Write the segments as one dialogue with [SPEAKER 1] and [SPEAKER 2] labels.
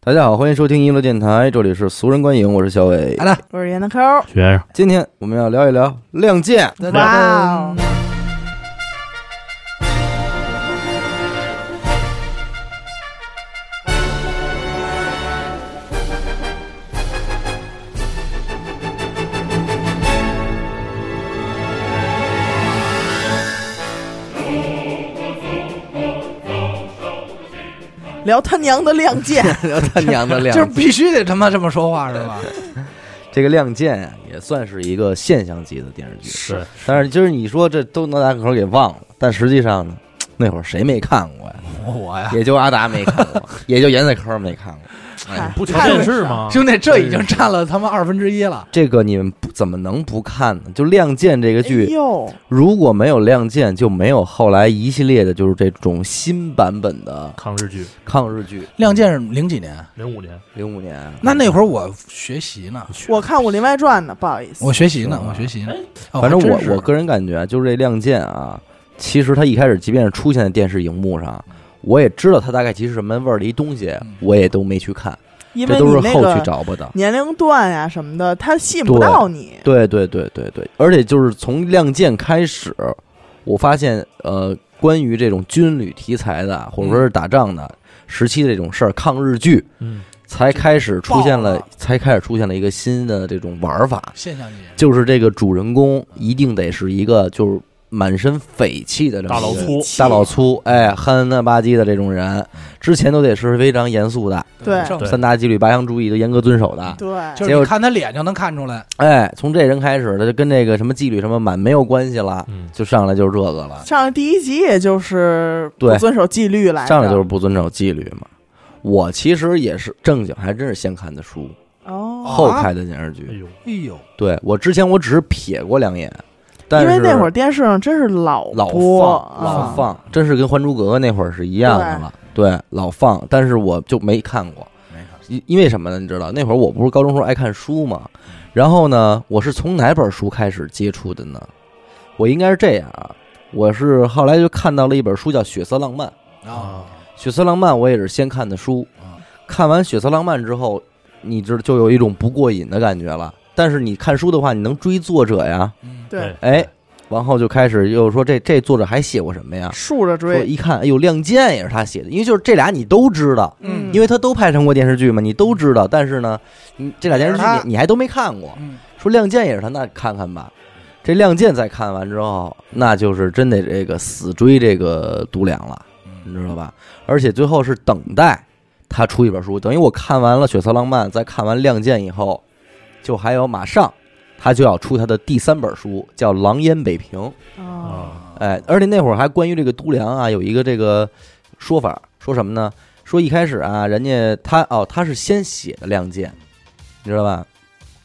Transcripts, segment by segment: [SPEAKER 1] 大家好，欢迎收听一路电台，这里是俗人观影，我是小伟。
[SPEAKER 2] 来，
[SPEAKER 3] 我是闫德抠。
[SPEAKER 4] 学生，
[SPEAKER 1] 今天我们要聊一聊《亮剑》。
[SPEAKER 3] 哇哦！聊他娘的《亮剑》，
[SPEAKER 1] 聊他娘的亮
[SPEAKER 2] 就是必须得他妈这么说话是吧？
[SPEAKER 1] 这个《亮剑》啊，也算是一个现象级的电视剧。
[SPEAKER 4] 是，
[SPEAKER 1] 但是就是你说这都能大口给忘了，但实际上呢，那会儿谁没看过呀？
[SPEAKER 2] 我呀，
[SPEAKER 1] 也就阿达没看过，也就闫子抠没看过。
[SPEAKER 3] 嗨
[SPEAKER 4] 不瞧电视
[SPEAKER 1] 嗯
[SPEAKER 4] 吗？
[SPEAKER 2] 兄弟，啊这已经占了他妈二分之一了。
[SPEAKER 1] 这个你们不怎么能不看呢？就《亮剑》这个
[SPEAKER 3] 哎
[SPEAKER 1] 剧，
[SPEAKER 3] 呦，
[SPEAKER 1] 如果没有《亮剑》，就没有后来一系列的，就是这种新版本的
[SPEAKER 4] 抗日剧，
[SPEAKER 1] 抗日剧。
[SPEAKER 2] 《亮剑》是零几年，
[SPEAKER 4] 零五年，
[SPEAKER 1] 零五年，
[SPEAKER 2] 那那会儿我学习呢，
[SPEAKER 3] 我看《武林外传》呢，不好意思，
[SPEAKER 2] 我学习呢
[SPEAKER 1] 是，吗
[SPEAKER 2] 我学习呢。哦
[SPEAKER 1] 反正
[SPEAKER 2] 还
[SPEAKER 1] 我
[SPEAKER 2] 真是
[SPEAKER 1] 我个人感觉啊，就是这《亮剑》啊，其实它一开始即便是出现在电视荧幕上，我也知道它大概其实什么味儿的一东西
[SPEAKER 2] 嗯，
[SPEAKER 1] 我也都没去看，
[SPEAKER 3] 因
[SPEAKER 1] 这
[SPEAKER 3] 为
[SPEAKER 1] 都
[SPEAKER 3] 你
[SPEAKER 1] 是
[SPEAKER 3] 那
[SPEAKER 1] 后去
[SPEAKER 3] 个
[SPEAKER 1] 找不到。
[SPEAKER 3] 年龄段呀、什么的，他吸引不到你。
[SPEAKER 1] 对对对对对，而且就是从《亮剑》开始，我发现呃，关于这种军旅题材的，啊或者说是打仗的时期的这种事儿，抗日剧
[SPEAKER 4] 嗯，
[SPEAKER 1] 才开始出现
[SPEAKER 2] 爆
[SPEAKER 1] 了
[SPEAKER 2] 了，
[SPEAKER 1] 才开始出现了一个新的这种玩法，
[SPEAKER 2] 现象级，
[SPEAKER 1] 就是这个主人公一定得是一个就是满身匪气的这么
[SPEAKER 4] 大
[SPEAKER 1] 一
[SPEAKER 4] 老
[SPEAKER 1] 个
[SPEAKER 4] 粗，
[SPEAKER 1] 大老粗，哎，憨憨吧唧的这种人，之前都得是非常严肃的，
[SPEAKER 3] 对
[SPEAKER 2] 正
[SPEAKER 4] 对
[SPEAKER 1] 三大纪律八项注意都严格遵守的。
[SPEAKER 3] 对，
[SPEAKER 2] 就
[SPEAKER 1] 结
[SPEAKER 2] 是
[SPEAKER 1] 果
[SPEAKER 2] 你看他脸就能看出来，
[SPEAKER 1] 哎，从这人开始，他就跟这个什么纪律什么满没有关系了，
[SPEAKER 4] 嗯，
[SPEAKER 1] 就上来就是这个了，
[SPEAKER 3] 上第一集也就是不
[SPEAKER 1] 对
[SPEAKER 3] 遵守纪律来的，
[SPEAKER 1] 上来就是不遵守纪律嘛。我其实也是正经，还真是先看的书，
[SPEAKER 3] 哦，
[SPEAKER 1] 后看的电视
[SPEAKER 4] 哎
[SPEAKER 1] 剧。
[SPEAKER 4] 呦，
[SPEAKER 2] 哎呦，
[SPEAKER 1] 对我之前我只是瞥过两眼，但
[SPEAKER 3] 因
[SPEAKER 1] 是
[SPEAKER 3] 为那会儿电视上真是老
[SPEAKER 1] 老
[SPEAKER 3] 播，
[SPEAKER 1] 放老
[SPEAKER 3] 啊
[SPEAKER 1] 放，真是跟《还珠格格》那会儿是一样的了。对，老放，但是我就没看过。
[SPEAKER 2] 没看
[SPEAKER 1] 因因为什么呢？你知道那会儿我不是高中时候爱看书嘛，
[SPEAKER 2] 嗯
[SPEAKER 1] 然后呢，我是从哪本书开始接触的呢？我应该是这样啊，我是后来就看到了一本书叫《血色浪漫》，《
[SPEAKER 2] 啊，
[SPEAKER 1] 血色浪漫》我也是先看的书
[SPEAKER 2] 啊，
[SPEAKER 1] 看完《血色浪漫》之后，你知就有一种不过瘾的感觉了。但是你看书的话，你能追作者呀，
[SPEAKER 2] 嗯，
[SPEAKER 3] 对，
[SPEAKER 1] 哎，然后就开始又说这这作者还写过什么呀？
[SPEAKER 3] 竖着
[SPEAKER 1] 说
[SPEAKER 3] 追，
[SPEAKER 1] 一看，哎呦，《亮剑》也是他写的，因为就是这俩你都知道，
[SPEAKER 2] 嗯
[SPEAKER 1] 因为他都拍成过电视剧嘛，你都知道。但是呢，你这俩电视剧
[SPEAKER 2] 也是他
[SPEAKER 1] 你你还都没看过。
[SPEAKER 2] 嗯，
[SPEAKER 1] 说《亮剑》也是他，那看看吧。这《亮剑》再看完之后，那就是真得这个死追这个独梁了，你知道吧？而且最后是等待他出一本书，等于我看完了《血色浪漫》，再看完《亮剑》以后，就还有马上他就要出他的第三本书，叫《狼烟北平》。
[SPEAKER 2] 嗯
[SPEAKER 3] 哦
[SPEAKER 4] 啊，
[SPEAKER 1] 哎，而且那会儿还关于这个都梁啊，有一个这个说法，说什么呢？说一开始啊，人家他哦，他是先写的《亮剑》，你知道吧？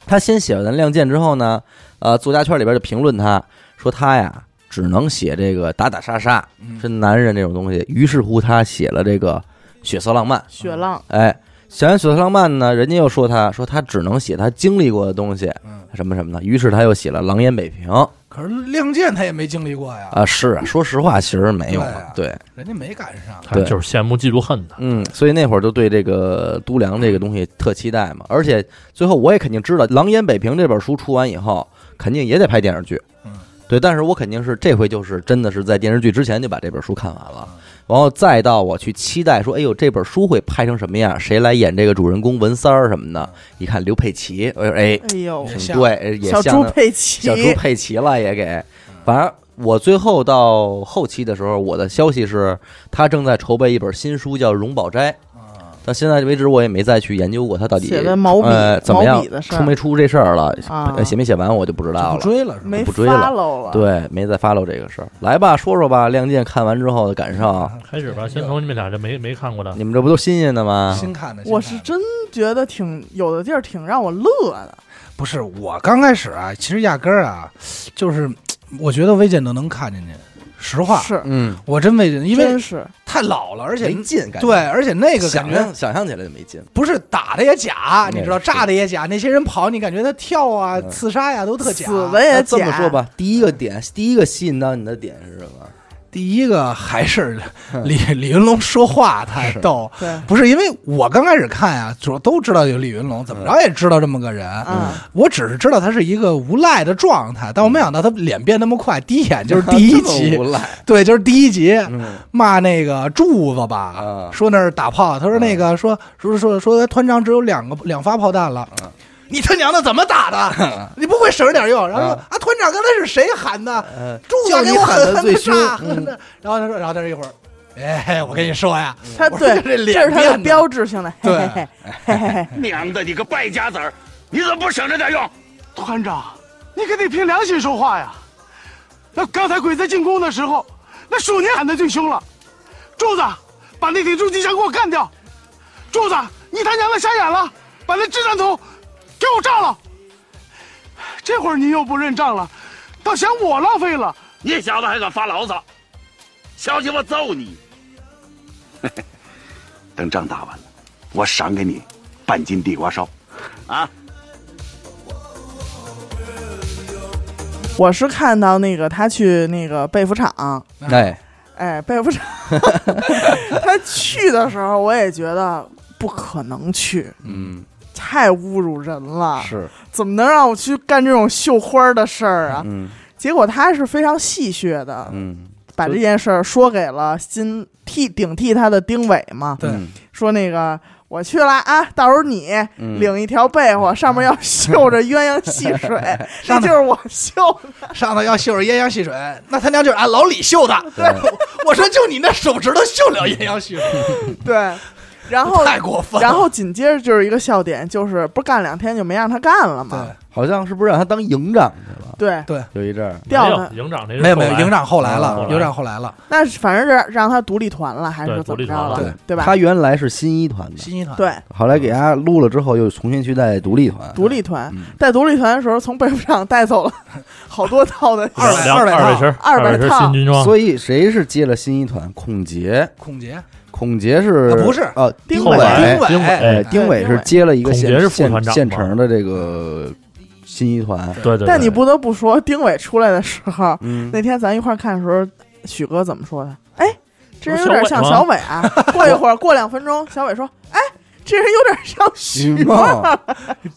[SPEAKER 1] 他先写完《亮剑》之后呢，呃，作家圈里边就评论他说他呀，只能写这个打打杀杀，
[SPEAKER 2] 嗯
[SPEAKER 1] 是男人这种东西。于是乎，他写了这个《血色浪漫》。
[SPEAKER 3] 雪浪，
[SPEAKER 1] 哎，写完《血色浪漫》呢，人家又说他说他只能写他经历过的东西，
[SPEAKER 2] 嗯，
[SPEAKER 1] 什么什么的。于是他又写了《狼烟北平》
[SPEAKER 2] 可是《亮剑》他也没经历过呀，
[SPEAKER 1] 啊。是啊，说实话，其实没有
[SPEAKER 2] 对
[SPEAKER 1] 嘛
[SPEAKER 2] 啊，
[SPEAKER 1] 对。
[SPEAKER 2] 人家没赶上，
[SPEAKER 4] 他就是羡慕嫉妒恨的，
[SPEAKER 1] 嗯，所以那会儿就对这个都梁这个东西特期待嘛，而且最后我也肯定知道《狼烟北平》这本书出完以后，肯定也得拍电视剧。
[SPEAKER 2] 嗯，
[SPEAKER 1] 对，但是我肯定是这回就是真的是在电视剧之前就把这本书看完了
[SPEAKER 2] 嗯，
[SPEAKER 1] 然后再到我去期待说，哎呦这本书会拍成什么样，谁来演这个主人公文三儿什么的？一看刘佩琦，我说哎，
[SPEAKER 3] 哎呦，
[SPEAKER 2] 嗯也
[SPEAKER 1] 挺
[SPEAKER 2] 像
[SPEAKER 1] 对，也
[SPEAKER 3] 小
[SPEAKER 1] 像
[SPEAKER 3] 猪
[SPEAKER 1] 那
[SPEAKER 3] 佩奇，
[SPEAKER 1] 小猪佩奇了也给，反正我最后到后期的时候，我的消息是他正在筹备一本新书，叫《荣宝斋》。
[SPEAKER 2] 啊，
[SPEAKER 1] 到现在为止，我也没再去研究过他到底
[SPEAKER 3] 写的毛笔
[SPEAKER 1] 呃怎么样
[SPEAKER 3] 毛笔的事儿
[SPEAKER 1] 出没出这事儿了，
[SPEAKER 3] 啊
[SPEAKER 1] 呃写没写完我就不知道
[SPEAKER 2] 就不
[SPEAKER 1] 了。
[SPEAKER 2] 追了是吧？
[SPEAKER 3] 没
[SPEAKER 1] 不追了
[SPEAKER 3] follow 了，
[SPEAKER 1] 对，没再 follow 这个事儿。来吧，说说吧，《亮剑》看完之后的感受。
[SPEAKER 2] 嗯
[SPEAKER 4] 开始吧，先从你们俩这没没看过的，
[SPEAKER 1] 你们这不都新鲜的吗？
[SPEAKER 2] 新看的，
[SPEAKER 3] 我是真觉得挺有的地儿挺让我乐的，
[SPEAKER 2] 不是我刚开始啊，其实压根儿啊，就是我觉得魏建德能看进去，实话，
[SPEAKER 3] 是，
[SPEAKER 1] 嗯，
[SPEAKER 2] 我真魏建，因
[SPEAKER 3] 真
[SPEAKER 2] 为
[SPEAKER 3] 是
[SPEAKER 2] 太老了，而且
[SPEAKER 1] 没劲，感觉
[SPEAKER 2] 对，而且那个感
[SPEAKER 1] 想
[SPEAKER 2] 觉
[SPEAKER 1] 象想象起来就没劲。
[SPEAKER 2] 不是打的也假，
[SPEAKER 1] 嗯
[SPEAKER 2] 你知道炸的也假，那些人跑，你感觉他跳啊、
[SPEAKER 1] 嗯
[SPEAKER 2] 哎刺杀呀、都特假。
[SPEAKER 3] 死的也
[SPEAKER 1] 那这
[SPEAKER 3] 假，
[SPEAKER 1] 么说，吧，第一个点，第一个吸引到你的点是什么？
[SPEAKER 2] 第一个还是李李云龙说话太逗，
[SPEAKER 1] 嗯
[SPEAKER 3] 对，
[SPEAKER 2] 不是因为我刚开始看啊，主都知道有李云龙，怎么着也知道这么个人，
[SPEAKER 3] 嗯，
[SPEAKER 2] 我只是知道他是一个无赖的状态，但我没想到他脸变那么快，第一眼就是第一
[SPEAKER 1] 这
[SPEAKER 2] 集
[SPEAKER 1] 么无，赖，
[SPEAKER 2] 对，就是第一集。
[SPEAKER 1] 嗯
[SPEAKER 2] 骂那个柱子吧，
[SPEAKER 1] 啊，
[SPEAKER 2] 说那儿打炮，他
[SPEAKER 1] 嗯
[SPEAKER 2] 说那个、说说说说哎团长只有两个两发炮弹了。
[SPEAKER 1] 嗯
[SPEAKER 2] 你他娘的怎么 打的？你不会省着点用。然后说
[SPEAKER 1] 啊
[SPEAKER 2] 啊，团长刚才是谁喊的？
[SPEAKER 1] 呃
[SPEAKER 2] 柱
[SPEAKER 1] 叫
[SPEAKER 2] 子给
[SPEAKER 1] 你
[SPEAKER 2] 我
[SPEAKER 1] 喊得
[SPEAKER 2] 狠狠
[SPEAKER 1] 最
[SPEAKER 2] 的
[SPEAKER 1] 凶
[SPEAKER 2] 炸。
[SPEAKER 1] 嗯嗯
[SPEAKER 2] 狠的 然后他说，然后他这一会儿，哎，我跟你说呀，
[SPEAKER 3] 他
[SPEAKER 2] 我
[SPEAKER 3] 对，
[SPEAKER 2] 这脸
[SPEAKER 3] 这是他
[SPEAKER 2] 变
[SPEAKER 3] 的
[SPEAKER 2] 的
[SPEAKER 3] 标志性的，嘿
[SPEAKER 2] 对
[SPEAKER 3] 嘿嘿嘿嘿嘿，
[SPEAKER 5] 娘的，你个败家子儿，你怎么不省着点用？
[SPEAKER 6] 团长，你跟得凭良心说话呀！那刚才鬼子进攻的时候，那鼠年喊得最凶了。柱子，把那挺狙击枪给我干掉！柱子，你他娘的瞎眼了，把那掷弹头给我炸了！这会儿您又不认账了，倒嫌我浪费了。
[SPEAKER 5] 你小子还敢发牢骚，小心我揍你！ 等仗打完了，我赏给你半斤地瓜烧，啊！
[SPEAKER 3] 我是看到那个他去那个被服厂，
[SPEAKER 1] 哎，
[SPEAKER 3] 哎，被服厂，他去的时候我也觉得不可能去，
[SPEAKER 1] 嗯，
[SPEAKER 3] 太侮辱人了，
[SPEAKER 1] 是，
[SPEAKER 3] 怎么能让我去干这种绣花儿的事儿啊？
[SPEAKER 1] 嗯
[SPEAKER 3] 结果他是非常戏谑的，
[SPEAKER 1] 嗯，
[SPEAKER 3] 把这件事儿说给了新替顶替他的丁伟嘛，
[SPEAKER 2] 对
[SPEAKER 1] 嗯
[SPEAKER 3] 说那个我去了啊，到时候你
[SPEAKER 1] 嗯
[SPEAKER 3] 领一条 被窝，上面要绣着鸳鸯戏水，这就是我绣的。
[SPEAKER 2] 上头要绣着鸳鸯戏水，那他娘就是俺老李绣的。
[SPEAKER 1] 对，
[SPEAKER 2] 我说就你那手指头绣了鸳鸯戏水，
[SPEAKER 3] 对，然后
[SPEAKER 2] 太过分了。
[SPEAKER 3] 然后紧接着就是一个笑点，就是不是干两天就没让他干了
[SPEAKER 2] 对
[SPEAKER 3] 嘛？
[SPEAKER 1] 好像是不是让他当营长去了？
[SPEAKER 3] 对，
[SPEAKER 1] 有一阵儿，
[SPEAKER 4] 没
[SPEAKER 3] 调
[SPEAKER 4] 有
[SPEAKER 3] 他，
[SPEAKER 4] 营长这是
[SPEAKER 2] 没有
[SPEAKER 4] 后
[SPEAKER 2] 没有，
[SPEAKER 4] 来
[SPEAKER 2] 营长后来
[SPEAKER 1] 后
[SPEAKER 2] 了，
[SPEAKER 1] 来
[SPEAKER 2] 营长后来了，
[SPEAKER 3] 那是反正是让他独立团了，还是
[SPEAKER 4] 对
[SPEAKER 3] 怎
[SPEAKER 4] 独
[SPEAKER 3] 么
[SPEAKER 4] 立
[SPEAKER 3] 着
[SPEAKER 4] 团了
[SPEAKER 3] 了？对吧
[SPEAKER 1] 他？原来是新一团的，
[SPEAKER 2] 新一团
[SPEAKER 3] 对，
[SPEAKER 1] 后来给大家撸了之后，又重新去带独立团，
[SPEAKER 3] 独立团
[SPEAKER 1] 嗯
[SPEAKER 3] 带独立团的时候，从被服厂带走了 好多套的
[SPEAKER 2] 二百
[SPEAKER 4] 两
[SPEAKER 2] 二百
[SPEAKER 4] 二
[SPEAKER 2] 套
[SPEAKER 4] 百身
[SPEAKER 3] 二百
[SPEAKER 4] 百身
[SPEAKER 3] 套
[SPEAKER 4] 新军装，
[SPEAKER 1] 所以谁是接了新一团？孔杰，
[SPEAKER 2] 孔杰，
[SPEAKER 1] 孔杰是
[SPEAKER 2] 啊不是
[SPEAKER 1] 呃，
[SPEAKER 3] 丁
[SPEAKER 4] 后
[SPEAKER 1] 伟，
[SPEAKER 4] 来
[SPEAKER 2] 丁
[SPEAKER 4] 丁
[SPEAKER 2] 伟
[SPEAKER 4] 伟
[SPEAKER 1] 哎，
[SPEAKER 4] 哎
[SPEAKER 1] 丁伟
[SPEAKER 3] 对
[SPEAKER 1] 是接了一个
[SPEAKER 4] 孔
[SPEAKER 1] 现
[SPEAKER 4] 杰是副
[SPEAKER 1] 现
[SPEAKER 4] 团长
[SPEAKER 1] 现
[SPEAKER 4] 嘛
[SPEAKER 1] 成的这个新一团，
[SPEAKER 4] 对对，
[SPEAKER 3] 但
[SPEAKER 4] 对
[SPEAKER 3] 你不得不说，丁伟出来的时候，
[SPEAKER 1] 嗯，
[SPEAKER 3] 那天咱一块儿看的时候，许哥怎么说的？哎，这人有
[SPEAKER 4] 小
[SPEAKER 3] 点
[SPEAKER 4] 伟
[SPEAKER 3] 像
[SPEAKER 4] 吗
[SPEAKER 3] 小伟啊。过一会儿，过两分钟，小伟说：“哎，这人有点 像许
[SPEAKER 1] 许梦，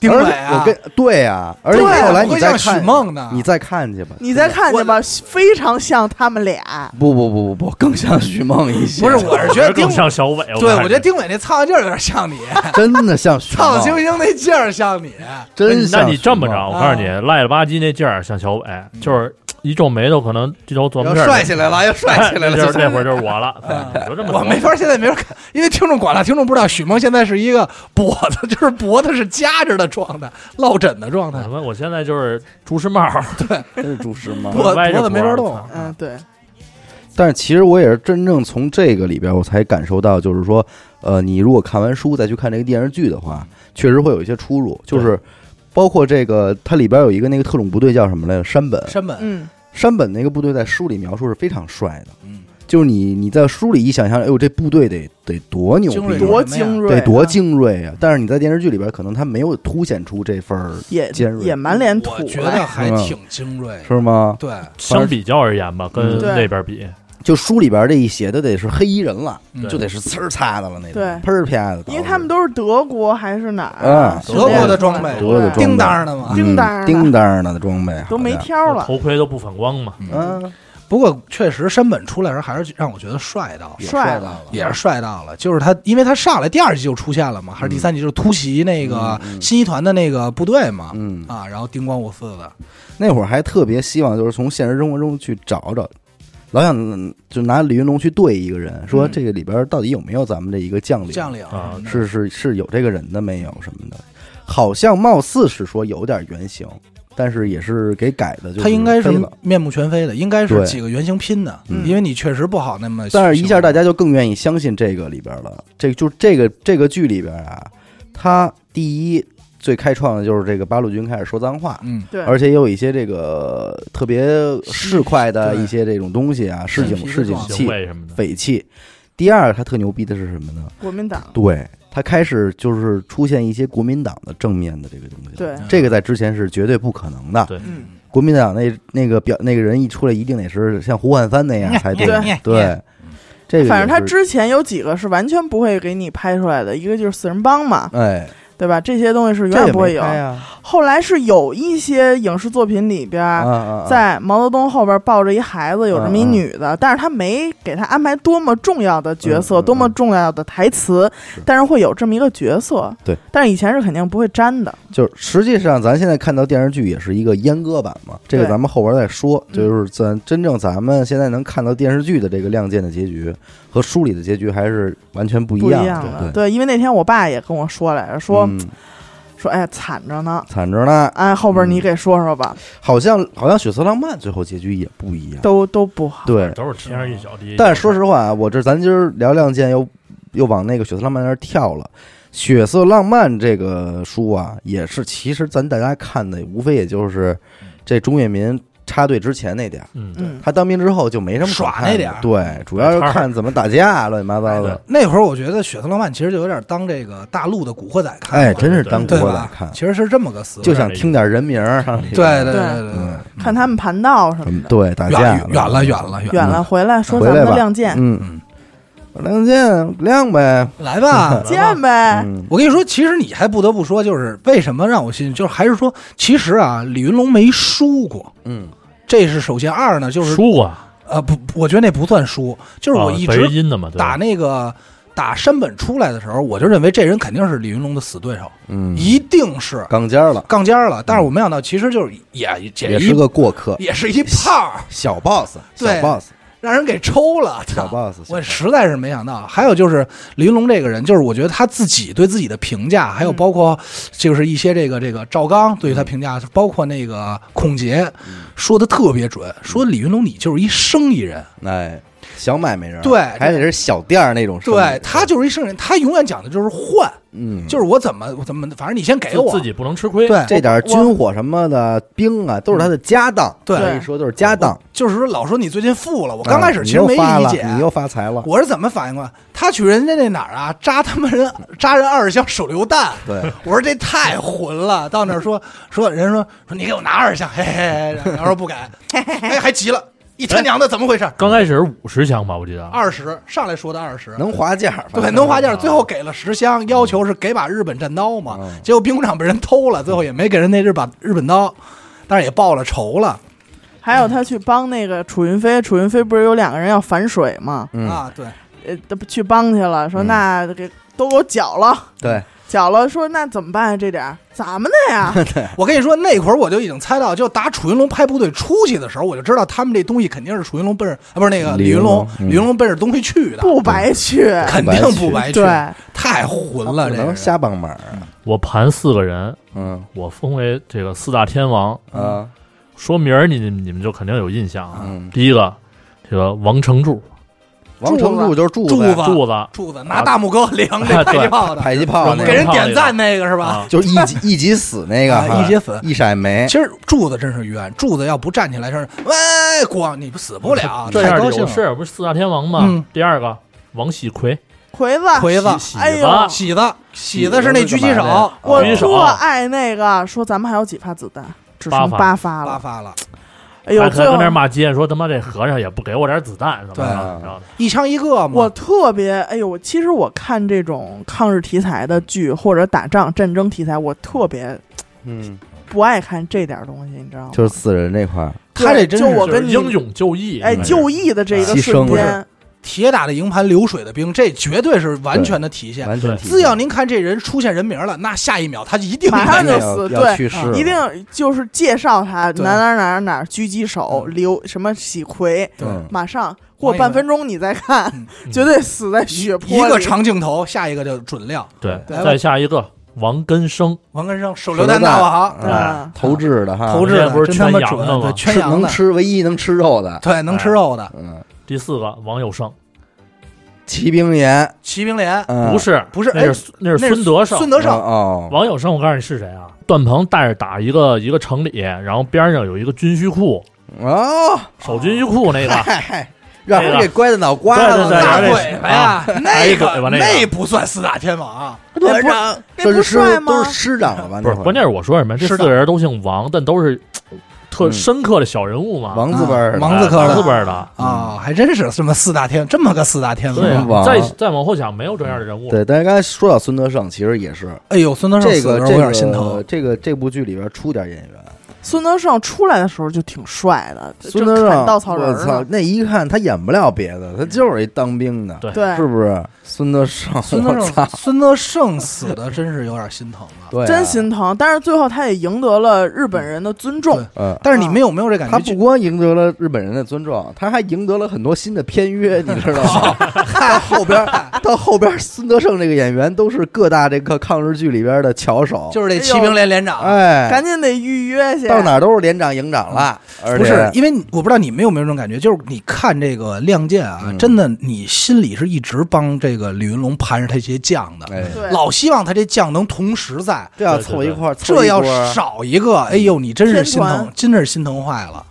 [SPEAKER 2] 丁
[SPEAKER 1] 而
[SPEAKER 2] 伟
[SPEAKER 1] 且
[SPEAKER 2] 啊，
[SPEAKER 1] 我跟对呀，而且
[SPEAKER 3] 对啊
[SPEAKER 1] 后来
[SPEAKER 2] 我
[SPEAKER 1] 你
[SPEAKER 2] 会
[SPEAKER 1] 再
[SPEAKER 2] 像许
[SPEAKER 1] 看
[SPEAKER 2] 梦呢
[SPEAKER 1] 你再看去吧，
[SPEAKER 3] 你再看见吧，非常像他们俩。
[SPEAKER 1] 不不不不不，更像许梦一些，
[SPEAKER 2] 不是，我是觉
[SPEAKER 4] 我
[SPEAKER 2] 得
[SPEAKER 4] 是
[SPEAKER 2] 丁
[SPEAKER 4] 更，像小伟，
[SPEAKER 2] 对我
[SPEAKER 4] 看着
[SPEAKER 2] 觉得丁伟那苍蝇劲儿有点像 你，
[SPEAKER 1] 真的像许
[SPEAKER 2] 苍蝇
[SPEAKER 1] 梦，
[SPEAKER 2] 星星那劲儿像啊你，
[SPEAKER 1] 真
[SPEAKER 4] 哎那
[SPEAKER 1] 像。
[SPEAKER 4] 你这么着，，我告诉你，赖了吧唧那劲儿像小伟，就是一皱眉头，可能这周琢磨
[SPEAKER 2] 嗯要
[SPEAKER 4] 事儿，
[SPEAKER 2] 帅 起来了，要帅起来
[SPEAKER 4] 哎那
[SPEAKER 2] 了，啊
[SPEAKER 4] 就是那会儿就是我了，哎你就这么
[SPEAKER 2] 我
[SPEAKER 4] 琢磨
[SPEAKER 2] 没法，现在没法看，因为听众广大听众不知道，许梦现在是一个脖子，就是脖子是夹着的状态，落枕的状态
[SPEAKER 4] 什，么？我现在就是朱时茂，
[SPEAKER 1] 真是朱时茂。
[SPEAKER 2] 脖
[SPEAKER 4] 歪着
[SPEAKER 2] 脖子没法
[SPEAKER 4] 脖
[SPEAKER 2] 动啊
[SPEAKER 4] 子。
[SPEAKER 3] 嗯，对，
[SPEAKER 1] 但是其实我也是真正从这个里边，我才感受到，就是说，呃，你如果看完书再去看这个电视剧的话，确实会有一些出入，就是。包括这个，它里边有一个那个特种部队叫什么来着？山
[SPEAKER 4] 啊
[SPEAKER 1] 本，
[SPEAKER 2] 山本，
[SPEAKER 3] 嗯，
[SPEAKER 1] 山本那个部队在书里描述是非常帅的，
[SPEAKER 2] 嗯，
[SPEAKER 1] 就是你你在书里一想象，哎呦，这部队得得多牛
[SPEAKER 2] 精锐
[SPEAKER 1] 逼，啊
[SPEAKER 2] 多
[SPEAKER 3] 多精锐，
[SPEAKER 1] 得多，精锐啊！但是你在电视剧里边，可能他没有凸显出这份儿，
[SPEAKER 3] 也
[SPEAKER 1] 尖锐
[SPEAKER 3] 也满脸土啊
[SPEAKER 2] 我觉
[SPEAKER 3] 来
[SPEAKER 2] 得还挺精锐，
[SPEAKER 1] 是吗？
[SPEAKER 2] 对，
[SPEAKER 4] 相比较而言吧，跟
[SPEAKER 1] 嗯
[SPEAKER 3] 对
[SPEAKER 4] 那边比，
[SPEAKER 1] 就书里边这一写，都得是黑衣人了，
[SPEAKER 2] 嗯
[SPEAKER 1] 就得是呲儿擦的了那种，
[SPEAKER 3] 对
[SPEAKER 1] 喷儿啪的，
[SPEAKER 3] 因为他们都是德国还是哪儿
[SPEAKER 1] 啊
[SPEAKER 3] 啊？是
[SPEAKER 2] 德
[SPEAKER 3] 这
[SPEAKER 2] 国
[SPEAKER 3] 样
[SPEAKER 2] 的装备，
[SPEAKER 1] 德国的装备
[SPEAKER 2] 叮当的嘛。
[SPEAKER 3] 叮当
[SPEAKER 1] 嗯
[SPEAKER 3] 的
[SPEAKER 1] 叮当的装备
[SPEAKER 3] 啊都没
[SPEAKER 1] 好像
[SPEAKER 3] 挑了，
[SPEAKER 4] 头盔都不反光嘛。
[SPEAKER 1] 嗯，
[SPEAKER 2] 不过确实山本出来时候还是让我觉得帅到了。
[SPEAKER 1] 也
[SPEAKER 3] 帅
[SPEAKER 1] 帅
[SPEAKER 3] 了
[SPEAKER 1] 到了，
[SPEAKER 2] 也是帅到了，就是他，因为他上来第二集就出现了嘛，还是第三集就是突袭那个
[SPEAKER 1] 嗯嗯嗯
[SPEAKER 2] 新一团的那个部队嘛，
[SPEAKER 1] 嗯，
[SPEAKER 2] 啊，然后叮光五四的，
[SPEAKER 1] 那会儿还特别希望就是从现实生活中去找找，老想嗯就拿李云龙去对一个人，说
[SPEAKER 2] 嗯
[SPEAKER 1] 这个里边到底有没有咱们这一个将领？
[SPEAKER 2] 将领嗯
[SPEAKER 4] 啊
[SPEAKER 1] 嗯是是是有这个人的没有什么的，好像貌似是说有点原型，但是也是给改的，就是
[SPEAKER 2] 他应该是
[SPEAKER 1] 飞了。
[SPEAKER 2] 面目全非的，应该是
[SPEAKER 1] 对
[SPEAKER 2] 几个原型拼的，
[SPEAKER 1] 嗯
[SPEAKER 2] 因为你确实不好那么。
[SPEAKER 1] 但是，一下大家就更愿意相信这个里边了。这就这个这个剧里边啊，他第一最开创的就是这个八路军开始说脏话，
[SPEAKER 2] 嗯，
[SPEAKER 3] 对，
[SPEAKER 1] 而且也有一些这个特别市侩的
[SPEAKER 2] 对
[SPEAKER 1] 一些这种东西啊，市井
[SPEAKER 2] 皮
[SPEAKER 1] 市井
[SPEAKER 2] 状
[SPEAKER 1] 气
[SPEAKER 4] 行、为什么的，
[SPEAKER 1] 匪气。第二，他特牛逼的是什么呢？
[SPEAKER 3] 国民党，
[SPEAKER 1] 对他开始就是出现一些国民党的正面的这个东西了，
[SPEAKER 3] 对
[SPEAKER 1] 这个在之前是绝对不可能的。
[SPEAKER 4] 对
[SPEAKER 3] 嗯，
[SPEAKER 1] 国民党那那个表那个人一出来，一定得是像胡汉三那样才对。
[SPEAKER 2] 对
[SPEAKER 1] 对，这个
[SPEAKER 3] 反正他
[SPEAKER 1] 也是
[SPEAKER 3] 之前有几个是完全不会给你拍出来的，一个就是四人帮嘛，
[SPEAKER 1] 哎，
[SPEAKER 3] 对吧？这些东西是永
[SPEAKER 1] 这
[SPEAKER 3] 远
[SPEAKER 1] 也
[SPEAKER 3] 不会
[SPEAKER 1] 没
[SPEAKER 3] 有。
[SPEAKER 1] 拍啊
[SPEAKER 3] 后来是有一些影视作品里边
[SPEAKER 1] 啊
[SPEAKER 3] 儿，
[SPEAKER 1] 啊啊！
[SPEAKER 3] 在毛泽东后边抱着一孩子，有这么
[SPEAKER 1] 嗯
[SPEAKER 3] 一
[SPEAKER 1] 嗯
[SPEAKER 3] 女的，但是他没给他安排多么重要的角色，
[SPEAKER 1] 嗯嗯
[SPEAKER 3] 多么重要的台词，但是会有这么一个角色。
[SPEAKER 1] 对，
[SPEAKER 3] 但是以前是肯定不会沾的。
[SPEAKER 1] 就是实际上，咱现在看到电视剧也是一个阉割版嘛，这个
[SPEAKER 3] 对
[SPEAKER 1] 咱们后边再说。
[SPEAKER 3] 嗯
[SPEAKER 1] 就是咱真正咱们现在能看到电视剧的这个《亮剑》的结局和书里的结局还是完全不一
[SPEAKER 3] 不一
[SPEAKER 1] 样
[SPEAKER 3] 样
[SPEAKER 1] 的。
[SPEAKER 3] 的，
[SPEAKER 1] 对，
[SPEAKER 3] 对，因为那天我爸也跟我说来着，说、
[SPEAKER 1] 嗯
[SPEAKER 3] 说，哎，惨着呢，
[SPEAKER 1] 惨着呢，
[SPEAKER 3] 哎，后边
[SPEAKER 1] 嗯
[SPEAKER 3] 你给说说吧，
[SPEAKER 1] 好像好像《血色浪漫》最后结局也不一样。
[SPEAKER 3] 都都不好，
[SPEAKER 1] 对，
[SPEAKER 4] 都是天上一脚地。
[SPEAKER 1] 但说实话啊，我这咱今儿聊《亮剑》，又又往那个《血色浪漫》那儿跳了。《血色浪漫》这个书啊，也是其实咱大家看的，无非也就是这钟跃民插队之前那点儿。
[SPEAKER 4] 嗯，。
[SPEAKER 3] 嗯，
[SPEAKER 1] 他当兵之后就没什么可
[SPEAKER 2] 耍
[SPEAKER 1] 看的
[SPEAKER 2] 那点儿
[SPEAKER 1] 对，主要是看怎么打架，乱七八糟的。
[SPEAKER 2] 那会儿我觉得《血色浪漫》其实就有点当这个大陆的《古惑仔》看了，
[SPEAKER 1] 哎，真是当国
[SPEAKER 2] 对
[SPEAKER 1] 仔
[SPEAKER 2] 吧？
[SPEAKER 1] 看，
[SPEAKER 2] 其实是这么个思路。
[SPEAKER 1] 就想嗯听点人名儿。上这
[SPEAKER 2] 对
[SPEAKER 1] 个
[SPEAKER 2] 对
[SPEAKER 3] 对
[SPEAKER 2] 对对，
[SPEAKER 3] 看他们盘道什
[SPEAKER 1] 嗯
[SPEAKER 3] 么的，
[SPEAKER 1] 对打
[SPEAKER 2] 远
[SPEAKER 1] 架
[SPEAKER 2] 远了远了远了，
[SPEAKER 3] 远了回来说
[SPEAKER 1] 回
[SPEAKER 3] 咱
[SPEAKER 1] 来
[SPEAKER 3] 们的
[SPEAKER 1] 吧
[SPEAKER 3] 《亮剑》，
[SPEAKER 1] 嗯，亮剑亮呗，
[SPEAKER 2] 来吧
[SPEAKER 3] 见呗，
[SPEAKER 1] 嗯
[SPEAKER 2] 我跟你说，其实你还不得不说，就是为什么让我信，就是还是说，其实啊，李云龙没输过，
[SPEAKER 1] 嗯，
[SPEAKER 2] 这是首先。二呢，就是
[SPEAKER 4] 输过，啊，
[SPEAKER 2] 呃不，不我觉得那不算输，就是我
[SPEAKER 4] 啊
[SPEAKER 2] 一
[SPEAKER 4] 北
[SPEAKER 2] 直
[SPEAKER 4] 音的嘛，对吧
[SPEAKER 2] 打那个打山本出来的时候，我就认为这人肯定是李云龙的死对手，
[SPEAKER 1] 嗯，
[SPEAKER 2] 一定是
[SPEAKER 1] 杠尖儿了，
[SPEAKER 2] 杠尖儿了。但是我没想到，其实就是也也
[SPEAKER 1] 也是个过客，
[SPEAKER 2] 也是一胖儿，
[SPEAKER 1] 小 boss，小
[SPEAKER 2] 对
[SPEAKER 1] boss，
[SPEAKER 2] 让人给抽了。
[SPEAKER 1] 小
[SPEAKER 2] 操
[SPEAKER 1] boss，小
[SPEAKER 2] 我
[SPEAKER 1] boss
[SPEAKER 2] 实在是没想到。还有就是林龙这个人，就是我觉得他自己对自己的评价，还有包括就是一些这个这个赵刚对于他
[SPEAKER 1] 嗯
[SPEAKER 2] 评价，包括那个孔杰说的特别准，
[SPEAKER 1] 嗯
[SPEAKER 2] 说李云龙你就是一生意人，
[SPEAKER 1] 哎，小买卖人，
[SPEAKER 2] 对
[SPEAKER 1] 还得是小店儿那种生意，
[SPEAKER 2] 对他就是一生意人，他永远讲的就是换，
[SPEAKER 1] 嗯，
[SPEAKER 2] 就是我怎么我怎么，反正你先给
[SPEAKER 4] 就
[SPEAKER 2] 我
[SPEAKER 4] 自己不能吃亏。
[SPEAKER 2] 对
[SPEAKER 1] 这点儿军火什么的兵啊，都是他的家当，
[SPEAKER 2] 嗯对
[SPEAKER 1] 可以说都是家当。
[SPEAKER 2] 就是说老说你最近富了，我刚开始
[SPEAKER 1] 啊
[SPEAKER 2] 其实没
[SPEAKER 1] 你又发
[SPEAKER 2] 理
[SPEAKER 1] 了
[SPEAKER 2] 解，
[SPEAKER 1] 你又发财了，
[SPEAKER 2] 我是怎么反应过来？他去人家那哪儿啊，扎他们人扎人二十箱手榴弹。
[SPEAKER 1] 对，
[SPEAKER 2] 我说这太混了。到那儿说 说，人家说说你给我拿二十箱，嘿嘿嘿，然后说不给，哎还急了，一他娘的怎么回事？
[SPEAKER 4] 刚开始五十箱吧，我记得。
[SPEAKER 2] 二十上来说的二十，
[SPEAKER 1] 能划价儿，
[SPEAKER 2] 对能花价，最后给了十箱，要求是给把日本战刀嘛。
[SPEAKER 1] 嗯
[SPEAKER 2] 结果兵工厂被人偷了，最后也没给人那日把日本刀，但是也报了仇了、
[SPEAKER 3] 还有他去帮那个楚云飞，楚云飞不是有两个人要反水吗？
[SPEAKER 1] 嗯
[SPEAKER 2] 啊。对，
[SPEAKER 3] 呃，都不去帮去了，说
[SPEAKER 1] 嗯
[SPEAKER 3] 那给都给我缴了，
[SPEAKER 1] 对，
[SPEAKER 3] 缴了，说那怎么办啊？这点儿咱们的呀，
[SPEAKER 2] 我跟你说，那会儿我就已经猜到，就打楚云龙派部队出去的时候，我就知道他们这东西肯定是楚云龙奔着啊，不是那个
[SPEAKER 1] 李
[SPEAKER 2] 李
[SPEAKER 1] 云
[SPEAKER 2] 云
[SPEAKER 1] 龙
[SPEAKER 2] 龙，
[SPEAKER 1] 嗯
[SPEAKER 2] 李云龙奔着东西去的，
[SPEAKER 3] 不白去，
[SPEAKER 2] 肯定不白去，
[SPEAKER 3] 对，
[SPEAKER 2] 太混
[SPEAKER 1] 他
[SPEAKER 2] 了，
[SPEAKER 1] 不
[SPEAKER 2] 这个
[SPEAKER 1] 能
[SPEAKER 2] 人
[SPEAKER 1] 瞎帮忙啊，
[SPEAKER 4] 我盘四个人，
[SPEAKER 1] 嗯
[SPEAKER 4] 我封为这个四大天王。
[SPEAKER 2] 嗯
[SPEAKER 1] 啊，
[SPEAKER 4] 说名儿你你们就肯定有印象啊。
[SPEAKER 1] 嗯
[SPEAKER 4] 第一个，这个王成柱，
[SPEAKER 1] 王成柱就是柱
[SPEAKER 2] 柱
[SPEAKER 1] 呗
[SPEAKER 2] 子
[SPEAKER 4] 柱子，
[SPEAKER 2] 柱子拿大拇哥量这迫击炮的，
[SPEAKER 1] 迫击炮那
[SPEAKER 2] 给
[SPEAKER 1] 个，
[SPEAKER 2] 人点赞那个是吧
[SPEAKER 4] 啊？
[SPEAKER 1] 就是 一级一级死那个
[SPEAKER 2] 啊
[SPEAKER 1] 哈，
[SPEAKER 2] 一级粉
[SPEAKER 1] 一闪没
[SPEAKER 2] 其，实柱子真是冤，柱子要不站起来，就是喂，光你不死不了，
[SPEAKER 4] 这
[SPEAKER 2] 太
[SPEAKER 4] 样
[SPEAKER 2] 高
[SPEAKER 4] 有
[SPEAKER 2] 兴了。
[SPEAKER 4] 是不是四大天王嘛？
[SPEAKER 2] 嗯
[SPEAKER 4] 第二个王喜奎，
[SPEAKER 3] 葵子，
[SPEAKER 2] 魁子、
[SPEAKER 4] 喜
[SPEAKER 3] 哎呦
[SPEAKER 4] 子，
[SPEAKER 2] 喜子、喜子是那狙击
[SPEAKER 1] 干嘛
[SPEAKER 2] 手，
[SPEAKER 1] 的
[SPEAKER 3] 我
[SPEAKER 1] 啊
[SPEAKER 4] 哦举手
[SPEAKER 3] 特爱那个，说咱们还有几发子弹，只剩
[SPEAKER 4] 八
[SPEAKER 3] 八
[SPEAKER 4] 发
[SPEAKER 3] 发
[SPEAKER 2] 拉
[SPEAKER 3] 了，
[SPEAKER 2] 发了，
[SPEAKER 3] 哎呦，
[SPEAKER 4] 还
[SPEAKER 3] 最后
[SPEAKER 4] 跟跟那儿骂街，说他妈这和尚也不给我点子弹什么
[SPEAKER 2] 对
[SPEAKER 4] 的，然后
[SPEAKER 2] 一枪一个嘛
[SPEAKER 3] 我。特别，哎呦，我其实我看这种抗日题材的剧或者打仗战争题材，我特别
[SPEAKER 1] 嗯，
[SPEAKER 3] 不爱看这点儿东西，你知道吗？
[SPEAKER 1] 就是死人这块儿，
[SPEAKER 2] 他这真是
[SPEAKER 3] 就我
[SPEAKER 4] 就是
[SPEAKER 3] 跟你
[SPEAKER 4] 英勇就义，
[SPEAKER 3] 哎，就义的这一个
[SPEAKER 1] 牺
[SPEAKER 3] 瞬
[SPEAKER 1] 牲了
[SPEAKER 3] 间，
[SPEAKER 2] 铁打的营盘流水的兵，这绝对是完全的体现。
[SPEAKER 1] 完全
[SPEAKER 4] 对
[SPEAKER 1] 体
[SPEAKER 2] 只
[SPEAKER 1] 现
[SPEAKER 2] 要您看这人出现人名了，那下一秒他一定
[SPEAKER 3] 马上就
[SPEAKER 1] 要
[SPEAKER 3] 死
[SPEAKER 1] 要
[SPEAKER 3] 对
[SPEAKER 1] 去世了，
[SPEAKER 3] 一定就是介绍他
[SPEAKER 2] 对
[SPEAKER 3] 哪哪哪哪哪儿狙击手
[SPEAKER 2] 嗯
[SPEAKER 3] 刘什么喜奎，
[SPEAKER 2] 对
[SPEAKER 1] 嗯
[SPEAKER 3] 马上过
[SPEAKER 2] 王一
[SPEAKER 3] 半
[SPEAKER 2] 文
[SPEAKER 3] 分钟你再看
[SPEAKER 2] 嗯，
[SPEAKER 3] 绝对死在血泊
[SPEAKER 2] 一个
[SPEAKER 3] 里
[SPEAKER 2] 长镜头，下一个就准亮。
[SPEAKER 4] 对。
[SPEAKER 2] 对
[SPEAKER 4] 再下一个王根生，
[SPEAKER 2] 王根生手
[SPEAKER 1] 榴
[SPEAKER 2] 榴
[SPEAKER 1] 弹
[SPEAKER 2] 弹大王，
[SPEAKER 1] 哎
[SPEAKER 3] 啊，
[SPEAKER 1] 投掷的哈，
[SPEAKER 2] 投掷
[SPEAKER 4] 人
[SPEAKER 2] 的
[SPEAKER 4] 家不是
[SPEAKER 2] 真他
[SPEAKER 4] 圈
[SPEAKER 2] 妈
[SPEAKER 4] 羊
[SPEAKER 2] 准，
[SPEAKER 4] 的吗
[SPEAKER 2] 对，圈
[SPEAKER 1] 吃
[SPEAKER 2] 羊
[SPEAKER 1] 能
[SPEAKER 2] 的，
[SPEAKER 1] 吃唯一能吃肉的，
[SPEAKER 2] 对，能吃肉的。
[SPEAKER 1] 嗯，
[SPEAKER 4] 第四个王有生，
[SPEAKER 1] 骑兵岩，
[SPEAKER 2] 骑兵连
[SPEAKER 1] 嗯，
[SPEAKER 4] 不是
[SPEAKER 2] 不是
[SPEAKER 4] 那是那是
[SPEAKER 2] 那是
[SPEAKER 4] 孙德胜，
[SPEAKER 2] 孙德
[SPEAKER 1] 哦
[SPEAKER 2] 胜，
[SPEAKER 1] 哦，
[SPEAKER 4] 王有生，我告诉你是谁啊？段鹏带着打一个一个城里，然后边上有一个军需库，
[SPEAKER 1] 哦，
[SPEAKER 4] 守军需库那 个，
[SPEAKER 1] 嗨，让人给乖的脑瓜
[SPEAKER 4] 对对对
[SPEAKER 2] 大
[SPEAKER 4] 然后这
[SPEAKER 2] 鬼子呀，
[SPEAKER 4] 哎
[SPEAKER 2] 那
[SPEAKER 4] 一鬼
[SPEAKER 2] 个
[SPEAKER 4] 吧那个
[SPEAKER 2] 那不算四大天王啊，
[SPEAKER 3] 那哎不
[SPEAKER 1] 这
[SPEAKER 3] 那
[SPEAKER 1] 是
[SPEAKER 3] 不
[SPEAKER 1] 师
[SPEAKER 3] 帅
[SPEAKER 1] 都
[SPEAKER 3] 吗
[SPEAKER 1] 是？师长了吧？
[SPEAKER 4] 不
[SPEAKER 1] 那
[SPEAKER 4] 是
[SPEAKER 1] 会儿
[SPEAKER 4] 关键是我说什么？这
[SPEAKER 2] 是
[SPEAKER 4] 四
[SPEAKER 2] 的
[SPEAKER 4] 个人都姓王，但都是特
[SPEAKER 1] 嗯
[SPEAKER 4] 深刻的小人物嘛，
[SPEAKER 1] 王字辈儿的，
[SPEAKER 2] 啊王字科
[SPEAKER 4] 哎
[SPEAKER 2] 的
[SPEAKER 4] 王字辈儿的。
[SPEAKER 2] 啊，还真是这么四大天，这么个四大天
[SPEAKER 4] 对
[SPEAKER 2] 王。
[SPEAKER 4] 啊，
[SPEAKER 1] 王
[SPEAKER 4] 再再往后想，没有这样的人物。
[SPEAKER 1] 对，但是刚才说到孙德胜，其实也是
[SPEAKER 2] 哎呦，孙德胜
[SPEAKER 1] 这
[SPEAKER 2] 死
[SPEAKER 1] 个
[SPEAKER 2] 的时候我
[SPEAKER 1] 这
[SPEAKER 2] 有
[SPEAKER 1] 个
[SPEAKER 2] 点心疼。
[SPEAKER 1] 这个这部剧里边出点演员，
[SPEAKER 3] 孙德胜出来的时候就挺帅的，
[SPEAKER 1] 孙德
[SPEAKER 3] 正
[SPEAKER 1] 胜
[SPEAKER 3] 砍稻草人
[SPEAKER 1] 我
[SPEAKER 3] 儿
[SPEAKER 1] 操
[SPEAKER 3] 呢，，
[SPEAKER 1] 那一看他演不了别的，他就是一当兵的，
[SPEAKER 4] 对
[SPEAKER 3] 对，
[SPEAKER 1] 是不是？孙德胜，
[SPEAKER 2] 孙德
[SPEAKER 1] 我操
[SPEAKER 2] 胜，，孙德胜死的真是有点心疼了。
[SPEAKER 1] 对啊，
[SPEAKER 3] 真心疼。但是最后他也赢得了日本人的尊重
[SPEAKER 2] 对，
[SPEAKER 1] 嗯。
[SPEAKER 2] 但是哎你们有没有这感
[SPEAKER 1] 他
[SPEAKER 2] 觉？
[SPEAKER 1] 不光赢得了日本人的尊重，他还赢得了很多新的片约，你知道
[SPEAKER 2] 哦
[SPEAKER 1] 吗？到后边，到后边，孙德胜这个演员都是各大这个抗日剧里边的巧手，
[SPEAKER 2] 就是啊这骑兵连连长，
[SPEAKER 1] 哎，
[SPEAKER 3] 赶紧得预约去。
[SPEAKER 1] 到哪都是连长营长了，而
[SPEAKER 2] 嗯不是
[SPEAKER 1] 且，
[SPEAKER 2] 因为你我不知道你们有没有这种感觉，就是你看这个《亮剑》啊，
[SPEAKER 1] 嗯
[SPEAKER 2] 真的，你心里是一直帮这个李云龙盘着他这些将的，
[SPEAKER 1] 哎，
[SPEAKER 3] 对，
[SPEAKER 2] 老希望他这将能同时在，
[SPEAKER 1] 这要
[SPEAKER 4] 对对
[SPEAKER 1] 凑一
[SPEAKER 4] 对
[SPEAKER 1] 块儿，凑
[SPEAKER 2] 这
[SPEAKER 1] 一
[SPEAKER 2] 要
[SPEAKER 1] 波儿
[SPEAKER 2] 少一个，哎呦，你真是心
[SPEAKER 3] 天
[SPEAKER 2] 疼
[SPEAKER 3] 团，
[SPEAKER 2] 真是心疼坏了。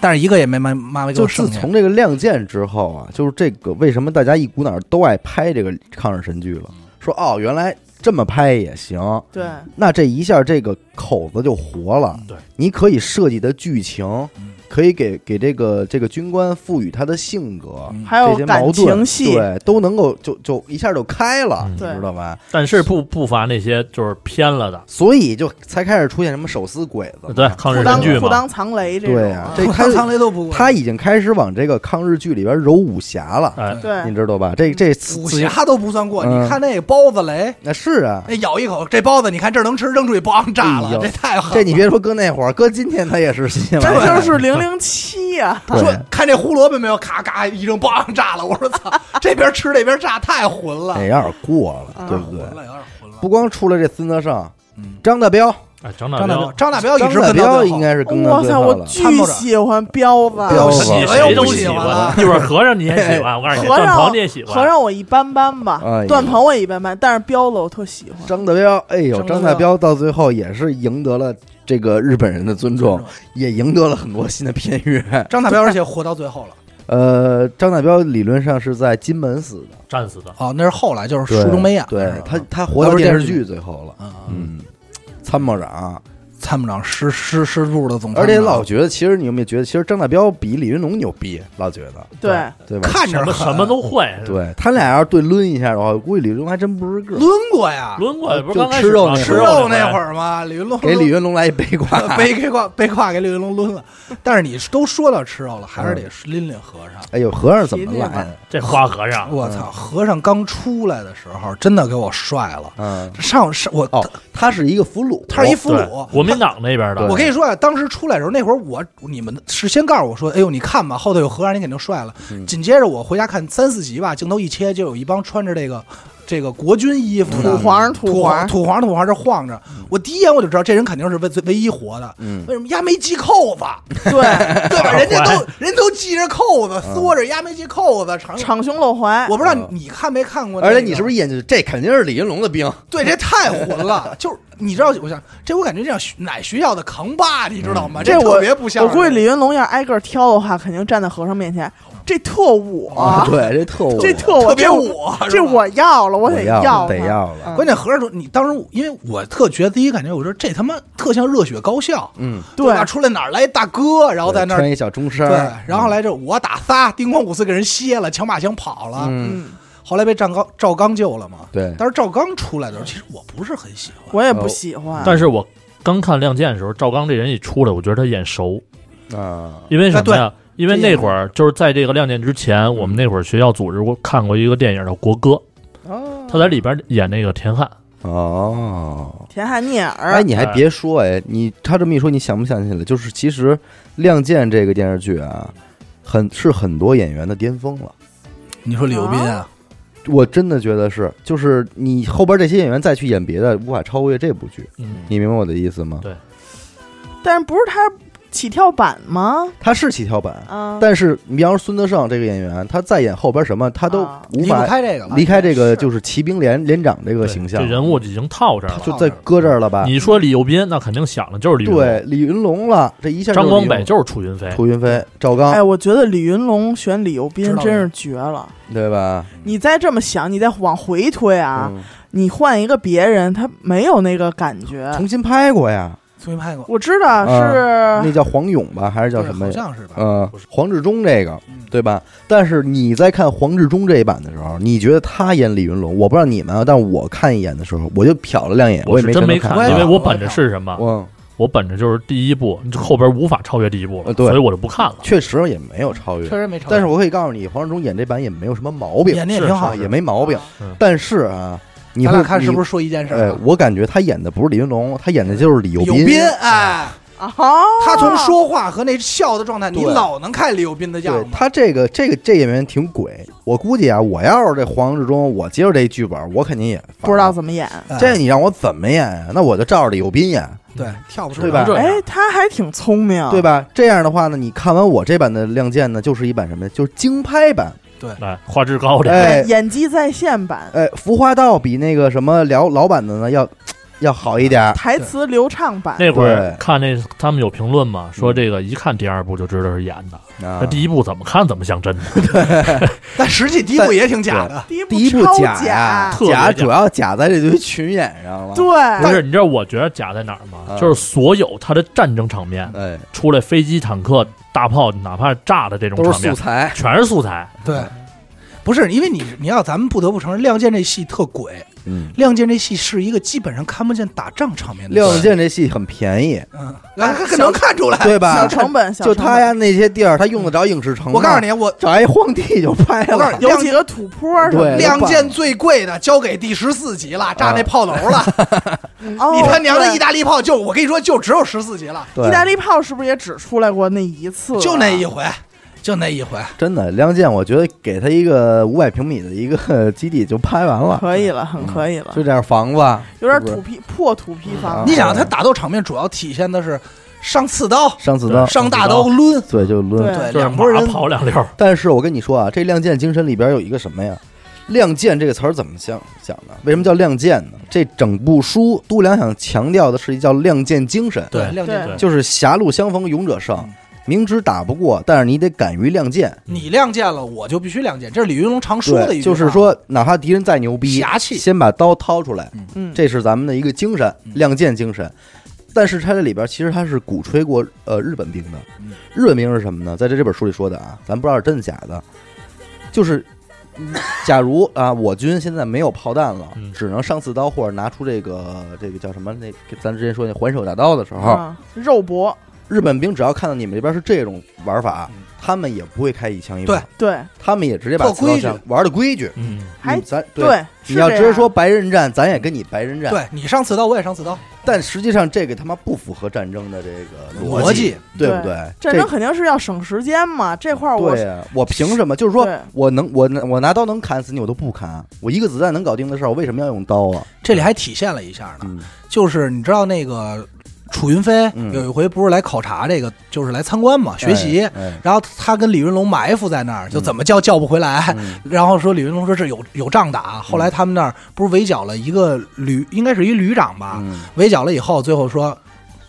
[SPEAKER 2] 但是一个也没妈妈没给
[SPEAKER 1] 就
[SPEAKER 2] 我
[SPEAKER 1] 自
[SPEAKER 2] 剩下，
[SPEAKER 1] 从这个《亮剑》之后啊，就是这个为什么大家一股脑儿都爱拍这个抗日神剧
[SPEAKER 2] 嗯
[SPEAKER 1] 了？说哦，原来这么拍也行，
[SPEAKER 3] 对，
[SPEAKER 1] 那这一下这个口子就活了。
[SPEAKER 4] 对，
[SPEAKER 1] 你可以设计的剧情
[SPEAKER 2] 嗯，
[SPEAKER 1] 可以给给这个这个军官赋予他的性格，
[SPEAKER 2] 嗯
[SPEAKER 3] 还
[SPEAKER 1] 这
[SPEAKER 3] 有
[SPEAKER 1] 些
[SPEAKER 3] 感
[SPEAKER 1] 矛
[SPEAKER 3] 情
[SPEAKER 1] 盾，
[SPEAKER 3] 戏，
[SPEAKER 1] 对，都能够就就一下就开了，
[SPEAKER 4] 嗯
[SPEAKER 1] 你
[SPEAKER 3] 对
[SPEAKER 1] 知道吧？
[SPEAKER 4] 但是不不乏那些就是偏了的，
[SPEAKER 1] 所以就才开始出现什么手撕鬼子嘛，
[SPEAKER 4] 对抗
[SPEAKER 3] 裤
[SPEAKER 4] 日
[SPEAKER 3] 裆
[SPEAKER 4] 神剧
[SPEAKER 3] 裤
[SPEAKER 4] 嘛，
[SPEAKER 3] 裆藏雷这
[SPEAKER 1] 对
[SPEAKER 3] 种
[SPEAKER 1] 啊
[SPEAKER 3] 啊，，
[SPEAKER 1] 这
[SPEAKER 2] 他藏
[SPEAKER 1] 他
[SPEAKER 2] 雷都不过
[SPEAKER 1] 他已经开始往这个抗日剧里边揉武侠了。
[SPEAKER 4] 哎，
[SPEAKER 1] 你
[SPEAKER 3] 对，嗯
[SPEAKER 1] 知道吧？这这
[SPEAKER 2] 武
[SPEAKER 1] 自
[SPEAKER 2] 侠哎都不算过，
[SPEAKER 1] 嗯
[SPEAKER 2] 你看那个包子雷，
[SPEAKER 1] 那是啊，
[SPEAKER 2] 那咬一口这包子，你看这能吃，扔出去梆炸
[SPEAKER 1] 哎
[SPEAKER 2] 了，
[SPEAKER 1] 呦
[SPEAKER 2] 这太狠了。
[SPEAKER 1] 这你别说搁那会儿，搁今天他也是新鲜玩意
[SPEAKER 3] 这
[SPEAKER 1] 儿。
[SPEAKER 3] 就是零零七呀，
[SPEAKER 2] 说
[SPEAKER 1] 对，
[SPEAKER 2] 看这胡萝卜没有，咔咔一扔，梆炸了。我说操，这边吃那边炸，太混了，
[SPEAKER 1] 哎，有点过了，
[SPEAKER 3] 啊
[SPEAKER 1] 对
[SPEAKER 2] 混
[SPEAKER 1] 不对？
[SPEAKER 2] 了，有点混了。
[SPEAKER 1] 不光出了这孙德胜
[SPEAKER 2] 嗯，
[SPEAKER 1] 张大彪，
[SPEAKER 4] 哎，张
[SPEAKER 2] 张大
[SPEAKER 4] 彪
[SPEAKER 2] 彪，，张大彪一
[SPEAKER 1] 张
[SPEAKER 2] 直
[SPEAKER 1] 大
[SPEAKER 2] 跟到
[SPEAKER 1] 彪
[SPEAKER 2] 最后
[SPEAKER 1] 应该是跟到
[SPEAKER 3] 哇
[SPEAKER 1] 最
[SPEAKER 3] 塞，
[SPEAKER 1] 后
[SPEAKER 3] 我
[SPEAKER 1] 了。
[SPEAKER 2] 参
[SPEAKER 3] 巨
[SPEAKER 2] 谋长
[SPEAKER 3] 喜欢彪子，
[SPEAKER 1] 彪子
[SPEAKER 4] 喜
[SPEAKER 1] 哎
[SPEAKER 4] 谁
[SPEAKER 1] 呦
[SPEAKER 4] 都
[SPEAKER 1] 不
[SPEAKER 4] 喜
[SPEAKER 1] 喜
[SPEAKER 4] 欢
[SPEAKER 1] 欢
[SPEAKER 4] 了
[SPEAKER 2] 了。
[SPEAKER 4] 一会儿和尚你也喜欢，我告诉你，
[SPEAKER 3] 和
[SPEAKER 4] 哎段
[SPEAKER 3] 尚
[SPEAKER 4] 鹏你也喜欢，
[SPEAKER 3] 和尚我一般般吧
[SPEAKER 1] 哎呀，
[SPEAKER 3] 段鹏我一般般，但是彪子我特喜欢。
[SPEAKER 1] 张大彪，哎呦，张
[SPEAKER 2] 张
[SPEAKER 1] 大
[SPEAKER 2] 大
[SPEAKER 1] 彪
[SPEAKER 2] 彪
[SPEAKER 1] 到最后也是赢得了这个日本人的尊重，也赢得了很多新的片约。
[SPEAKER 2] 张大彪，而且活到最后了。
[SPEAKER 1] 呃，张大彪理论上是在金门死的，
[SPEAKER 4] 战死的，
[SPEAKER 2] 哦，那是后来，就是
[SPEAKER 1] 对
[SPEAKER 2] 书中没演。
[SPEAKER 1] 对
[SPEAKER 2] 是吧
[SPEAKER 1] 他，他活到
[SPEAKER 2] 啊啊不是
[SPEAKER 1] 电视
[SPEAKER 2] 电
[SPEAKER 1] 剧
[SPEAKER 2] 视
[SPEAKER 1] 最后了。
[SPEAKER 2] 嗯，
[SPEAKER 1] 嗯，参谋长，
[SPEAKER 2] 参谋长师师师部的总参谋长，
[SPEAKER 1] 而且老觉得，其实你有没有觉得，其实张大彪比李云龙牛逼？老觉得，
[SPEAKER 3] 对，
[SPEAKER 1] 对吧？
[SPEAKER 2] 看
[SPEAKER 4] 什
[SPEAKER 2] 着
[SPEAKER 4] 么
[SPEAKER 2] 狠
[SPEAKER 4] 什么都会，
[SPEAKER 1] 对他俩要是对抡一下的话，估计李云龙还真不是个儿。
[SPEAKER 2] 抡过呀，
[SPEAKER 4] 抡过不是
[SPEAKER 1] 就
[SPEAKER 4] 刚开
[SPEAKER 1] 吃
[SPEAKER 4] 始
[SPEAKER 1] 肉
[SPEAKER 4] 吗
[SPEAKER 1] 那
[SPEAKER 2] 吃
[SPEAKER 1] 会儿
[SPEAKER 2] 肉那
[SPEAKER 4] 那
[SPEAKER 2] 会，儿嘛，李云龙。
[SPEAKER 1] 给李云龙来一背胯
[SPEAKER 2] 背给胯背胯给李云龙抡了。但是你都说到吃肉了，
[SPEAKER 1] 嗯
[SPEAKER 2] 还是得拎拎和尚。
[SPEAKER 1] 哎呦，和尚怎么来的？
[SPEAKER 4] 这花和尚，
[SPEAKER 2] 我操，和尚刚出来的时候，真的给我帅了。
[SPEAKER 1] 嗯，
[SPEAKER 2] 上上我
[SPEAKER 1] 哦，他是一个俘虏，
[SPEAKER 2] 他是一俘
[SPEAKER 4] 对
[SPEAKER 2] 虏，
[SPEAKER 4] 国民党那边的，
[SPEAKER 2] 我跟你说啊，当时出来的时候，那会儿我你们是先告诉我说，哎呦，你看吧，后头有和尚，你肯定帅了。
[SPEAKER 1] 嗯
[SPEAKER 2] 紧接着我回家看三四集吧，镜头一切，就有一帮穿着这个这个国军衣服的
[SPEAKER 3] 土黄
[SPEAKER 2] 土
[SPEAKER 3] 黄
[SPEAKER 2] 土黄土黄这晃着，我第一眼我就知道这人肯定是唯唯一活的。
[SPEAKER 1] 嗯
[SPEAKER 2] 为什么丫没系 扣子？
[SPEAKER 3] 对，
[SPEAKER 2] 对吧？人家都人都系着扣子，缩着丫没系扣子，长。
[SPEAKER 3] 敞胸露怀，
[SPEAKER 2] 我不知道
[SPEAKER 1] 嗯
[SPEAKER 2] 你看没看过那
[SPEAKER 1] 而
[SPEAKER 2] 个，
[SPEAKER 1] 且你是不是一眼就这肯定是李云龙的兵？
[SPEAKER 2] 对，这太混了。就是你知道，我想这我感觉这像哪学校的扛把，你知道
[SPEAKER 1] 嗯
[SPEAKER 2] 吗？
[SPEAKER 3] 这我
[SPEAKER 2] 特别不像
[SPEAKER 3] 我
[SPEAKER 2] 人。
[SPEAKER 3] 估计李云龙要挨个挑的话，肯定站在和尚面前，这特我，
[SPEAKER 1] 啊对，这特务，
[SPEAKER 3] 这特我，
[SPEAKER 2] 啊特别
[SPEAKER 3] 这
[SPEAKER 2] 我是吧
[SPEAKER 3] 这我要了，我
[SPEAKER 1] 我
[SPEAKER 3] 得
[SPEAKER 1] 要
[SPEAKER 2] 啊
[SPEAKER 3] 要
[SPEAKER 1] 得
[SPEAKER 3] 它。
[SPEAKER 1] 要了。
[SPEAKER 2] 关键和尚说，你当时我因为我特觉得第一感觉，我说这他妈特像热血高校，
[SPEAKER 1] 嗯，
[SPEAKER 2] 对吧？出来哪儿来一大哥，然后在那
[SPEAKER 1] 穿
[SPEAKER 2] 儿
[SPEAKER 1] 一小中
[SPEAKER 2] 对
[SPEAKER 1] 衫，，
[SPEAKER 2] 然后来这我打仨，叮咣五四给人歇了，抢马枪跑了，
[SPEAKER 1] 嗯，
[SPEAKER 3] 嗯，
[SPEAKER 2] 后来被赵刚赵刚救了嘛。
[SPEAKER 1] 对，
[SPEAKER 2] 但是赵刚出来的时候，其实我不是很喜欢，
[SPEAKER 3] 我也不喜
[SPEAKER 1] 哦
[SPEAKER 3] 欢。
[SPEAKER 4] 但是我刚看《亮剑》的时候，赵刚这人一出来，我觉得他眼熟，
[SPEAKER 1] 啊，
[SPEAKER 4] 因为什么呀？因为
[SPEAKER 2] 这
[SPEAKER 4] 那
[SPEAKER 2] 眼熟
[SPEAKER 4] 会儿就是在这个《亮剑》之前，我们那会儿学校组织过看过一个电影叫《国歌》，他在里边演那个田汉，
[SPEAKER 1] 哦。
[SPEAKER 3] 田汉涅尔
[SPEAKER 1] 哎，，你还别说，哎，你他这么一说，你想不想起来？就是其实《亮剑》这个电视剧啊，很是很多演员的巅峰了。
[SPEAKER 2] 你说李幼斌啊，
[SPEAKER 1] 我真的觉得是，就是你后边这些演员再去演别的，无法超越这部剧。
[SPEAKER 4] 嗯，
[SPEAKER 1] 你明白我的意思吗？
[SPEAKER 4] 对
[SPEAKER 3] 但是不是他起跳板吗？
[SPEAKER 1] 他是起跳板，
[SPEAKER 3] 啊，
[SPEAKER 1] 但是你比方说孙德胜这个演员，他再演后边什么，他都
[SPEAKER 3] 啊
[SPEAKER 1] 无
[SPEAKER 2] 离不
[SPEAKER 1] 法
[SPEAKER 2] 开这个了
[SPEAKER 1] 离。开这个
[SPEAKER 3] 是
[SPEAKER 1] 就是骑兵连连长这个
[SPEAKER 4] 对
[SPEAKER 1] 形象，
[SPEAKER 4] 这人物已经套这儿了。
[SPEAKER 1] 就在搁这儿了吧？
[SPEAKER 4] 你说李幼斌，那肯定想的就是李幼斌
[SPEAKER 1] 啊对，李云龙了，这一下就是
[SPEAKER 4] 张
[SPEAKER 1] 李
[SPEAKER 4] 光
[SPEAKER 1] 云
[SPEAKER 4] 北
[SPEAKER 1] 龙
[SPEAKER 4] 就是楚云飞，
[SPEAKER 1] 涂云飞、赵刚，
[SPEAKER 3] 哎，我觉得李云龙选李幼
[SPEAKER 2] 知
[SPEAKER 3] 斌
[SPEAKER 2] 道
[SPEAKER 3] 真是绝了。
[SPEAKER 1] 对吧？
[SPEAKER 3] 你再这么想，你再往回推啊，
[SPEAKER 1] 嗯，
[SPEAKER 3] 你换一个别人，他没有那个感觉。
[SPEAKER 1] 重新拍过呀，
[SPEAKER 2] 从没拍过，
[SPEAKER 3] 我知道
[SPEAKER 1] 啊那
[SPEAKER 3] 是
[SPEAKER 1] 叫黄勇吧，还是叫
[SPEAKER 2] 对
[SPEAKER 1] 什么
[SPEAKER 2] 好
[SPEAKER 1] 呀？
[SPEAKER 2] 像是吧？
[SPEAKER 1] 嗯，黄志忠这个
[SPEAKER 2] 嗯
[SPEAKER 1] 对吧？但是你在看黄志忠这一版的时候，你觉得他演李云龙？我不知道你们啊，但我看一眼的时候，我就瞟了两眼，
[SPEAKER 4] 我
[SPEAKER 1] 也
[SPEAKER 4] 是
[SPEAKER 1] 没
[SPEAKER 4] 真没
[SPEAKER 1] 看
[SPEAKER 2] 我
[SPEAKER 1] 到，
[SPEAKER 2] 也
[SPEAKER 4] 因为
[SPEAKER 2] 没
[SPEAKER 4] 我
[SPEAKER 2] 看
[SPEAKER 4] 本着是什么，
[SPEAKER 1] 嗯，
[SPEAKER 4] 我本着就是第一部，就后边无法超越第一部了，
[SPEAKER 1] 呃对
[SPEAKER 4] 所以我就不看了。
[SPEAKER 1] 确实也没有超越
[SPEAKER 2] 确。实没成。
[SPEAKER 1] 但是我可以告诉你，黄志忠演这版也没有什么毛病，
[SPEAKER 2] 演的也
[SPEAKER 4] 是是
[SPEAKER 2] 挺好
[SPEAKER 1] 啊，
[SPEAKER 2] 的。
[SPEAKER 1] 也没毛病
[SPEAKER 4] 嗯。
[SPEAKER 1] 但是啊，你
[SPEAKER 2] 咱
[SPEAKER 1] 会
[SPEAKER 2] 俩看是不
[SPEAKER 1] 是？
[SPEAKER 2] 是说一件事儿
[SPEAKER 1] 哎
[SPEAKER 2] 啊？，
[SPEAKER 1] 我感觉他演的不是李云龙，他演的就是李幼
[SPEAKER 2] 有
[SPEAKER 1] 斌。
[SPEAKER 2] 哎，
[SPEAKER 3] 啊哈，
[SPEAKER 2] 他从说话和那笑的状态，你
[SPEAKER 1] 哦对
[SPEAKER 2] 老能看李有斌的样
[SPEAKER 1] 对
[SPEAKER 2] 子。
[SPEAKER 1] 他这个这个这演员挺鬼，我估计啊，我要是这黄志忠，我接受这剧本，我肯定也
[SPEAKER 3] 不知道怎么演。
[SPEAKER 2] 哎
[SPEAKER 1] 这你让我怎么演呀？那我就照着李幼斌演，
[SPEAKER 2] 对跳不出
[SPEAKER 1] 对
[SPEAKER 2] 来
[SPEAKER 1] 吧
[SPEAKER 4] 这样
[SPEAKER 3] 哎，他还挺聪明，
[SPEAKER 1] 对吧？这样的话呢，你看完我这版的《亮剑》呢，就是一版什么呀？就是精拍版。
[SPEAKER 4] 哎，画质高点，
[SPEAKER 1] 哎
[SPEAKER 3] 演演技在线版，
[SPEAKER 1] 哎，服化道比那个什么聊老版的呢要要好一点。
[SPEAKER 3] 台词流畅版，
[SPEAKER 4] 那会儿
[SPEAKER 1] 对嗯
[SPEAKER 4] 看那他们有评论嘛，说这个一看第二部就知道是演的，
[SPEAKER 1] 啊
[SPEAKER 4] 那第一部怎么看怎么像真的。
[SPEAKER 2] 但实际第一部也挺假的。
[SPEAKER 3] 第一
[SPEAKER 1] 第一部
[SPEAKER 3] 超
[SPEAKER 1] 假呀，
[SPEAKER 4] 特别假
[SPEAKER 1] 主要假在这堆群演上了。
[SPEAKER 3] 对，
[SPEAKER 4] 不是，你知道我觉得假在哪儿吗
[SPEAKER 1] 嗯？
[SPEAKER 4] 就是所有他的战争场面，
[SPEAKER 1] 哎，
[SPEAKER 4] 出来飞机、坦克、大炮，哪怕炸的这种
[SPEAKER 1] 都是
[SPEAKER 4] 场面
[SPEAKER 1] 素，材。
[SPEAKER 4] 全是素材。
[SPEAKER 2] 对，不是因为你你要咱们不得不承认，《亮剑》这戏特鬼，《
[SPEAKER 1] 嗯，
[SPEAKER 2] 亮剑》这戏是一个基本上看不见打仗场面
[SPEAKER 1] 《
[SPEAKER 2] 的
[SPEAKER 1] 亮
[SPEAKER 2] 戏，
[SPEAKER 1] 剑》这戏很便宜，
[SPEAKER 2] 嗯，来可能看出来。
[SPEAKER 1] 对
[SPEAKER 3] 小
[SPEAKER 1] 吧？
[SPEAKER 3] 成本，小
[SPEAKER 1] 啊就
[SPEAKER 3] 成
[SPEAKER 1] 他
[SPEAKER 3] 本
[SPEAKER 1] 呀，那些地儿，他用得着影视城。
[SPEAKER 2] 我告诉，你，我
[SPEAKER 1] 找一荒地就拍
[SPEAKER 2] 我告诉
[SPEAKER 1] 了
[SPEAKER 2] 你。
[SPEAKER 3] 有几个土坡儿什么
[SPEAKER 1] 对
[SPEAKER 2] 《
[SPEAKER 3] 的，
[SPEAKER 2] 亮剑》最贵的交给第十四集了，炸那炮 楼了。
[SPEAKER 3] 哦
[SPEAKER 2] 你他娘的意
[SPEAKER 3] 对
[SPEAKER 2] 大利炮就我跟你说，就只有十四集了，
[SPEAKER 1] 对
[SPEAKER 3] 意大利炮是不是也只出来过那一次？
[SPEAKER 2] 就那一，回，就那一回。
[SPEAKER 1] 真的，《亮剑》我觉得给他一个五百平米的一个基地就拍完了，
[SPEAKER 3] 可以了，很可以了
[SPEAKER 1] 就，这样房子啊
[SPEAKER 3] 有
[SPEAKER 1] 是
[SPEAKER 3] 点
[SPEAKER 1] 不
[SPEAKER 3] 土坯破土坯
[SPEAKER 1] 啊
[SPEAKER 3] 房。
[SPEAKER 2] 你想，他打斗场面主要体现的是上刺刀、
[SPEAKER 1] 啊是上次呢，
[SPEAKER 2] 上大刀、抡，
[SPEAKER 1] 对，就抡。
[SPEAKER 3] 对
[SPEAKER 2] 对，
[SPEAKER 4] 就是
[SPEAKER 2] 两拨
[SPEAKER 4] 马
[SPEAKER 2] 人
[SPEAKER 4] 跑两溜儿，
[SPEAKER 1] 但是我跟你说啊，这《亮剑》精神里边有一个什么呀？“亮剑”这个词儿怎么想想的？为什么叫“亮剑”呢？这整部书度量想强调的是一叫“亮剑”精神，
[SPEAKER 2] 对，亮剑
[SPEAKER 3] 对
[SPEAKER 1] 就是狭路相逢勇者胜
[SPEAKER 2] 嗯，
[SPEAKER 1] 明知打不过，但是你得敢于亮剑。
[SPEAKER 2] 你亮剑了，我就必须亮剑，这是李云龙常说的一
[SPEAKER 1] 对，
[SPEAKER 2] 句，
[SPEAKER 1] 就是，说，哪怕敌人再牛逼，
[SPEAKER 2] 侠气
[SPEAKER 1] 先把刀掏出来，
[SPEAKER 3] 嗯，
[SPEAKER 1] 这是咱们的一个精神，
[SPEAKER 2] 嗯
[SPEAKER 1] 亮剑精神。但是它这里边其实它是鼓吹过呃日本兵的
[SPEAKER 2] 嗯，
[SPEAKER 1] 日本兵是什么呢？在这这本书里说的啊，咱不知道是真的假的，就是。假如啊，我军现在没有炮弹了，
[SPEAKER 4] 嗯
[SPEAKER 1] 只能上刺刀或者拿出这个这个叫什么那咱之前说那还手大刀的时候，
[SPEAKER 3] 啊肉搏，
[SPEAKER 1] 日本兵只要看到你们这边是这种玩法，他们也不会开一枪一
[SPEAKER 2] 嗯对
[SPEAKER 1] 把，
[SPEAKER 3] 对
[SPEAKER 1] 他们也直接把
[SPEAKER 2] 特
[SPEAKER 1] 刺刀
[SPEAKER 2] 规矩
[SPEAKER 1] 枪玩的规矩。
[SPEAKER 4] 嗯，
[SPEAKER 3] 还
[SPEAKER 1] 嗯咱
[SPEAKER 3] 对，是
[SPEAKER 1] 你要
[SPEAKER 3] 这
[SPEAKER 1] 直接
[SPEAKER 3] 样
[SPEAKER 1] 说白刃战，咱也跟你白刃战。，
[SPEAKER 2] 对你上刺刀，我也上刺刀，
[SPEAKER 1] 但实际上这个他妈不符合战争的这个
[SPEAKER 2] 逻
[SPEAKER 1] 辑，
[SPEAKER 2] 辑，
[SPEAKER 1] 对不
[SPEAKER 3] 对
[SPEAKER 1] 对？
[SPEAKER 3] 战争肯定是要省时间嘛，这块儿
[SPEAKER 1] 这
[SPEAKER 3] 我
[SPEAKER 1] 对呀，我凭什么？就是说
[SPEAKER 3] 对
[SPEAKER 1] 我能我能我拿刀能砍死你，我都不砍。我一个子弹能搞定的事儿，我为什么要用刀啊？
[SPEAKER 2] 这里还体现了一下呢，
[SPEAKER 1] 嗯
[SPEAKER 2] 就是你知道那个楚云飞
[SPEAKER 1] 嗯
[SPEAKER 2] 有一回不是来考察这个，就是来参观嘛，学习。
[SPEAKER 1] 哎哎
[SPEAKER 2] 然后他跟李云龙埋伏在那儿，就怎么叫叫不回来。
[SPEAKER 1] 嗯
[SPEAKER 2] 然后说李云龙说这有有仗打。后来他们那儿不是围剿了一个旅，应该是一旅长吧？
[SPEAKER 1] 嗯
[SPEAKER 2] 围剿了以后，最后说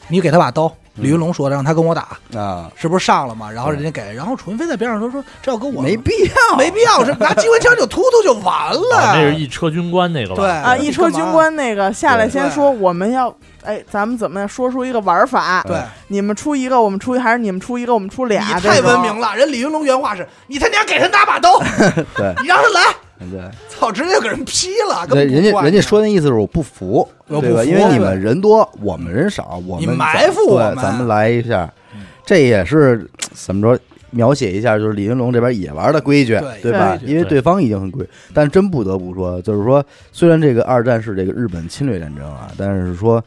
[SPEAKER 2] 你给他把刀。李云龙说的让他跟我打，
[SPEAKER 1] 啊，
[SPEAKER 2] 是不是上了嘛？然后人家给，然后楚云飞在边上说说这要跟我
[SPEAKER 1] 没必
[SPEAKER 2] 要，没必要，是拿机关枪就突突就完了。
[SPEAKER 4] 啊那是一车军官那个
[SPEAKER 2] 对
[SPEAKER 4] 吧？
[SPEAKER 3] 啊，一车军官那个下来
[SPEAKER 2] 哎对
[SPEAKER 3] 先说我们要。哎，咱们怎么说出一个玩法？
[SPEAKER 2] 对，
[SPEAKER 3] 你们出一个，我们出一，还是你们出一个，我们出俩？
[SPEAKER 2] 哎你太
[SPEAKER 3] 这种
[SPEAKER 2] 文明了，人李云龙原话是：“你他娘给他拿把刀，
[SPEAKER 1] 对
[SPEAKER 2] 你让他来，
[SPEAKER 1] 对。
[SPEAKER 2] 操，直接就给人劈
[SPEAKER 1] 对，
[SPEAKER 2] 了。”啊根本
[SPEAKER 1] 人
[SPEAKER 2] 不
[SPEAKER 1] 家
[SPEAKER 2] 管
[SPEAKER 1] 人家说那意思是我不服，
[SPEAKER 2] 我
[SPEAKER 1] 对
[SPEAKER 2] 不
[SPEAKER 1] 吧？
[SPEAKER 2] 服啊
[SPEAKER 1] 因为你
[SPEAKER 2] 对
[SPEAKER 1] 们人多，我们人少，我
[SPEAKER 2] 你
[SPEAKER 1] 们
[SPEAKER 2] 埋
[SPEAKER 1] 咱
[SPEAKER 2] 伏我
[SPEAKER 1] 对
[SPEAKER 2] 们啊嗯
[SPEAKER 1] 咱们来一下，这也是怎么说？描写一下，就是李云龙这边也玩的规矩，
[SPEAKER 2] 对
[SPEAKER 1] 对吧？
[SPEAKER 2] 规矩
[SPEAKER 1] 因为
[SPEAKER 4] 对
[SPEAKER 1] 对方已经很规，但真不得不说，就是说，虽然这个二战是这个日本侵略战争啊，但是说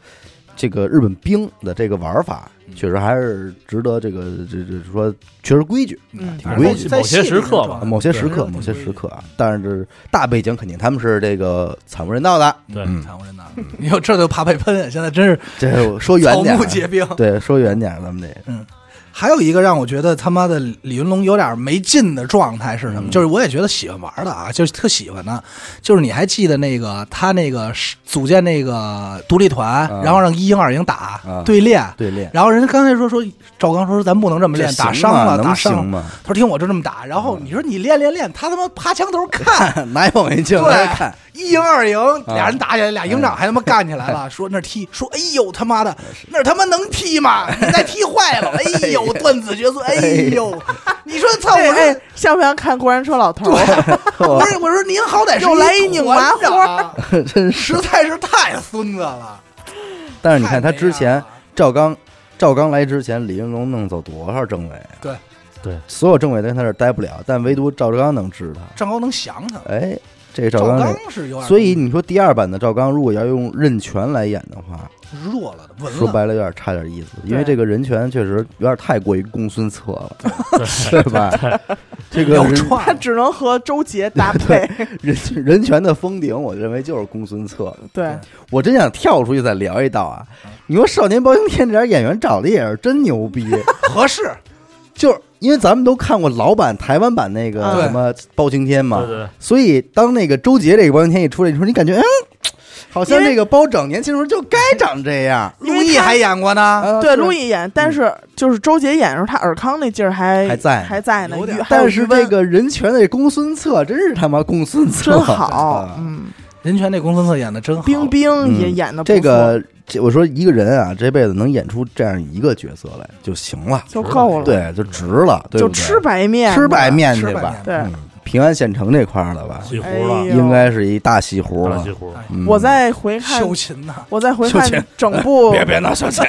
[SPEAKER 1] 这个日本兵的这个玩法，
[SPEAKER 2] 嗯
[SPEAKER 1] 确实还是值得这个这这说确实规矩，
[SPEAKER 3] 嗯
[SPEAKER 1] 挺规矩
[SPEAKER 4] 某些时刻吧
[SPEAKER 2] 啊
[SPEAKER 1] 某些时刻，某些时，刻啊。但是大背景肯定他们是这个惨无人道的，
[SPEAKER 4] 对
[SPEAKER 1] 嗯
[SPEAKER 2] 惨无人道。 你说这就怕被喷，现在真是
[SPEAKER 1] 这说远
[SPEAKER 2] 草
[SPEAKER 1] 点
[SPEAKER 2] 木
[SPEAKER 1] 儿，
[SPEAKER 2] 皆兵。
[SPEAKER 1] 对，说远点儿，咱们得
[SPEAKER 2] 嗯，还有一个让我觉得他妈的李云龙有点没劲的状态是什
[SPEAKER 1] 嗯
[SPEAKER 2] 么？就是我也觉得喜欢玩的啊，就是特喜欢的，就是你还记得那个他那个是组建那个独立团，
[SPEAKER 1] 啊
[SPEAKER 2] 然后让一营二营打、
[SPEAKER 1] 啊
[SPEAKER 2] 对练，
[SPEAKER 1] 对练
[SPEAKER 2] 然后人家刚才说说赵刚说咱不能这么
[SPEAKER 1] 这
[SPEAKER 2] 练，打
[SPEAKER 1] 行
[SPEAKER 2] 伤
[SPEAKER 1] 吗
[SPEAKER 2] 了，
[SPEAKER 1] 能
[SPEAKER 2] 打伤
[SPEAKER 1] 行
[SPEAKER 2] 了
[SPEAKER 1] 吗。
[SPEAKER 2] 他说听我就这么打，然后你说你练练练，他他妈趴墙头看，
[SPEAKER 1] 哪有没劲？来
[SPEAKER 2] 对
[SPEAKER 1] 看，
[SPEAKER 2] 一营二营，俩人打起来，俩营长还他妈干起来了，说那踢，说哎呦他妈的，那他妈能踢吗？你再踢坏了，哎呦断子绝孙，哎呦，你说操，我
[SPEAKER 3] 哎
[SPEAKER 2] 说
[SPEAKER 3] 哎，像不像看《过山车老头》？
[SPEAKER 2] 我说我说您好歹是
[SPEAKER 3] 又来
[SPEAKER 2] 一
[SPEAKER 3] 一拧麻花
[SPEAKER 2] 团长，
[SPEAKER 1] 真是。
[SPEAKER 2] 实在是太孙子了。
[SPEAKER 1] 但是你看
[SPEAKER 2] 太
[SPEAKER 1] 他
[SPEAKER 2] 没
[SPEAKER 1] 之前
[SPEAKER 2] 样了
[SPEAKER 1] 赵刚，赵刚来之前，李云龙弄走多少政委？啊
[SPEAKER 2] 对，
[SPEAKER 4] 对，
[SPEAKER 1] 所有政委都跟他这儿待不了，但唯独赵刚能治他。
[SPEAKER 2] 赵高能降他，
[SPEAKER 1] 哎，这赵
[SPEAKER 2] 赵
[SPEAKER 1] 刚
[SPEAKER 2] 刚
[SPEAKER 1] 这，
[SPEAKER 2] 是有点，
[SPEAKER 1] 所以你说第二版的赵刚，如果要用任权来演的话，
[SPEAKER 2] 弱了的，稳
[SPEAKER 1] 说
[SPEAKER 2] 了。
[SPEAKER 1] 白了有点差点意思，因为
[SPEAKER 3] 对
[SPEAKER 1] 这个人权确实有点太过于公孙策了， 是吧？这个
[SPEAKER 2] 要
[SPEAKER 1] 人
[SPEAKER 3] 他
[SPEAKER 2] 串，
[SPEAKER 3] 只能和周杰搭配。
[SPEAKER 1] 人人权的封顶，我认为就是公孙策。
[SPEAKER 3] 对，
[SPEAKER 1] 我真想跳出去再聊一道啊！
[SPEAKER 4] 嗯
[SPEAKER 1] 你说《少年包青天》这点演员找的也是真牛 逼，
[SPEAKER 2] 合适，
[SPEAKER 1] 就是因为咱们都看过老版台湾版那个
[SPEAKER 3] 对
[SPEAKER 1] 什么包青天嘛，
[SPEAKER 4] 对对对
[SPEAKER 1] 所以当那个周杰这个包青天一出来，你说你感觉，嗯，好像这个包拯年轻时候就该长这样。
[SPEAKER 3] 因
[SPEAKER 2] 陆
[SPEAKER 3] 为
[SPEAKER 2] 毅
[SPEAKER 3] 他
[SPEAKER 2] 还演过呢，
[SPEAKER 1] 啊
[SPEAKER 3] 对，
[SPEAKER 1] 是
[SPEAKER 3] 陆毅演，但是就是周杰演的时候，他尔康那劲儿还
[SPEAKER 1] 还在
[SPEAKER 3] 还在呢
[SPEAKER 2] 有。点
[SPEAKER 3] 余还有
[SPEAKER 1] 但
[SPEAKER 3] 余
[SPEAKER 1] 是
[SPEAKER 3] 温
[SPEAKER 1] 这个人权的公孙策真是他妈公孙策，
[SPEAKER 3] 真好，
[SPEAKER 1] 啊
[SPEAKER 3] 嗯，
[SPEAKER 2] 任泉那公孙策演的真好。
[SPEAKER 3] 冰冰也
[SPEAKER 1] 嗯
[SPEAKER 3] 演的
[SPEAKER 1] 这个这我说一个人啊，这辈子能演出这样一个角色来就行了，
[SPEAKER 3] 就够了，，
[SPEAKER 1] 对，就值了，对
[SPEAKER 3] 就
[SPEAKER 1] 不对
[SPEAKER 3] 吃白面，
[SPEAKER 1] 吃白，面去
[SPEAKER 2] 吃白
[SPEAKER 1] 吧
[SPEAKER 2] 面。
[SPEAKER 3] 对。
[SPEAKER 1] 嗯平安县城这块儿了吧，
[SPEAKER 4] 西湖
[SPEAKER 3] 哎呦
[SPEAKER 4] 了，
[SPEAKER 1] 应该是一大西湖
[SPEAKER 4] 大
[SPEAKER 1] 了
[SPEAKER 4] 西。湖
[SPEAKER 2] 哎
[SPEAKER 1] 嗯
[SPEAKER 3] 我再回看，哦
[SPEAKER 2] 修琴呐，
[SPEAKER 3] 我再回
[SPEAKER 1] 秀琴
[SPEAKER 3] 看 整部，
[SPEAKER 1] 别闹小姐，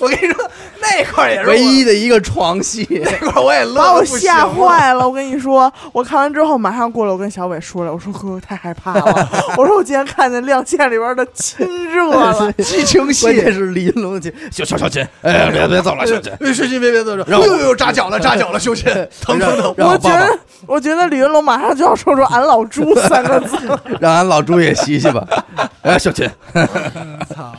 [SPEAKER 2] 我跟你说那块儿也是我
[SPEAKER 1] 唯一的一个床戏，，
[SPEAKER 2] 那块儿我也乐
[SPEAKER 3] 把
[SPEAKER 2] 得
[SPEAKER 3] 我
[SPEAKER 2] 不行
[SPEAKER 3] 吓坏了。我跟你说，我看完之后马上过来，我跟小伟说了，我说哥太害怕了， 我说我今天看见《亮剑》里边的亲热了
[SPEAKER 1] 激情戏，关键是李云龙去， 小小小琴，哎，别别走了，小琴，
[SPEAKER 2] 哎，学琴别别坐着，
[SPEAKER 1] 让我
[SPEAKER 2] 呦呦，扎脚了，扎脚了，修琴， 疼疼疼！
[SPEAKER 1] 让
[SPEAKER 3] 我
[SPEAKER 1] 我
[SPEAKER 3] 觉
[SPEAKER 1] 抱
[SPEAKER 3] 得我觉得李云龙马上就要说出“俺 老朱”三个字了。
[SPEAKER 1] 抱， 让俺老朱也洗洗吧。 哎，小琴，
[SPEAKER 2] 操，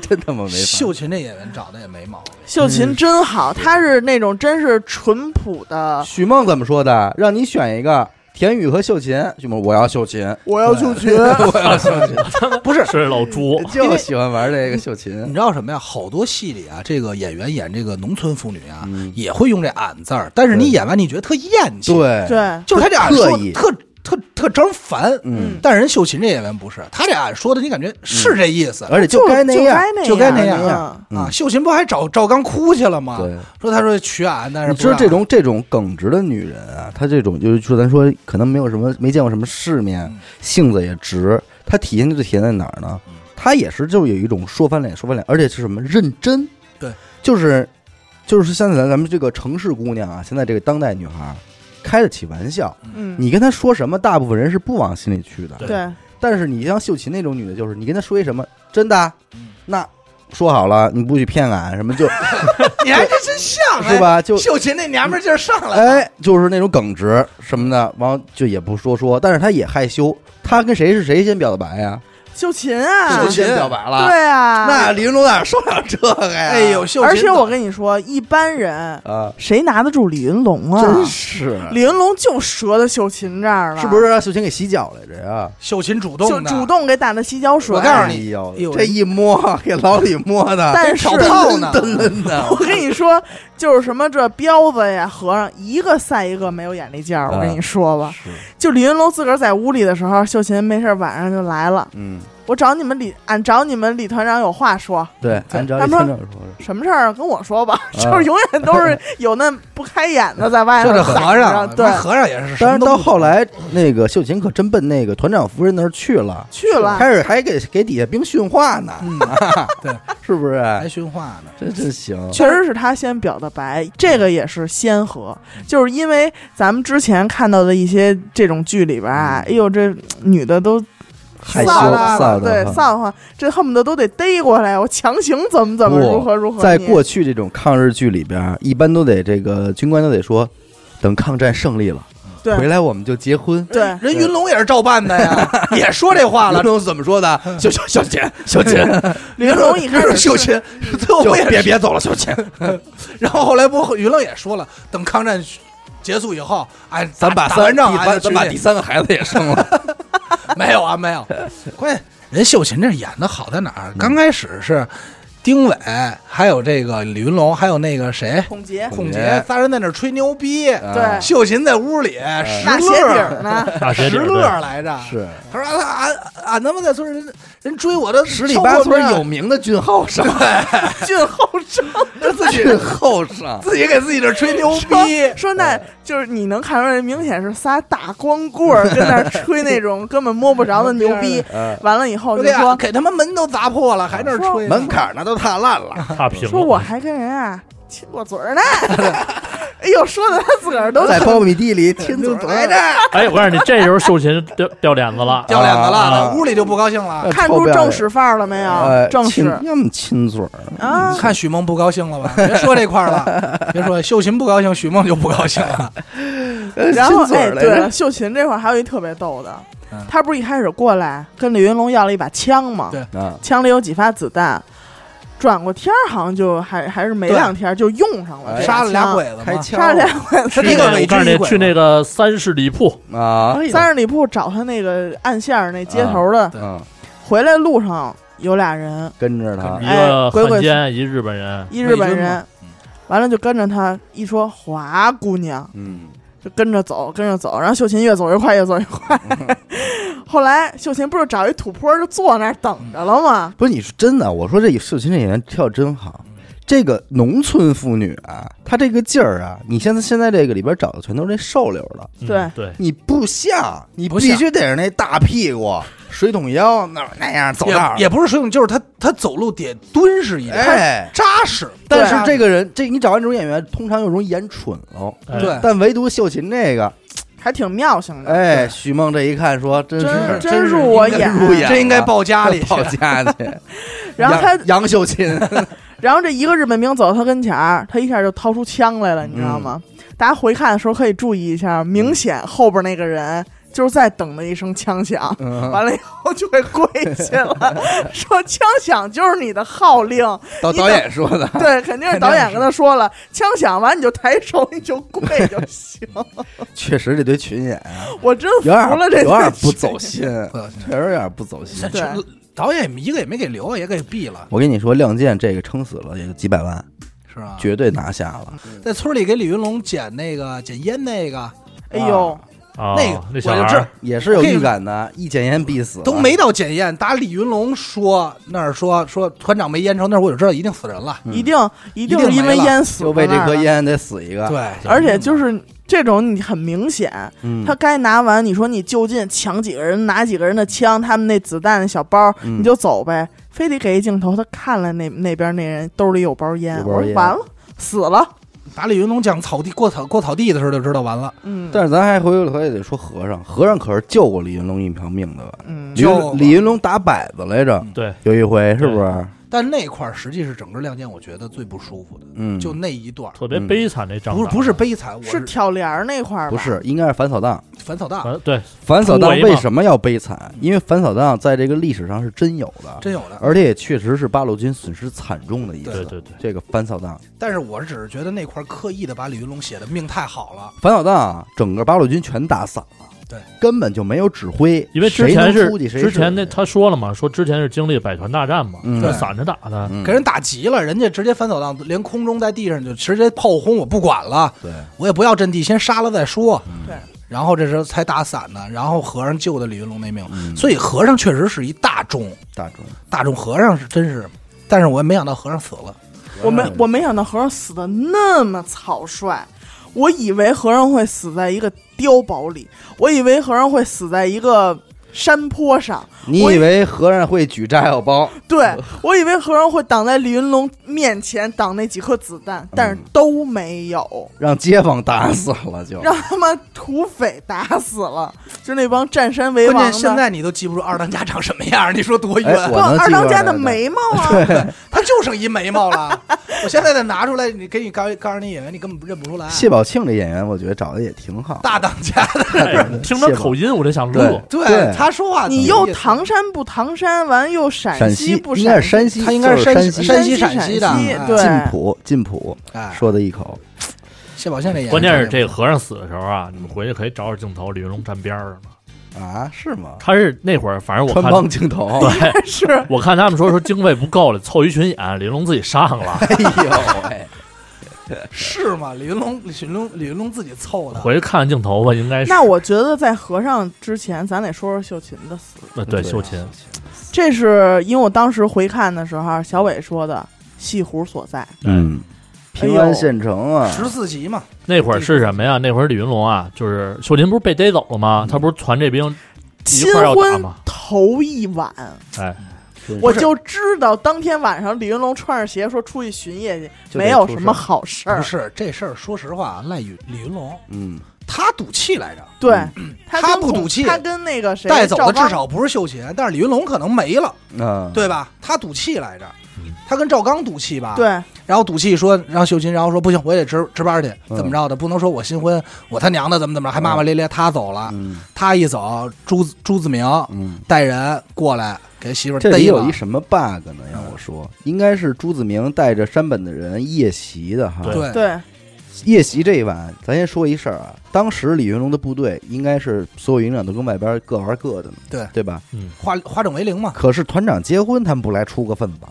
[SPEAKER 1] 真他妈没法
[SPEAKER 2] 秀。琴这演员长得也没毛病，
[SPEAKER 3] 秀
[SPEAKER 1] 嗯
[SPEAKER 3] 琴真好，她是那种真是淳朴 的，
[SPEAKER 1] 许梦怎么说的？让你选一个，田雨和秀琴。许梦，我要秀琴，
[SPEAKER 3] 我要秀琴，
[SPEAKER 1] 我要秀琴，
[SPEAKER 4] 不是是老朱，
[SPEAKER 2] 呃
[SPEAKER 1] 就喜欢玩这个秀
[SPEAKER 2] 你
[SPEAKER 1] 琴。
[SPEAKER 2] 知道什么呀？好多戏里啊，这个演员演这个农村妇女啊，也会用这“俺”字儿，但是你演完你觉得特厌气，，
[SPEAKER 1] 嗯对，
[SPEAKER 3] 对，
[SPEAKER 2] 就是他这“俺”
[SPEAKER 1] 特
[SPEAKER 2] 说的
[SPEAKER 1] 意
[SPEAKER 2] 特特特招烦，
[SPEAKER 1] 嗯
[SPEAKER 2] 但人秀琴这演员不是，他这“俺”说的，你感觉是这意思，
[SPEAKER 1] 而且就该那
[SPEAKER 3] 就
[SPEAKER 1] 样
[SPEAKER 3] 该。那
[SPEAKER 2] 就该那
[SPEAKER 3] 样
[SPEAKER 2] 样
[SPEAKER 1] 嗯
[SPEAKER 2] 啊！秀琴不还找赵刚哭去了吗？
[SPEAKER 1] 对，
[SPEAKER 2] 说他说娶俺，但是
[SPEAKER 1] 你
[SPEAKER 2] 不啊
[SPEAKER 1] 知道
[SPEAKER 2] 让
[SPEAKER 1] 这种这种耿直的女人啊，她这种就是说，咱说可能没有什么没见过什么世面
[SPEAKER 2] 嗯，
[SPEAKER 1] 性子也直。她体现就体现在哪儿呢？她也是就有一种说翻脸说翻脸，而且是什么认真。
[SPEAKER 2] 对，
[SPEAKER 1] 就是就是像咱咱们这个城市姑娘啊，现在这个当代女孩儿，开得起玩笑，
[SPEAKER 3] 嗯，
[SPEAKER 1] 你跟她说什么，大部分人是不往心里去的。
[SPEAKER 3] 对，
[SPEAKER 1] 但是你像秀琴那种女的，就是你跟她说一什么真的啊
[SPEAKER 2] 嗯，
[SPEAKER 1] 那说好了你不许骗俺什么 就
[SPEAKER 2] 你还真真像
[SPEAKER 1] 是？吧？ 就
[SPEAKER 2] 哎秀琴那娘们儿劲儿上来了，
[SPEAKER 1] 哎，就是那种耿直什么的，完了就也不说说，但是他也害羞，他跟谁是谁先表的白呀？
[SPEAKER 3] 秀琴啊
[SPEAKER 1] 谁，先表白了，
[SPEAKER 3] 对啊，
[SPEAKER 1] 那李云龙哪受了这个呀？
[SPEAKER 2] 哎呦，，秀琴，
[SPEAKER 3] 而且我跟你说，一般人
[SPEAKER 1] 啊，
[SPEAKER 3] 谁拿得住李云龙啊？
[SPEAKER 1] 真是，
[SPEAKER 3] 李云龙就折到秀琴这儿了，
[SPEAKER 1] 是不是？让秀琴给洗脚来着呀？
[SPEAKER 2] 秀琴主
[SPEAKER 3] 就
[SPEAKER 2] 动的，
[SPEAKER 3] 主动给打的洗脚水。
[SPEAKER 2] 我告诉你
[SPEAKER 1] 哎
[SPEAKER 2] 哎
[SPEAKER 1] 呦
[SPEAKER 2] 呦，
[SPEAKER 1] 这一摸给老李摸的，
[SPEAKER 3] 但是
[SPEAKER 2] 挑炮呢
[SPEAKER 1] 噔噔的
[SPEAKER 3] 我，跟你说，就是什么这彪子呀、和尚，一个赛一个没有眼力见儿。我
[SPEAKER 2] 啊
[SPEAKER 3] 跟你说吧，就李云龙自个儿在屋里的时候，秀琴没事儿晚上就来了，
[SPEAKER 1] 嗯，
[SPEAKER 3] 我找你们李，俺找你们李团长有话说，
[SPEAKER 1] 对，按照
[SPEAKER 3] 他
[SPEAKER 1] 李
[SPEAKER 3] 们
[SPEAKER 1] 团长说的，
[SPEAKER 3] 什么事儿啊跟我说吧。
[SPEAKER 1] 啊
[SPEAKER 3] 就是永远都是有那不开眼的在外
[SPEAKER 2] 就
[SPEAKER 3] 头
[SPEAKER 2] 这
[SPEAKER 3] 等着，
[SPEAKER 2] 和尚，
[SPEAKER 3] 对
[SPEAKER 2] 那，和尚也是什
[SPEAKER 1] 当
[SPEAKER 2] 么
[SPEAKER 1] 然
[SPEAKER 2] 都不懂，
[SPEAKER 1] 到后来那个秀琴可真奔那个团长夫人那儿去了。
[SPEAKER 3] 去了。
[SPEAKER 1] 开始还给给底下兵训话呢，
[SPEAKER 2] 对，
[SPEAKER 1] 是不是？
[SPEAKER 2] 还训话呢，
[SPEAKER 1] 哎这真行，
[SPEAKER 3] 确实是他先表的白，这个也是先河，就是因为咱们之前看到的一些这种剧里边啊，哎呦，这女的都
[SPEAKER 1] 嗯害羞
[SPEAKER 3] 臊的
[SPEAKER 1] 臊的
[SPEAKER 3] 对
[SPEAKER 1] 哈
[SPEAKER 3] 臊的，这恨不得都得逮过来，我强行怎么怎么
[SPEAKER 1] 不
[SPEAKER 3] 如何如何。
[SPEAKER 1] 在
[SPEAKER 3] 你
[SPEAKER 1] 过去这种抗日剧里边儿，一般都得这个军官都得说，等抗战胜利了，
[SPEAKER 3] 对
[SPEAKER 1] 回来我们就结婚。
[SPEAKER 3] 对，
[SPEAKER 2] 人云龙也是照办 的呀，也说这话了
[SPEAKER 1] 云。龙怎么说的？ 小小小秦，小 秦，
[SPEAKER 3] 云龙一 开始
[SPEAKER 2] 秀琴，最后
[SPEAKER 1] 就
[SPEAKER 2] 我也
[SPEAKER 1] 别别走了，小秦，
[SPEAKER 2] 然后后来不，云龙也说了，等抗战结束以后，哎，
[SPEAKER 1] 咱把
[SPEAKER 2] 打
[SPEAKER 1] 三
[SPEAKER 2] 完仗，
[SPEAKER 1] 第
[SPEAKER 2] 哎
[SPEAKER 1] 咱把第三个孩子也生了。
[SPEAKER 2] 没有啊，没有。关键人秀琴这演的好在哪儿？刚开始是丁伟，还有这个李云龙，还有那个谁，
[SPEAKER 3] 孔杰，
[SPEAKER 2] 孔杰，仨人在那儿吹牛逼。
[SPEAKER 3] 对
[SPEAKER 1] 啊，
[SPEAKER 2] 秀琴在屋里石
[SPEAKER 3] 大鞋底儿
[SPEAKER 2] 乐，
[SPEAKER 3] 呢，
[SPEAKER 4] 大学
[SPEAKER 2] 石
[SPEAKER 4] 姐对
[SPEAKER 2] 乐来着。
[SPEAKER 1] 是
[SPEAKER 2] 他说啊俺俺俺他妈在村儿人人追我的
[SPEAKER 1] 十里八村
[SPEAKER 2] 啊
[SPEAKER 1] 有名的俊浩上，
[SPEAKER 3] 俊后生。
[SPEAKER 2] 他自己
[SPEAKER 1] 俊浩上，
[SPEAKER 2] 自己给自己这儿吹牛
[SPEAKER 3] 说
[SPEAKER 2] 逼。
[SPEAKER 3] 说那就是你能看出来，明显是仨大光棍儿跟那儿吹 那种根本摸不着的牛逼。
[SPEAKER 1] 嗯
[SPEAKER 3] 完了以后
[SPEAKER 2] 我
[SPEAKER 3] 就
[SPEAKER 2] 得啊
[SPEAKER 3] 说
[SPEAKER 2] 给他们门都砸破了，还那儿吹呢
[SPEAKER 1] 门槛儿那都踏烂 了。
[SPEAKER 4] 踏平
[SPEAKER 3] 说我
[SPEAKER 4] 了。
[SPEAKER 3] 还跟人啊亲过嘴儿呢， 哎呦，说的他自个儿都
[SPEAKER 1] 在苞米地里亲嘴
[SPEAKER 2] 来着，
[SPEAKER 4] 哎，我告诉你，这时候秀琴掉掉脸子了，
[SPEAKER 2] 掉脸子
[SPEAKER 1] 啊
[SPEAKER 2] 了，
[SPEAKER 1] 啊
[SPEAKER 2] 屋里就不高兴了。
[SPEAKER 3] 看出正史范儿了没有？正
[SPEAKER 1] 哎呃亲
[SPEAKER 3] 史
[SPEAKER 1] 要么亲嘴儿，
[SPEAKER 3] 啊，
[SPEAKER 2] 看许梦不高兴了吧？别说这块儿了，别说秀琴不高兴，许梦就不高兴了。
[SPEAKER 1] 呃
[SPEAKER 3] 然
[SPEAKER 1] 亲
[SPEAKER 3] 后
[SPEAKER 1] 嘴
[SPEAKER 3] 哎，
[SPEAKER 1] 儿来
[SPEAKER 3] 对
[SPEAKER 1] 着
[SPEAKER 3] 了，。秀琴这块儿还有一特别逗的
[SPEAKER 2] 嗯，
[SPEAKER 3] 他不是一开始过来跟李云龙要了一把枪吗？
[SPEAKER 2] 对
[SPEAKER 1] 啊，
[SPEAKER 3] 枪里有几发子弹。转过天儿，好像就还还是没
[SPEAKER 2] 对
[SPEAKER 3] 两天就用上
[SPEAKER 1] 哎
[SPEAKER 3] 了这把枪，
[SPEAKER 2] 杀了俩鬼子
[SPEAKER 1] 开
[SPEAKER 2] 嘛，
[SPEAKER 1] 枪
[SPEAKER 3] 杀了俩鬼子，
[SPEAKER 2] 是一个
[SPEAKER 4] 我
[SPEAKER 2] 伪
[SPEAKER 4] 告诉
[SPEAKER 2] 军
[SPEAKER 4] 你
[SPEAKER 2] 一，鬼
[SPEAKER 4] 去那个三市里铺，
[SPEAKER 1] 啊，
[SPEAKER 3] 三十里铺找他那个暗线儿那街头的，
[SPEAKER 1] 嗯，
[SPEAKER 3] 回来路上有俩人，
[SPEAKER 1] 跟着他
[SPEAKER 4] 一
[SPEAKER 3] 哎
[SPEAKER 4] 个
[SPEAKER 3] 鬼鬼
[SPEAKER 4] 汉奸，一日本人，
[SPEAKER 3] 一日本
[SPEAKER 2] 伪军
[SPEAKER 3] 人
[SPEAKER 2] 嘛，
[SPEAKER 1] 嗯
[SPEAKER 3] 完了就跟着他一说华姑娘，
[SPEAKER 1] 嗯，
[SPEAKER 3] 就跟着走，跟着走，然后秀琴越走越快，越走越快。
[SPEAKER 1] 嗯
[SPEAKER 3] 后来秀琴不是找一土坡就坐那儿等着了吗？
[SPEAKER 1] 不是，你是真的，我说这秀琴这演员跳真好。这个农村妇女啊，她这个劲儿啊，你现在现在这个里边找的全都是那瘦溜的，
[SPEAKER 4] 嗯
[SPEAKER 3] 对
[SPEAKER 4] 对，
[SPEAKER 1] 你不像，你
[SPEAKER 2] 不
[SPEAKER 1] 必
[SPEAKER 2] 像
[SPEAKER 1] 须得是那大屁股、水桶腰那那样走道儿
[SPEAKER 2] 也也不是水桶，就是他他走路得蹲实一点，
[SPEAKER 1] 哎
[SPEAKER 2] 他扎实。
[SPEAKER 1] 但
[SPEAKER 3] 对啊
[SPEAKER 1] 是这个人，这你找完这种演员，通常又容易演蠢喽。
[SPEAKER 4] 哎
[SPEAKER 2] 对
[SPEAKER 1] 但唯独秀琴这个，
[SPEAKER 3] 还挺妙性的。
[SPEAKER 1] 哎，许梦这一看说，真
[SPEAKER 3] 真
[SPEAKER 1] 是
[SPEAKER 3] 真
[SPEAKER 2] 真是
[SPEAKER 3] 入我
[SPEAKER 1] 应该
[SPEAKER 3] 眼，
[SPEAKER 1] 入眼
[SPEAKER 2] 真应该抱家里去，
[SPEAKER 1] 到家去。
[SPEAKER 3] 然后他
[SPEAKER 1] 杨，杨秀 琴，
[SPEAKER 3] 然后这一个日本兵走到他跟前儿，他一下就掏出枪来了，你知道吗？
[SPEAKER 1] 嗯
[SPEAKER 3] 大家回看的时候可以注意一下，明显后边那个人就是在等的一声枪响，
[SPEAKER 1] 嗯
[SPEAKER 3] 完了以后就给跪下 了，说枪响就是你的号令，
[SPEAKER 1] 导导演说的，
[SPEAKER 3] 对，肯定是导演跟他说了，枪响完你就抬手，你就跪就 行。
[SPEAKER 1] 确实这堆群演啊
[SPEAKER 3] 我真服
[SPEAKER 1] 有点
[SPEAKER 3] 了这
[SPEAKER 1] 有点
[SPEAKER 3] 对
[SPEAKER 1] 不走啊心，
[SPEAKER 2] 不走心
[SPEAKER 1] 确实有点不走 心。
[SPEAKER 3] 对
[SPEAKER 2] 就导演一个也没给留，也给毙了，
[SPEAKER 1] 我跟你说，《亮剑》这个撑死了也就几百万，
[SPEAKER 2] 是吧？
[SPEAKER 1] 绝对拿下了。
[SPEAKER 2] 在村里给李云龙捡那个捡烟那个
[SPEAKER 3] 哎呦，
[SPEAKER 4] 啊，
[SPEAKER 2] 那个，
[SPEAKER 4] 哦那
[SPEAKER 2] 我
[SPEAKER 4] 小
[SPEAKER 2] 就
[SPEAKER 4] 孩
[SPEAKER 2] 知
[SPEAKER 4] 儿
[SPEAKER 1] 也是有预感的，一检验必死，
[SPEAKER 2] 都没到检验，打李云龙说那儿说说团长没烟抽，那儿我就知道一定死人了。
[SPEAKER 1] 嗯
[SPEAKER 3] 一定一定
[SPEAKER 2] 一定
[SPEAKER 3] 是因为
[SPEAKER 2] 没了
[SPEAKER 3] 淹死
[SPEAKER 1] 就为
[SPEAKER 3] 在那
[SPEAKER 1] 这
[SPEAKER 3] 儿
[SPEAKER 1] 颗
[SPEAKER 3] 了，
[SPEAKER 1] 烟得死一个。，
[SPEAKER 2] 对，
[SPEAKER 3] 而且就是这种你很明显，
[SPEAKER 1] 嗯，
[SPEAKER 3] 他该拿完，你说你就近抢几个人，拿几个人的枪，他们那子弹小包，
[SPEAKER 1] 嗯
[SPEAKER 3] 你就走呗，非得给一镜头，他看了那那边那人兜里有包烟，
[SPEAKER 1] 有包
[SPEAKER 3] 我说
[SPEAKER 1] 烟
[SPEAKER 3] 完了，死了，
[SPEAKER 2] 打李云龙讲草地过草过草地的时候就知道完了，
[SPEAKER 3] 嗯，
[SPEAKER 1] 但是咱还回过头来得说和尚，和尚可是救过李云龙一条命的吧？
[SPEAKER 3] 嗯
[SPEAKER 1] 李
[SPEAKER 2] 就
[SPEAKER 1] 云李云龙打摆子来着，
[SPEAKER 4] 对，
[SPEAKER 1] 有一回是不是？
[SPEAKER 2] 但那块儿实际是整个亮剑我觉得最不舒服的，
[SPEAKER 1] 嗯，
[SPEAKER 2] 就那一段儿，
[SPEAKER 4] 特别悲惨那张，
[SPEAKER 2] 不是不是，悲惨，我
[SPEAKER 3] 是挑帘儿那块儿吧
[SPEAKER 1] 不是，应该是反扫荡。
[SPEAKER 2] 反扫荡，
[SPEAKER 4] 反呃对，
[SPEAKER 1] 反扫荡
[SPEAKER 4] 突围嘛
[SPEAKER 1] 为什么要悲惨？因为反扫荡在这个历史上是真有的，
[SPEAKER 2] 真有的。
[SPEAKER 1] 而且也确实是八路军损失惨重的一次。
[SPEAKER 4] 对对对，
[SPEAKER 1] 这个反扫荡，
[SPEAKER 2] 但是我只是觉得那块儿刻意的把李云龙写的命太好了，
[SPEAKER 1] 反扫荡啊，整个八路军全打散了，
[SPEAKER 2] 对，
[SPEAKER 1] 根本就没有指挥，
[SPEAKER 4] 因为之
[SPEAKER 1] 谁
[SPEAKER 4] 前
[SPEAKER 1] 能
[SPEAKER 4] 是
[SPEAKER 1] 出去谁
[SPEAKER 4] 之前那
[SPEAKER 1] 是
[SPEAKER 4] 他说了嘛，说之前是经历百团大战嘛，
[SPEAKER 1] 嗯
[SPEAKER 4] 是散着打的，
[SPEAKER 1] 嗯
[SPEAKER 2] 给人打急了，人家直接反扫荡，连空中在地上就直接炮轰，我不管了，
[SPEAKER 1] 对，
[SPEAKER 2] 我也不要阵地，先杀了再说。
[SPEAKER 1] 嗯
[SPEAKER 3] 对，
[SPEAKER 2] 然后这时候才打散的，然后和尚救的李云龙那命，
[SPEAKER 1] 嗯
[SPEAKER 2] 所以和尚确实是一大众，
[SPEAKER 1] 大众，
[SPEAKER 2] 大众和尚是真是，但是我也没想到和尚死了，
[SPEAKER 3] 我没我没想到和尚死的那么草率，我以为和尚会死在一个碉堡里，我以为和尚会死在一个山坡上，
[SPEAKER 1] 你
[SPEAKER 3] 我
[SPEAKER 1] 以为和尚会举炸药包？
[SPEAKER 3] 对我以为和尚会挡在李云龙面前挡那几颗子弹，但
[SPEAKER 1] 嗯
[SPEAKER 3] 是都没有，
[SPEAKER 1] 让街坊 打死了就，
[SPEAKER 3] 让他妈土匪打死了，就那帮占山为
[SPEAKER 2] 关
[SPEAKER 3] 王
[SPEAKER 2] 键现
[SPEAKER 3] 的。
[SPEAKER 2] 在你都记不住二当家长什么样，你说多冤？啊
[SPEAKER 1] 哎，我能
[SPEAKER 3] 不二
[SPEAKER 1] 记
[SPEAKER 3] 当
[SPEAKER 1] 出
[SPEAKER 3] 家
[SPEAKER 1] 来
[SPEAKER 3] 的
[SPEAKER 1] 的
[SPEAKER 3] 眉毛啊，
[SPEAKER 2] 他就剩一眉毛了，我现在再拿出来，你给你告告诉你演员，你根本认不出来。
[SPEAKER 1] 谢宝庆这演员，我觉得找的也挺好。
[SPEAKER 2] 大当家的，
[SPEAKER 4] 哎听他口音我就想乐。
[SPEAKER 2] 对
[SPEAKER 1] 对
[SPEAKER 2] 他说话，
[SPEAKER 3] 你又唐山不唐山，完又陕
[SPEAKER 1] 陕
[SPEAKER 3] 西不
[SPEAKER 1] 应该是
[SPEAKER 3] 西，
[SPEAKER 1] 山西，
[SPEAKER 2] 他应
[SPEAKER 1] 就
[SPEAKER 2] 该
[SPEAKER 1] 是是
[SPEAKER 2] 山
[SPEAKER 1] 西。
[SPEAKER 2] 山
[SPEAKER 3] 西
[SPEAKER 2] 陕
[SPEAKER 3] 陕
[SPEAKER 2] 的
[SPEAKER 3] 西，
[SPEAKER 2] 哎
[SPEAKER 3] 对
[SPEAKER 1] 晋普，晋普
[SPEAKER 2] 哎
[SPEAKER 1] 说的一口，
[SPEAKER 2] 谢宝庆这演员，
[SPEAKER 4] 关键是这和尚死的时候啊，你们回去可以找找镜头，李云龙站边儿上嘛。
[SPEAKER 1] 啊，是吗？
[SPEAKER 4] 他是那会儿，反正我
[SPEAKER 1] 穿
[SPEAKER 4] 看，
[SPEAKER 1] 帮镜头，
[SPEAKER 4] 对，
[SPEAKER 3] 是
[SPEAKER 4] 我看他们说说经费不够了，凑一群演，李云龙自己上了。
[SPEAKER 1] 哎呦喂，
[SPEAKER 2] 是吗？李云龙，李云龙，李云龙自己凑的。
[SPEAKER 4] 回去看看镜头吧，应该是
[SPEAKER 3] 那我觉得在和尚之前，咱得说说秀琴的死。
[SPEAKER 4] 呃 对
[SPEAKER 1] 啊
[SPEAKER 4] 秀琴，
[SPEAKER 3] 这是因为我当时回看的时候，啊小伟说的戏胡所在。
[SPEAKER 1] 嗯，
[SPEAKER 4] 哎
[SPEAKER 1] 平安县城啊，
[SPEAKER 2] 十四集嘛，
[SPEAKER 4] 那会儿是什么呀？那会儿李云龙啊，就是秀琴不是被逮走了吗？他不是传这兵一
[SPEAKER 3] 新
[SPEAKER 4] 块儿要打
[SPEAKER 3] 婚
[SPEAKER 4] 吗？
[SPEAKER 3] 头一晚，
[SPEAKER 4] 哎，
[SPEAKER 3] 我就知道当天晚上李云龙穿着鞋说出去巡夜去，
[SPEAKER 1] 就得
[SPEAKER 3] 没有什么好事
[SPEAKER 2] 不
[SPEAKER 3] 儿。
[SPEAKER 2] 是这事儿。说实话，赖于李云龙，
[SPEAKER 1] 嗯，
[SPEAKER 2] 他赌气来着，
[SPEAKER 3] 对，他
[SPEAKER 2] 他
[SPEAKER 3] 跟
[SPEAKER 2] 嗯不
[SPEAKER 3] 孔
[SPEAKER 2] 赌气
[SPEAKER 3] 他跟那个谁
[SPEAKER 2] 带走的
[SPEAKER 3] 赵刚
[SPEAKER 2] 至少不是秀琴，但是李云龙可能没了，
[SPEAKER 1] 啊，
[SPEAKER 2] 对吧？他赌气来着
[SPEAKER 4] 嗯，
[SPEAKER 2] 他跟赵刚赌气吧，，嗯
[SPEAKER 3] 对
[SPEAKER 2] 然后赌气说让秀琴，然后说不行，我也值值班去，
[SPEAKER 1] 嗯
[SPEAKER 2] 怎么着的？不能说我新婚，我他娘的怎么怎么着，还骂骂咧咧。他走了，
[SPEAKER 1] 嗯
[SPEAKER 2] 他一走，朱子朱子明
[SPEAKER 1] 嗯。
[SPEAKER 2] 带人过来给媳妇儿
[SPEAKER 1] 这
[SPEAKER 2] 逮
[SPEAKER 1] 里有
[SPEAKER 2] 了
[SPEAKER 1] 一什么 bug 呢？
[SPEAKER 2] 嗯
[SPEAKER 1] 要我说，应该是朱子明带着山本的人夜袭的哈。
[SPEAKER 4] 对
[SPEAKER 2] 对
[SPEAKER 3] 对
[SPEAKER 1] 夜袭这一晚，咱先说一事儿啊。当时李云龙的部队应该是所有营长都跟外边各玩各的呢，
[SPEAKER 2] 对
[SPEAKER 1] 对吧？
[SPEAKER 2] 化化整为零嘛，
[SPEAKER 1] 可是团长结婚，他们不来出个份子，
[SPEAKER 2] 啊